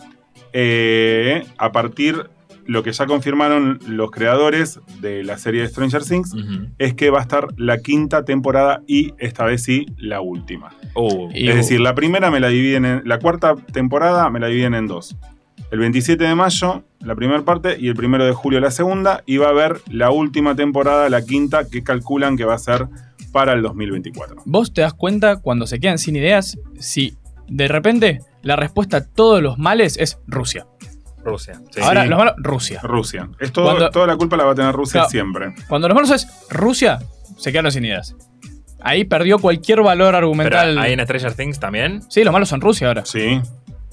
B: eh, a partir, lo que ya confirmaron los creadores de la serie de Stranger Things,
A: Ujú.
B: es que va a estar la quinta temporada y esta vez sí, la última.
A: Uh,
D: Y-
B: Es decir, la primera me la dividen en. La cuarta temporada me la dividen en dos. El 27 de mayo, la primera parte, y el primero de julio, la segunda. Y va a haber la última temporada, la quinta, que calculan que va a ser para el 2024.
D: Vos te das cuenta cuando se quedan sin ideas si de repente la respuesta a todos los males es Rusia.
A: Rusia. Sí.
D: Ahora,
B: Sí.
D: los malos, Rusia.
B: Rusia. Es todo-
D: Cuando-
B: toda la culpa la va a tener Rusia
D: Claro.
B: siempre.
D: Cuando los malos es Rusia, se quedaron sin ideas. Ahí perdió cualquier valor
A: Pero
D: argumental.
A: hay en Stranger Things también.
D: Sí, los malos son Rusia ahora.
B: Sí.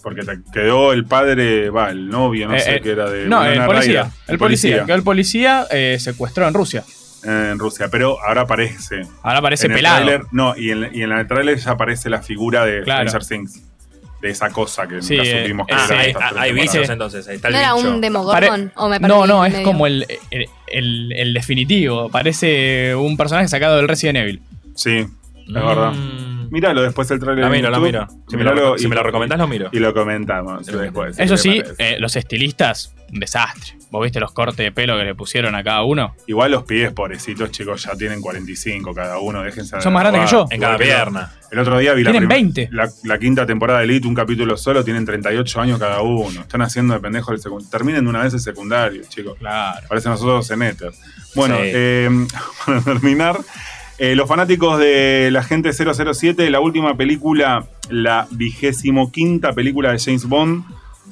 B: Porque te quedó el padre, va, el novio, no
D: Eh,
B: sé
D: eh,
B: qué era de.
D: No,
B: Winona
D: el policía,
B: Ryder.
D: el policía. que El policía eh, secuestró en Rusia.
B: En Rusia. Pero ahora aparece.
D: Ahora parece
B: en el
D: pelado.
B: tráiler- no, y en, y en el tráiler ya aparece la figura de
D: Claro.
B: Stranger Things. De esa cosa que
D: Sí,
B: nunca
D: eh,
B: supimos que
A: Ah,
D: Sí.
B: era.
A: hay,
B: estas
A: ah,
B: tres
A: hay
B: temporadas.
A: bichos entonces. Ahí está el
C: ¿No era
A: bicho.
C: un demogorgon? ¿O me perdí
D: No, no,
C: en
D: es
C: medio?
D: como el, el, el- el definitivo. Parece un personaje sacado del Resident Evil.
B: Sí,
A: Mm.
B: es verdad. Míralo después el tráiler.
A: La
B: en
A: miro, la
B: YouTube,
A: miro. Si me,
B: míralo
A: lo, si me lo recomendás, lo miro.
B: Y lo comentamos
A: Sí,
B: después.
D: Eso
B: ¿qué
D: sí,
B: te parece?
D: eh, los estilistas, un desastre. ¿Vos viste los cortes de pelo que le pusieron a cada uno?
B: Igual los pies, pobrecitos chicos, ya tienen 45 cada uno. Déjense
D: Son más grandes que yo.
A: En cada pierna.
B: El otro día vi la,
D: Tienen
B: prim-
D: 20.
B: la, la quinta temporada de Elite, un capítulo solo, tienen 38 años cada uno. Están haciendo de pendejo el secundario. Terminen de una vez el secundario, chicos.
D: Claro.
B: Parecen nosotros en éter. Bueno,
A: Sí.
B: eh, [laughs] para terminar, eh, los fanáticos de la gente 007, la última película, la vigésimo quinta película de James Bond,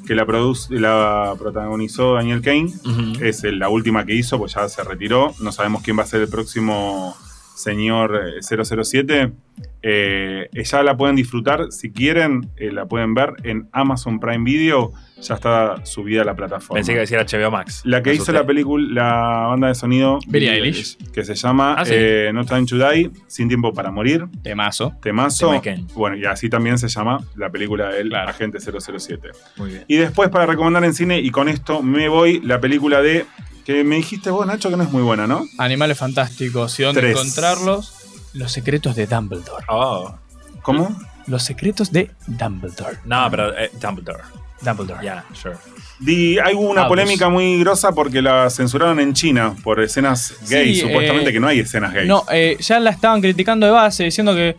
B: que la, produce, la protagonizó Daniel Kane,
A: Ujú.
B: es eh, la última que hizo, pues ya se retiró. No sabemos quién va a ser el próximo señor eh, 007. Eh, ya la pueden disfrutar, si quieren, eh, la pueden ver en Amazon Prime Video. Ya está subida a la plataforma.
A: Pensé que decía HBO Max.
B: La que
A: Me
B: hizo
A: asusté.
B: la película, la banda de sonido eh,
D: Billie Eilish.
B: que se llama
A: Ah, sí.
B: eh, No Time to Die, Sin Tiempo para Morir,
D: Temazo.
B: Temazo.
A: Tema Ken.
B: Bueno, y así también se llama la película del
D: Claro.
B: Agente 007.
A: Muy bien.
B: Y después, para recomendar en cine, y con esto me voy, la película de. que me dijiste vos, Nacho, que no es muy buena, ¿no?
D: Animales fantásticos. ¿Y dónde
B: Tres.
D: encontrarlos? Los secretos de Dumbledore.
A: Oh.
B: ¿Cómo?
D: Los secretos de Dumbledore.
A: No, pero eh, Dumbledore.
D: Dumbledore.
A: Yeah, sure.
B: Di, hay una
D: Ah,
B: polémica muy grosa porque la censuraron en China por escenas
D: Sí,
B: gays, supuestamente
D: eh,
B: que no hay escenas gays.
D: No, eh, ya la estaban criticando de base, diciendo que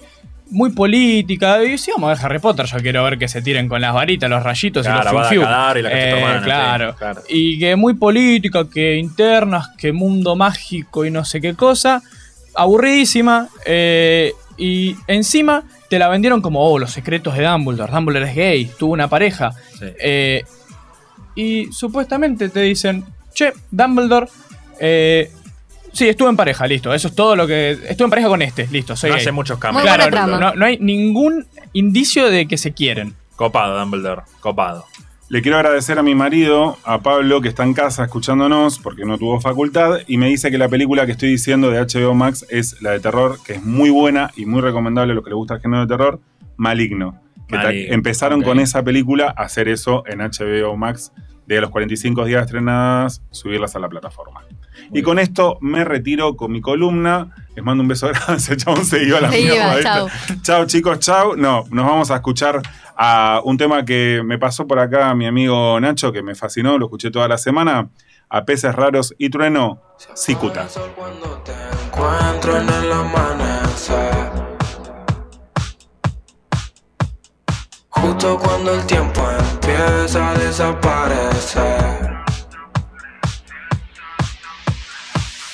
D: muy política. Y sí, vamos a ver Harry Potter, yo quiero ver que se tiren con las varitas, los rayitos
A: Claro,
D: y los
A: Avada
D: fiu
A: Kedavra y la Concha Romana, sí,
D: Claro.
A: claro.
D: Y que muy política, que internas, que mundo mágico y no sé qué cosa. Aburridísima. eh, y encima te la vendieron como, oh, los secretos de Dumbledore. Dumbledore es gay, tuvo una pareja.
A: Sí.
D: Eh, y supuestamente te dicen, che, Dumbledore, eh, sí, estuve en pareja, listo. Eso es todo lo que... Estuve en pareja con este, listo. Soy
A: no
D: gay.
A: hace muchos cambios.
C: Muy
D: Claro,
C: buena trama.
D: no, no hay ningún indicio de que se quieren.
A: Copado, Dumbledore. Copado.
B: Le quiero agradecer a mi marido, a Pablo, que está en casa escuchándonos porque no tuvo facultad y me dice que la película que estoy diciendo de HBO Max es la de terror, que es muy buena y muy recomendable a los que les gusta el género de terror, Maligno. Que ta-
A: Maligno,
B: empezaron
D: ok.
B: con esa película a hacer eso en HBO Max de los 45 días estrenadas, subirlas a la plataforma. y con esto me retiro con mi columna. Les mando un beso [laughs] grande. Ese chabón se iba a la
C: Se
B: mierda,
C: iba,
B: ¿viste?
C: chau.
B: Chau, chicos, chau. No, nos vamos a escuchar a un tema que me pasó por acá mi amigo Nacho, que me fascinó, lo escuché toda la semana. A peces raros y trueno, cicuta.
G: Cuando te encuentro en el amanecer. Justo cuando el tiempo empieza a desaparecer.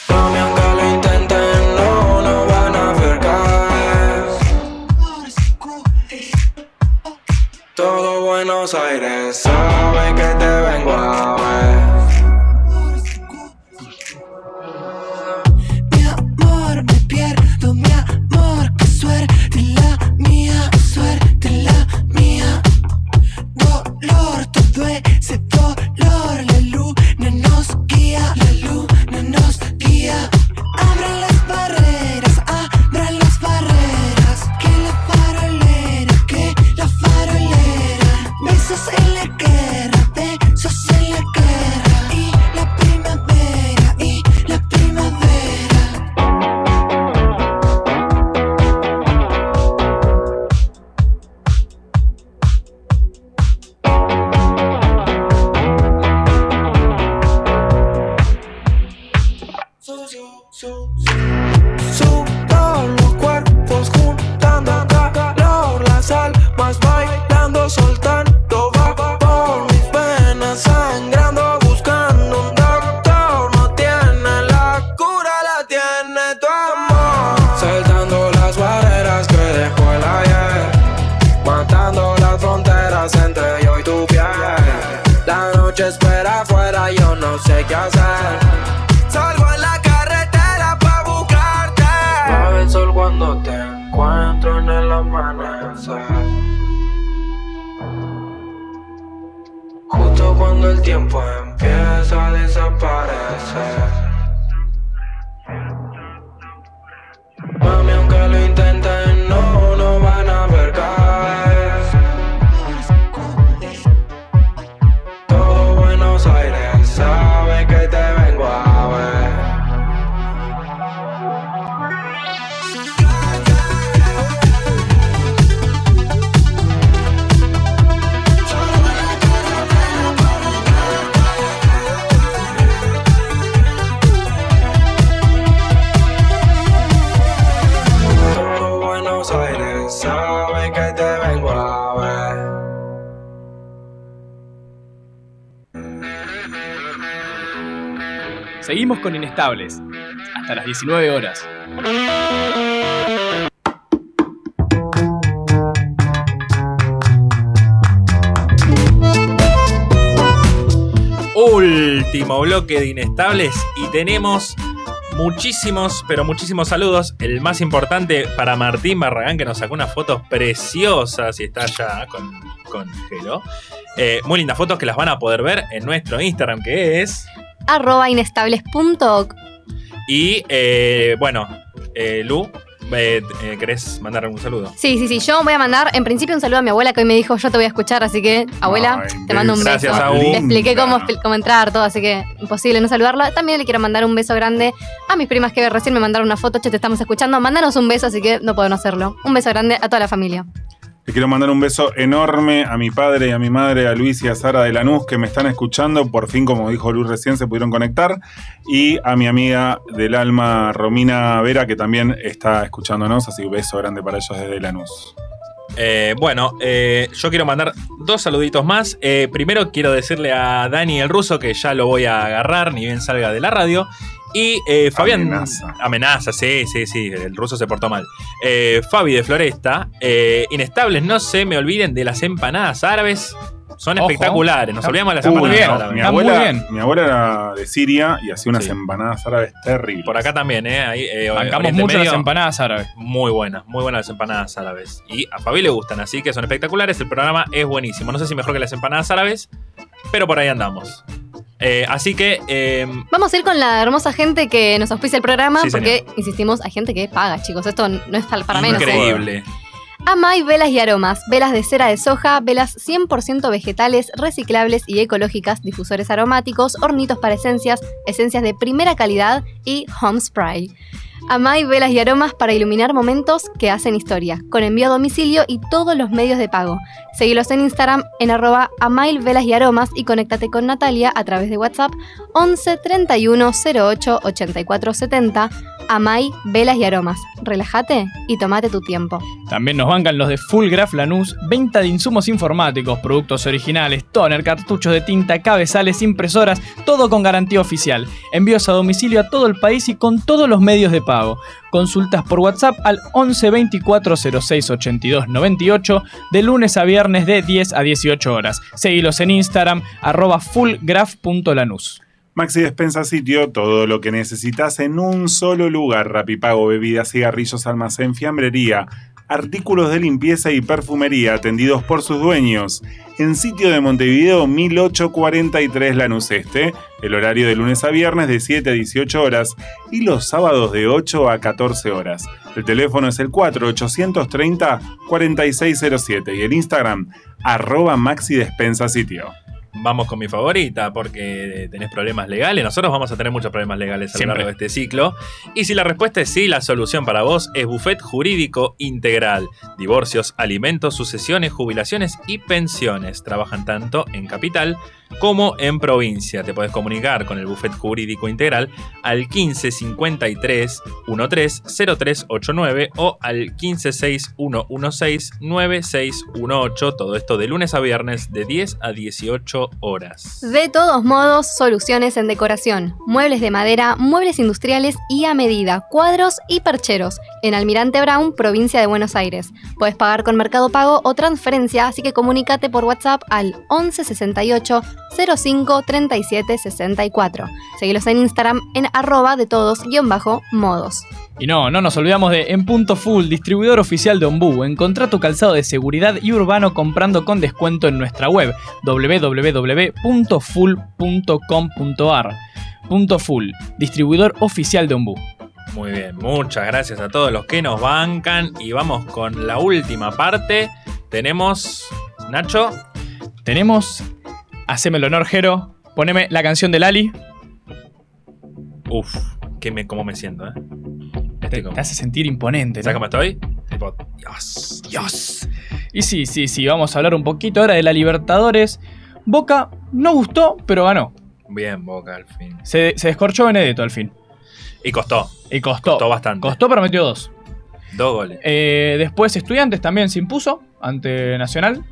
G: No, mi aunque lo intenten, no, no van a ver caer. Todo Buenos Aires sabe que te vengo a ver.
H: Mi amor, me pierdo, mi amor, qué suerte la mía, suerte la mía. Dolor, todo ese dolor, la luna nos guía, la luna nos guía. Abran las barreras, abran las barreras, que la farolera, que la farolera. Besos en la guerra, besos en la guerra. Y la primavera, y la primavera.
G: Sudo los cuerpos juntando calor Las almas bailando, soltando va Por mis venas sangrando, buscando un doctor No tiene la cura, la tiene tu amor Saltando las barreras que dejó el ayer Matando las fronteras entre yo y tu piel La noche espera afuera, yo no sé qué hacer Salgo a la carretera pa' buscarte. Lava el sol cuando te encuentro en el amanecer. Justo cuando el tiempo empieza a desaparecer. Mami, aunque lo intenten, no, no van a ver caer. Todo Buenos Aires sabe que te vengo a ver. Todo Buenos Aires sabe que te vengo a ver.
D: Seguimos con Inestables. Hasta las 19 horas.
A: Último bloque de Inestables y tenemos muchísimos, pero muchísimos saludos. El más importante para Martín Barragán, que nos sacó unas fotos preciosas y está allá con, con Gelo. Eh, muy lindas fotos que las van a poder ver en nuestro Instagram, que es...
C: Arroba inestables.org.
A: Y eh, bueno, eh, Lu, eh, eh, ¿querés mandar algún saludo?
C: Sí, sí, sí. Yo voy a mandar, en principio, un saludo a mi abuela que hoy me dijo, yo te voy a escuchar, así que, abuela,
B: Ay,
C: te mando un beso.
A: gracias, abu.
C: Le expliqué cómo,
B: Linda.
C: cómo entrar, todo, así que imposible no saludarla. También le quiero mandar un beso grande a mis primas que recién me mandaron una foto, che, te estamos escuchando. Mándanos un beso, así que no puedo no hacerlo. Un beso grande a toda la familia.
B: Le quiero mandar un beso enorme a mi padre y a mi madre, a Luis y a Sara de Lanús, que me están escuchando. Por fin, como dijo Luz recién, se pudieron conectar. Y a mi amiga del alma, Romina Vera, que también está escuchándonos. Así que beso grande para ellos desde Lanús.
A: Eh, bueno, eh, yo quiero mandar dos saluditos más. Eh, primero quiero decirle a Dani el ruso que ya lo voy a agarrar, ni bien salga de la radio. Y eh, Fabián.
B: Amenaza.
A: Amenaza, sí, sí, sí. El ruso se portó mal. Eh, Fabi de Floresta. eh, inestables, no se me olviden de las empanadas árabes. Son
D: Ojo.
A: espectaculares. Nos olvidamos de las
B: Uh,
A: empanadas
D: bien.
B: no,
A: árabes.
B: mi,
D: Está muy
B: abuela,
D: bien.
B: mi abuela era de Siria y hacía unas
A: Sí.
B: empanadas árabes terribles.
A: Por acá también, ¿eh? Ahí, eh,
D: Bancamos
A: Oriente
D: mucho las
A: Medio.
D: empanadas árabes.
A: Muy buenas, muy buenas las empanadas árabes. Y a Fabi le gustan, así que son espectaculares. El programa es buenísimo. No sé si mejor que las empanadas árabes, pero por ahí andamos. Eh, así que, eh,
C: Vamos a ir con la hermosa gente que nos auspicia el programa,
A: Sí,
C: porque insistimos, hay gente que paga, chicos. Esto no es para para menos. ¿eh?
A: increíble.
C: Amai velas y aromas, velas de cera de soja, velas 100% vegetales, reciclables y ecológicas, difusores aromáticos, hornitos para esencias, esencias de primera calidad y home spray. Amai velas y aromas para iluminar momentos que hacen historia, con envío a domicilio y todos los medios de pago. Seguilos en Instagram en arroba Amai velas y aromas y conéctate con Natalia a través de WhatsApp 11 31 08 84 70. Amai velas y aromas. Relájate y tomate tu tiempo.
D: También nos bancan los de Fullgraph Lanús, venta de insumos informáticos, productos originales, toner, cartuchos de tinta, cabezales, impresoras, todo con garantía oficial. Envíos a domicilio a todo el país y con todos los medios de pago. Consultas por WhatsApp al 11 24 06 82 98 de lunes a viernes de 10 a 18 horas. Seguilos en Instagram arroba fullgraph.lanús.
B: Maxi Despensa Sitio, todo lo que necesitas en un solo lugar. Rapipago, bebidas, cigarrillos, almacén, fiambrería, artículos de limpieza y perfumería atendidos por sus dueños. En sitio de Montevideo 1843 Lanús Este, el horario de lunes a viernes de 7 a 18 horas y los sábados de 8 a 14 horas. El teléfono es el 4830-4607 y el Instagram arroba Maxi Despensa Sitio.
A: Vamos con mi favorita, porque tenés problemas legales. Nosotros vamos a tener muchos problemas legales a lo
D: Siempre.
A: largo de este ciclo. Y si la respuesta es sí, la solución para vos es Buffet Jurídico Integral. Divorcios, alimentos, sucesiones, jubilaciones y pensiones. Trabajan tanto en capital como en provincia. Te podés comunicar con el Buffet Jurídico Integral al 1553 13 0389 o al 1561169618. 9618. Todo esto de lunes a viernes de 10 a 18 horas.
C: De todos modos, soluciones en decoración, muebles de madera, muebles industriales y a medida, cuadros y percheros, en Almirante Brown, provincia de Buenos Aires. Puedes pagar con Mercado Pago o transferencia, así que comunícate por WhatsApp al 11 68 05 37 64. Seguilos en Instagram en arroba de todos guión bajo modos.
D: Y no, no nos olvidamos de En Punto Full, distribuidor oficial de Ombú. Encontrá tu calzado de seguridad y urbano comprando con descuento en nuestra web www.full.com.ar. Punto Full, distribuidor oficial de Ombú.
A: Muy bien, muchas gracias a todos los que nos bancan. Y vamos con la última parte. Tenemos. Nacho,
D: Tenemos, haceme el honor, Jero, poneme la canción de Lali.
A: uff, que me, cómo me siento, ¿eh? Estoy
D: Te,
A: como-
D: te hace sentir imponente. ¿no?
A: ¿Sabes cómo estoy? Tipo, Dios,
D: Dios. Y sí, sí, sí, vamos a hablar un poquito ahora de la Libertadores. Boca no gustó, pero ganó.
A: Bien, Boca al fin.
D: Se, se descorchó Benedetto al fin.
A: Y costó,
D: Y costó.
A: costó bastante.
D: Costó, pero metió dos.
A: Dos goles.
D: Eh, después Estudiantes también se impuso ante Nacional.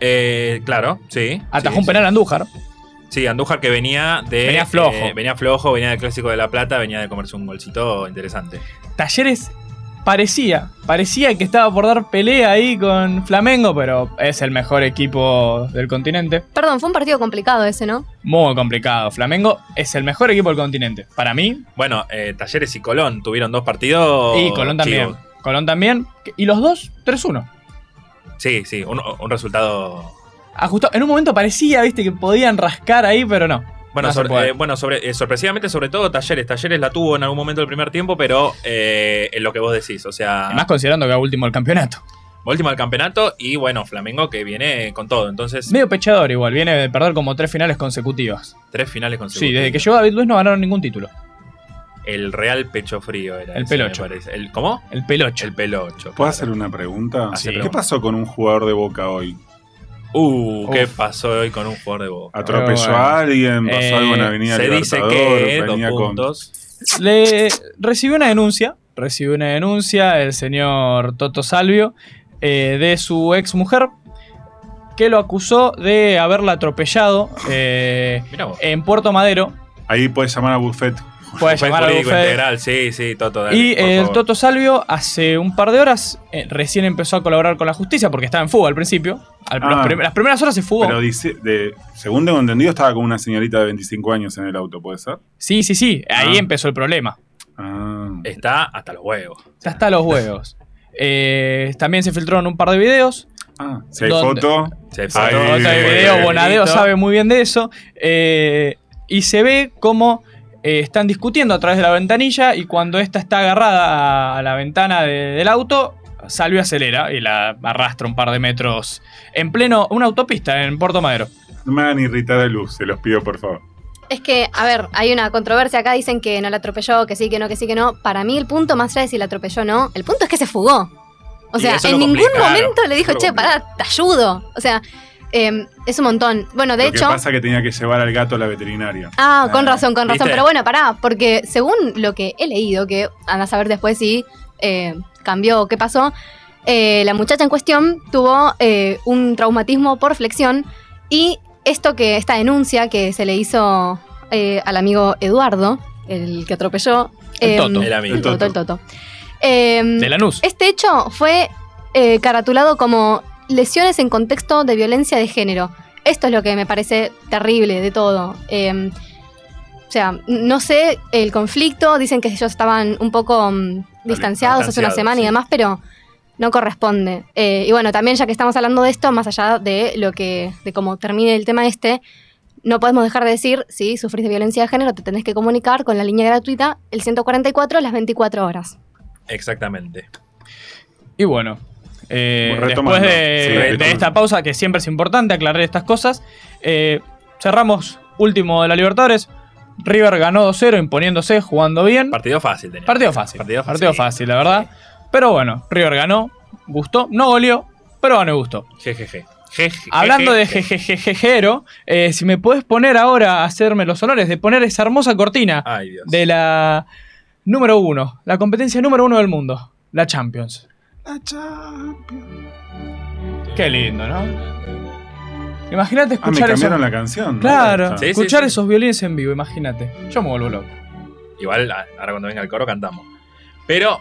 A: Eh, claro, sí.
D: Atajó
A: sí,
D: un penal a Andújar.
A: Sí. Sí, Andújar que venía de.
D: Venía flojo.
A: eh, venía flojo, venía del Clásico de la Plata, venía de comerse un golcito interesante.
D: Talleres parecía, parecía que estaba por dar pelea ahí con Flamengo, pero es el mejor equipo del continente.
C: Perdón, fue un partido complicado ese, ¿no?
D: Muy complicado. Flamengo es el mejor equipo del continente. Para mí.
A: Bueno, eh, Talleres y Colón tuvieron dos partidos.
D: y Colón también.
A: chivos.
D: Colón también. Y los dos, 3-1.
A: Sí, sí, un, un resultado.
D: Ajustado. En un momento parecía, viste, que podían rascar ahí, pero no.
A: Bueno,
D: No se
A: sor-
D: puede.
A: eh, bueno sobre- eh, sorpresivamente, sobre todo Talleres. Talleres la tuvo en algún momento del primer tiempo, pero eh, es lo que vos decís. O sea,
D: Además, considerando que va último el campeonato.
A: último del campeonato y bueno, Flamengo que viene con todo. Entonces,
D: Medio pechador igual, viene de perder como tres finales consecutivas.
A: tres finales consecutivos.
D: Sí, desde que llegó David Luis no ganaron ningún título.
A: El Real Pecho Frío era.
D: El
A: ese, me
D: Pelocho.
A: parece. El, ¿Cómo?
D: El pelocho.
A: El Pelocho.
B: ¿Puedo
A: claro.
B: hacer una pregunta?
D: Hace
B: ¿Qué
D: pregunta.
B: pasó con un jugador de Boca hoy?
A: Uh, ¿qué
D: Uf.
A: pasó hoy con un jugador de Boca?
B: ¿Atropelló
D: Pero bueno.
B: a alguien? ¿Pasó
D: Eh,
B: algo en Avenida
A: Se dice
B: Libertador?
A: que eh, dos
B: Venía con-
A: puntos.
D: Le recibió una denuncia, recibió una denuncia el señor Toto Salvio eh, de su ex mujer que lo acusó de haberla atropellado eh,
A: Mirá vos.
D: en Puerto Madero.
B: Ahí puedes llamar a Buffet.
D: Puede
A: Fue
D: llamar a
A: jurídico
D: Buffet.
A: integral, sí, sí, Toto. dale,
D: E Y
A: por
D: eh, el
A: favor.
D: Toto Salvio hace un par de horas eh, recién empezó a colaborar con la justicia porque estaba en fuga al principio. Al-
B: Ah.
D: los prim- las primeras horas se fugó.
B: Pero dice, de, según tengo entendido, estaba con una señorita de 25 años en el auto, ¿puede ser?
D: Sí, sí, sí. Ahí
B: Ah.
D: empezó el problema.
B: Ah.
A: Está hasta los huevos.
D: Está hasta los huevos.
A: [laughs]
D: Eh, también se filtraron un par de videos.
B: Ah, si hay
D: ¿Dónde?
B: foto.
A: Se
B: Ahí,
A: fue.
D: Otra de
B: bueno,
D: video,
B: bueno,
D: Bonadeo
A: Listo.
D: sabe muy bien de eso. Eh, y se ve cómo eh, están discutiendo a través de la ventanilla y cuando esta está agarrada a la ventana de- del auto, Salvio acelera y la arrastra un par de metros en pleno, una autopista en Puerto Madero.
B: No me hagan irritar a Luz, se los pido por favor.
C: Es que, a ver, hay una controversia acá, dicen que no la atropelló, que sí, que no, que sí, que no. Para mí el punto, más allá de si la atropelló o no, el punto es que se fugó. O
A: Y
C: sea,
A: eso
C: en
A: lo
C: ningún
A: complica, claro,
C: momento le dijo,
A: eso lo
C: che,
A: complica".
C: pará, te ayudo. O sea, eh, es un montón. Bueno, de
B: Lo que
C: hecho...
B: pasa es que tenía que llevar al gato a la veterinaria.
C: Ah, con
A: Ah,
C: razón, con razón.
A: ¿viste?
C: Pero bueno, pará, porque según lo que he leído, que anda a saber después si eh, cambió o qué pasó, eh, la muchacha en cuestión tuvo eh, un traumatismo por flexión y esto que, esta denuncia que se le hizo eh, al amigo Eduardo, el que atropelló.
D: El
C: eh,
D: Toto.
A: El
C: El
A: amigo.
C: Toto, el Toto. Eh,
D: De Lanús.
C: este hecho fue eh, caratulado como lesiones en contexto de violencia de género. Esto es lo que me parece terrible de todo. Eh, o sea, no sé el conflicto, dicen que ellos estaban un poco mm, distanciados hace una
A: distanciados,
C: semana y
A: sí.
C: demás, pero no corresponde. Eh, y bueno, también ya que estamos hablando de esto, más allá de lo que, de cómo termine el tema este, no podemos dejar de decir, si sufrís de violencia de género, te tenés que comunicar con la línea gratuita, el 144, las 24 horas.
A: Exactamente.
D: Y bueno, eh, después
B: Retomando. Sí,
D: de,
B: retomando.
D: de esta pausa, que siempre es importante aclarar estas cosas, eh, cerramos último de la Libertadores. River ganó 2-0 imponiéndose, jugando bien.
A: Partido fácil tenía.
D: Partido fácil.
A: Partido
D: Partido
A: fácil.
D: fácil, la verdad. Pero bueno, River ganó, gustó, no goleó, pero ganó y gustó.
A: Jejeje. Jeje-
D: Hablando de
A: jeje.
D: jejejejejero, eh, si me puedes poner ahora a hacerme los honores de poner esa hermosa cortina
A: Ay, Dios.
D: de la número uno, la competencia número uno del mundo, la Champions. Qué lindo, ¿no? Imagínate
B: Ah, me
D: escuchar eso.
B: cambiaron la canción.
D: Claro,
B: Sí.
A: Sí.
D: escuchar esos violines en vivo, imagínate. Yo me vuelvo loco.
A: Igual, a- ahora cuando venga el coro cantamos. Pero,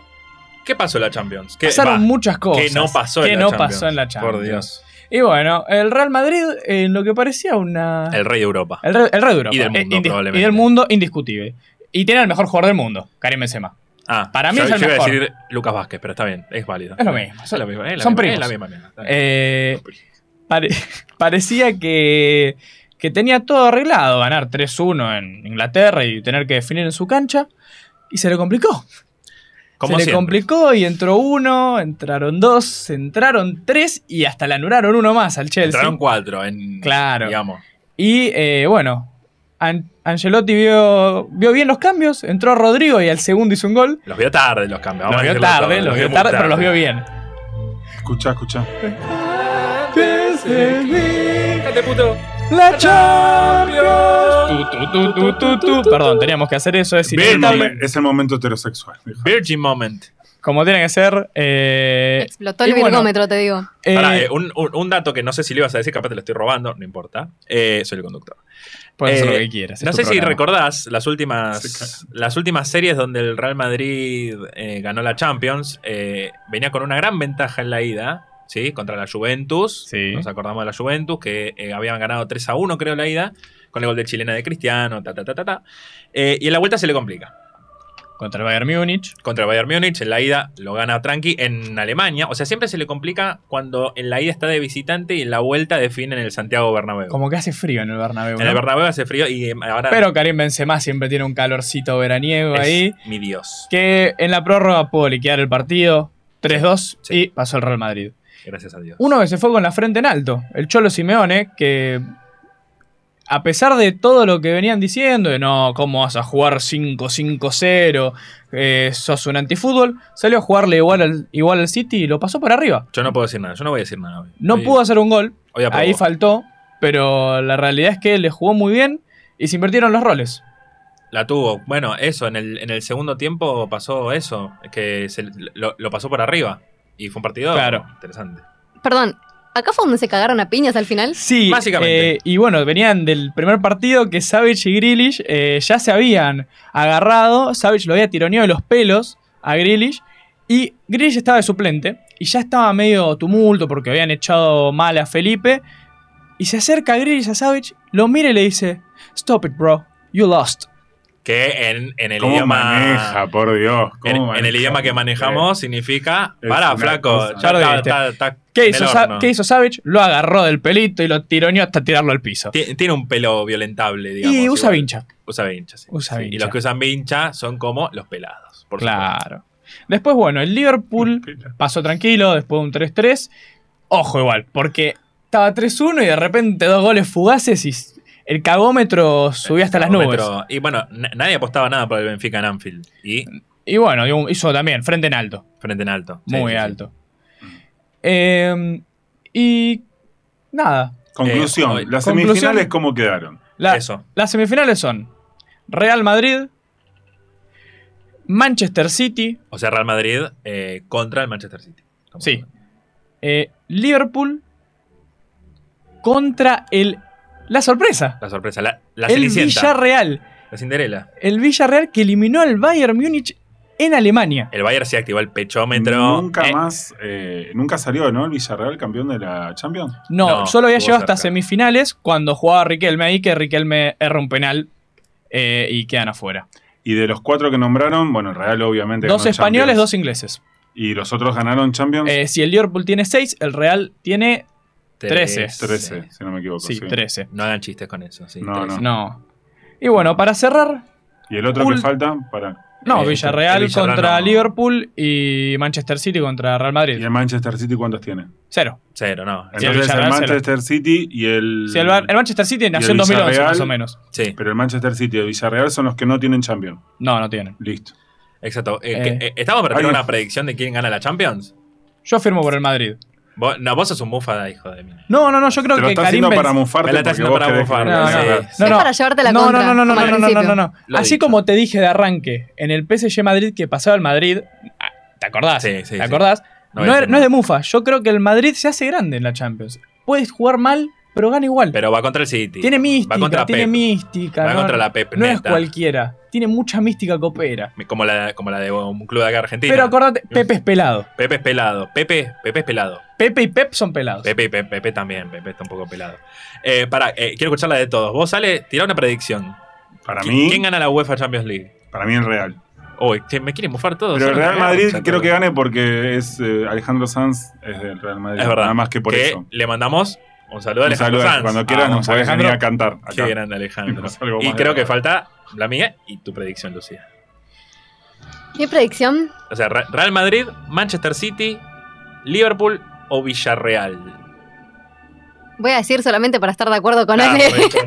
A: ¿qué pasó en la Champions? ¿Qué,
D: Pasaron
A: va,
D: muchas cosas.
A: ¿qué no pasó
D: que
A: en la
D: no
A: Champions?
D: pasó en la Champions.
A: Por Dios.
D: Y bueno, el Real Madrid, en lo que parecía una.
A: El rey de Europa.
D: El, Re- el Real de Europa.
A: Y del
D: Eh,
A: mundo,
D: indi-
A: probablemente.
D: y del mundo, indiscutible. Y tiene al mejor jugador del mundo, Karim Benzema.
A: Ah,
D: para mí
A: yo,
D: es el
A: yo
D: mejor.
A: iba a decir Lucas Vázquez, pero está bien, es válido.
D: Es lo mismo.
A: Es la misma, es la
D: Son
A: misma,
D: primos.
A: es la misma mierda. Está bien.
D: Eh, pare- [laughs] parecía que, que tenía todo arreglado, ganar 3-1 en Inglaterra y tener que definir en su cancha. Y se le complicó.
A: Como
D: se le
A: siempre.
D: complicó y entró uno, entraron dos, entraron tres y hasta le anularon uno más al Chelsea.
A: Entraron cuatro en.
D: Claro.
A: Digamos.
D: Y eh, bueno, An- Angelotti vio, vio bien los cambios, entró Rodrigo y al segundo hizo un gol.
A: Los vio tarde los cambios.
D: Los
A: vamos a
D: vio
A: decirlo todo,
D: tarde, los vio
A: muy
D: tarde, pero los vio bien.
B: Escuchá, escuchá.
D: La Champions. Tu, tu, tu, tu, tu, tu. Perdón, teníamos que hacer eso, es
B: Es el,
D: inevitable.
B: momen- es el momento heterosexual. dijo.
A: Virgin Moment.
D: Como tiene que ser. eh,
C: Explotó el
D: y bueno,
C: virgómetro, te digo.
D: eh,
A: Pará, eh, un, un- un dato que no sé si le ibas a decir, capaz te lo estoy robando, no importa. Eh, soy el conductor.
D: puedes hacer
A: eh,
D: lo que quieras. es
A: No
D: tu
A: sé si
D: programa.
A: recordás las
B: Sí,
A: últimas, las últimas series donde el Real Madrid eh, ganó la Champions. eh, venía con una gran ventaja en la ida, ¿sí? Contra la Juventus.
D: Sí.
A: Nos acordamos de la Juventus, que eh, habían ganado 3 a 1, creo, la ida. Con el gol de chilena de Cristiano, ta, ta, ta, ta, ta. Eh, y en la vuelta se le complica.
D: Contra el Bayern Múnich.
A: Contra el Bayern Múnich, en la ida lo gana Tranqui. En Alemania, o sea, siempre se le complica cuando en la ida está de visitante y en la vuelta define en el Santiago Bernabéu.
D: Como que hace frío en el Bernabéu.
A: En el
D: ¿no?
A: Bernabéu hace frío y eh, ahora
D: Pero Karim Benzema siempre tiene un calorcito veraniego
A: es
D: ahí.
A: mi Dios.
D: Que en la prórroga pudo liquidar el partido. 3-2
A: Sí.
D: y pasó el Real Madrid.
A: Gracias a Dios.
D: Uno que se fue con la frente en alto, el Cholo Simeone, que a pesar de todo lo que venían diciendo, de no, ¿cómo vas a jugar 5-5-0? Eh, sos un antifútbol, salió a jugarle igual al, igual al City y lo pasó por arriba.
A: Yo no puedo decir nada, yo no voy a decir nada hoy.
D: No
A: Hoy-
D: pudo hacer un gol,
A: hoy aprobó.
D: ahí faltó, pero la realidad es que le jugó muy bien y se invirtieron los roles.
A: La tuvo. Bueno, eso, en el, en el segundo tiempo pasó eso, que se- lo, lo pasó por arriba. Y fue un partido
D: Claro.
A: interesante.
C: Perdón, ¿acá fue donde se cagaron a piñas al final?
D: Sí,
A: Básicamente.
D: eh, y bueno, venían del primer partido que Savage y Grealish eh, ya se habían agarrado. Savage lo había tironeado de los pelos a Grealish. Y Grealish estaba de suplente. Y ya estaba medio tumulto porque habían echado mal a Felipe. Y se acerca Grealish a Savage, lo mira y le dice: Stop it, bro. You lost.
A: Que en, en el
B: ¿Cómo
A: idioma.
B: maneja, por Dios? ¿Cómo
A: en, en
B: maneja?
A: el idioma que manejamos significa.
B: Es
A: Pará,
B: una
A: flaco.
B: cosa.
A: ya
D: Ya lo
A: está-
D: dijiste.
A: está- está
D: este, ¿Qué
A: en
D: hizo,
A: el
D: Sa-
A: horno.
D: qué hizo Savage? Lo agarró del pelito y lo tironeó hasta tirarlo al piso.
A: Ti- Tiene un pelo violentable, digamos.
D: y usa
A: igual.
D: vincha.
A: Usa vincha, sí.
D: Usa
A: Sí, Y
D: vincha.
A: los que usan vincha son como los pelados. Por supuesto.
D: Claro. Después, bueno,
B: [laughs]
D: el Liverpool pasó tranquilo, después un 3-3. Ojo igual, porque estaba 3-1 y de repente dos goles fugaces y s- el cagómetro subía hasta las nubes.
A: Pero- Y bueno, na- nadie apostaba nada por el Benfica en Anfield. Y
D: Y bueno, digo, hizo también, frente en alto.
A: frente en alto. Sí, sí, Mm.
D: Muy
A: sí.
D: alto. Eh, y nada.
B: Conclusión,
A: Eh,
B: las
D: conclusión.
B: semifinales cómo quedaron.
D: La-
A: Eso.
D: Las semifinales son Real Madrid, Manchester City,
A: O sea, Real Madrid eh, contra el Manchester City. Estamos
D: Sí.
A: hablando.
D: eh, Liverpool contra el... La sorpresa.
A: La sorpresa. La, la
D: el
A: Cenicienta.
D: Villarreal.
A: La Cinderela.
D: El Villarreal que eliminó al Bayern Múnich en Alemania.
A: El Bayern se activó el pechómetro.
B: nunca
A: Eh,
B: más, eh, nunca salió, ¿no? El Villarreal campeón de la Champions.
D: No,
A: No,
D: solo había
A: estuvo
D: llegado hasta
A: cerca.
D: semifinales cuando jugaba Riquelme ahí, que Riquelme erra un penal eh, y quedan afuera.
B: Y de los cuatro que nombraron, bueno, el Real obviamente
D: Dos
B: ganó
D: españoles,
B: Champions.
D: dos ingleses.
B: Y los otros ganaron Champions
D: Eh, si el Liverpool tiene seis, el Real tiene...
A: trece.
B: 13, si no me equivoco.
D: Sí, 13.
A: No hagan chistes con eso. Sí,
B: No,
A: trece.
B: no.
D: No. Y bueno, para cerrar,
B: Y el otro
D: Ul-
B: que falta, para.
D: No,
A: Eh,
D: Villarreal,
A: el Villarreal
D: contra
A: no.
D: Liverpool y Manchester City contra Real
B: ¿Y
D: Madrid.
B: el Manchester City cuántos tiene?
D: Cero.
A: Cero, no.
D: Sí, el
B: Entonces el,
D: Villarreal cero.
B: Manchester City y el.
D: Sí, el, Bar- el Manchester City nació en 2011
B: Villarreal?
D: más o menos.
A: Sí,
B: Pero el Manchester City y el Villarreal son los que no tienen Champions.
D: No, no tienen.
B: Listo.
A: exacto. Eh,
D: Eh.
A: que- eh, ¿Estamos para tener
B: Ay.
A: una predicción de quién gana la Champions?
D: Yo firmo por el Madrid.
A: Vos, no, vos sos un búfada, hijo de mí.
D: No, no, no, yo creo
B: Te lo
D: que
B: está
D: Karim
B: haciendo para
D: Benzema-
B: mufarte.
A: Me la está haciendo
B: porque vos
A: para
B: querés que
A: mufar,
B: gane
D: no,
B: la
D: sí.
B: guerra.
D: No,
C: es
D: no.
C: para llevarte la
D: no,
C: contra.
D: no, no, no,
C: como al
D: no, no, no, no,
C: principio.
D: no, no.
A: Lo
D: Así
A: dicho.
D: como te dije de arranque, en el PSG Madrid que pasaba el Madrid, ah, ¿te acordás?
A: Sí, sí,
D: ¿Te
A: sí.
D: acordás?
A: No
D: No,
A: voy a
D: es-
A: decir
D: no es
A: nada.
D: de mufa. Yo creo que el Madrid se hace grande en la Champions. Puedes jugar mal, pero gana igual.
A: Pero va contra el City.
D: tiene mística,
A: Va contra
D: tiene
A: Pep.
D: mística.
A: Va
D: no,
A: contra la Pep,
D: No es
A: neta.
D: cualquiera. Tiene mucha mística copera.
A: Como la, como la de un club de acá argentino.
D: Pero acordate, Pepe es pelado.
A: Pepe es pelado. Pepe, Pepe es pelado.
D: Pepe y Pep son pelados.
A: Pepe, y Pe- Pepe también. Pepe está un poco pelado. Eh, pará, eh, quiero escuchar la de todos. Vos sale, tirá una predicción.
B: Para
A: ¿Qui-
B: mí,
A: ¿Quién gana la UEFA Champions League?
B: para mí el Real.
A: Uy, che, me quieren mofar todos.
B: Pero el
A: Solo
B: Real
A: me voy a
B: Madrid
A: escuchar
B: creo
A: todo.
B: que gane porque es eh, Alejandro Sanz es del Real Madrid.
A: Es verdad.
B: Nada más que por eso.
A: Le mandamos un saludo a
B: Un
A: Alejandro
B: saludo,
A: Sanz.
B: Cuando quieras
A: Vamos,
B: nos podés venir a
A: Alejandro.
B: cantar. acá.
A: Qué grande Alejandro.
B: No [laughs] salgo
A: y
B: más de
A: creo
B: acá.
A: que falta la mía y tu predicción, Lucía.
C: Mi predicción,
A: O sea, Re- Real Madrid, Manchester City, Liverpool o Villarreal.
C: voy a decir solamente para estar de acuerdo con
A: Ah,
C: Ale.
A: reconcha.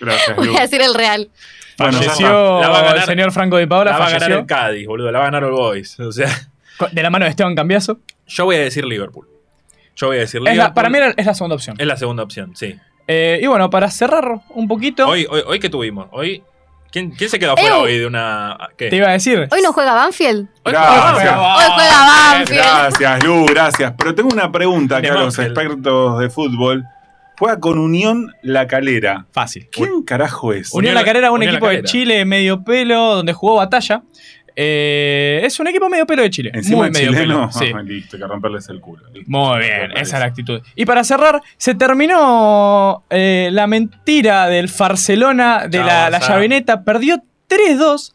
B: Gracias,
C: [laughs] Voy
B: Lu.
C: a decir el real.
B: Bueno, ya
D: falleció
B: está.
A: La va a ganar-
D: el señor Franco Di Paola,
A: la va a
D: [laughs]
A: ganar
D: falleció
A: el Cádiz, boludo. La va a ganar el Boys. O sea, [laughs]
D: co- de la mano de Esteban Cambiaso.
A: yo voy a decir Liverpool. Yo voy a decir
D: Es
A: Liverpool.
D: la- para mí era- es la segunda opción.
A: es la segunda opción, sí.
D: Eh, y bueno, para cerrar un poquito,
A: Hoy, hoy, hoy que tuvimos, hoy. ¿Quién, quién se quedó afuera
C: Eu.
A: hoy de una. ¿Qué?
D: te iba a decir.
C: Hoy no juega Banfield.
A: Hoy
B: Gracias.
A: jugamos.
C: Hoy juega Banfield.
B: Gracias, Lu, gracias. Pero tengo una pregunta acá a los
A: Demófil.
B: expertos de fútbol. Juega con Unión La Calera.
D: Fácil.
B: ¿Quién carajo es?
D: Unión La Carrera, un
A: Unión La
D: equipo de
A: Calera.
D: Chile medio pelo, donde jugó batalla. Eh, es un equipo medio pelo de Chile.
B: Encima
D: muy medio
B: chileno. Ah,
D: pelo.
A: [laughs]
D: Sí.
B: Listo, que romperles el culo. Listo.
D: Muy
B: Me
D: bien,
B: parece.
D: esa es la actitud. Y para cerrar, se terminó eh, la mentira del Barcelona de
A: Chao,
D: la, la
A: Barça.
D: llavineta. Perdió 3-2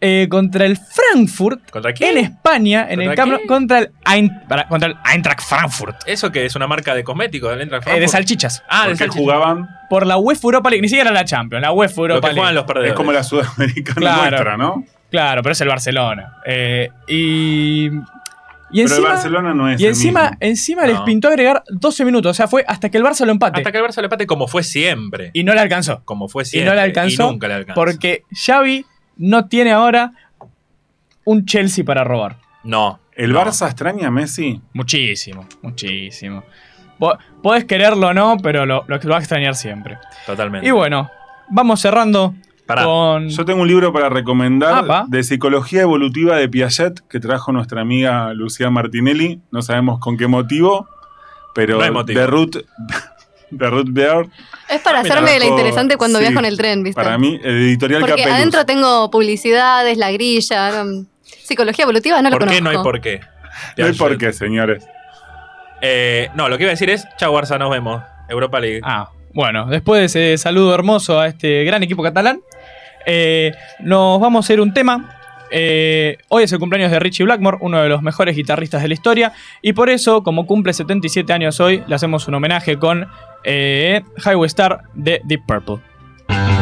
D: eh, contra el Frankfurt
A: ¿Contra quién?
D: en España, en el
A: ¿Contra
D: campo,
A: quién?
D: contra el, Ein- para- contra el Eintracht Frankfurt.
A: Eso que es una marca de cosméticos del Eintracht
D: eh, de
A: Frankfurt.
D: salchichas.
A: Ah, de
B: Porque
A: salchicha.
B: jugaban,
D: Por la UEFA Europa League. Ni siquiera la Champions, la UEFA
A: Lo
D: Europa
A: que juegan los
D: League.
A: perdedores.
B: es como la sudamericana
D: Claro.
B: nuestra, ¿no?
D: Claro, pero es el Barcelona. Eh, y. Y
B: Pero el
D: encima,
B: Barcelona no es.
D: y
B: el
D: encima,
B: mismo.
D: encima les
A: No.
D: pintó agregar 12 minutos. O sea, fue hasta que el Barça lo empate.
A: Hasta que el Barça le empate como fue siempre.
D: Y no le alcanzó.
A: como fue
D: y
A: siempre.
D: no le alcanzó
A: y nunca le alcanzó.
D: porque Xavi no tiene ahora un Chelsea para robar.
A: No.
B: ¿El
A: no.
B: Barça extraña a Messi?
D: Muchísimo, muchísimo. Po- Podés quererlo o no, pero lo, lo va a extrañar siempre.
A: Totalmente.
D: Y bueno, vamos cerrando
A: Pará.
D: con...
B: Yo tengo un libro para recomendar
D: Apa.
B: de psicología evolutiva de Piaget que trajo nuestra amiga Lucía Martinelli. No sabemos con qué motivo, pero
A: No hay motivo.
B: de Ruth, de Ruth Beard,
C: Es para
D: Ah,
A: mira,
C: hacerme la
B: ojo,
C: interesante cuando
B: sí.
C: viajo en el tren, ¿viste?
B: para mí, el editorial
C: Porque
B: Capeluz.
C: adentro tengo publicidades, la grilla, no- psicología evolutiva, no lo
A: ¿Por
C: conozco.
A: qué no hay por qué?
B: No hay por qué, señores.
A: Eh, no, lo que iba a decir es, chau Barça, nos vemos. Europa League.
D: Ah, bueno, después de ese saludo hermoso a este gran equipo catalán, eh, nos vamos a hacer un tema. Eh, hoy es el cumpleaños de Richie Blackmore, uno de los mejores guitarristas de la historia, y por eso, como cumple 77 años hoy, le hacemos un homenaje con eh, Highway Star de Deep Purple.
H: Thank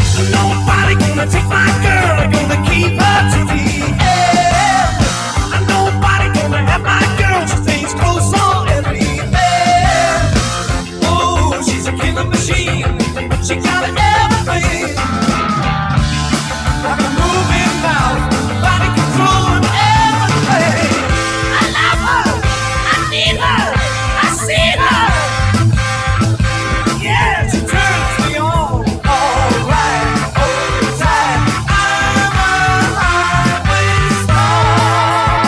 H: gonna take my girl, I'm gonna keep her to the end. And nobody gonna have my girl, she stays close on every man. Oh, she's a killer machine, she got everything. Like a moving mouth, body control and everything. I love her, I need her, I see her. Yeah, she turns me on. Alright, all time. I'm a highway star.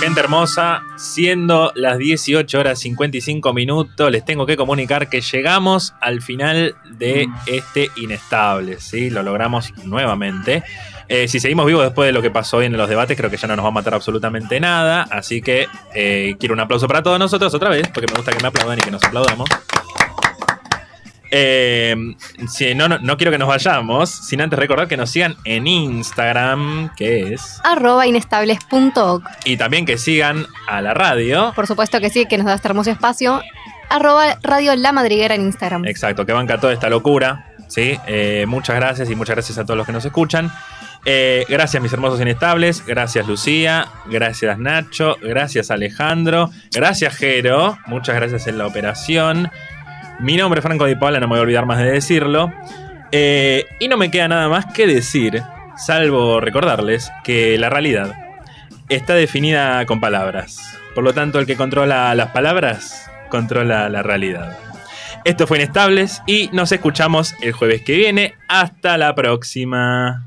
A: Gente hermosa, siendo las 18 horas 55 minutos, les tengo que comunicar que llegamos al final de este Inestable, ¿sí? Lo logramos nuevamente. Eh, si seguimos vivos después de lo que pasó hoy en los debates, creo que ya no nos va a matar absolutamente nada, así que eh, quiero un aplauso para todos nosotros otra vez, porque me gusta que me aplaudan y que nos aplaudamos. Eh, si no, no, no quiero que nos vayamos, sin antes recordar que nos sigan en Instagram, que es...
C: Arroba inestables.org.
A: Y también que sigan a la radio.
C: Por supuesto que sí, que nos da este hermoso espacio. Arroba Radio La Madriguera en Instagram.
A: Exacto, que banca toda esta locura. ¿sí? Eh, muchas gracias y muchas gracias a todos los que nos escuchan. Eh, gracias mis hermosos inestables, gracias Lucía, gracias Nacho, gracias Alejandro, gracias Jero, muchas gracias en la operación. Mi nombre es Franco Di Paula, no me voy a olvidar más de decirlo. Eh, y no me queda nada más que decir, salvo recordarles que la realidad está definida con palabras. Por lo tanto, el que controla las palabras, controla la realidad. Esto fue Inestables y nos escuchamos el jueves que viene. Hasta la próxima.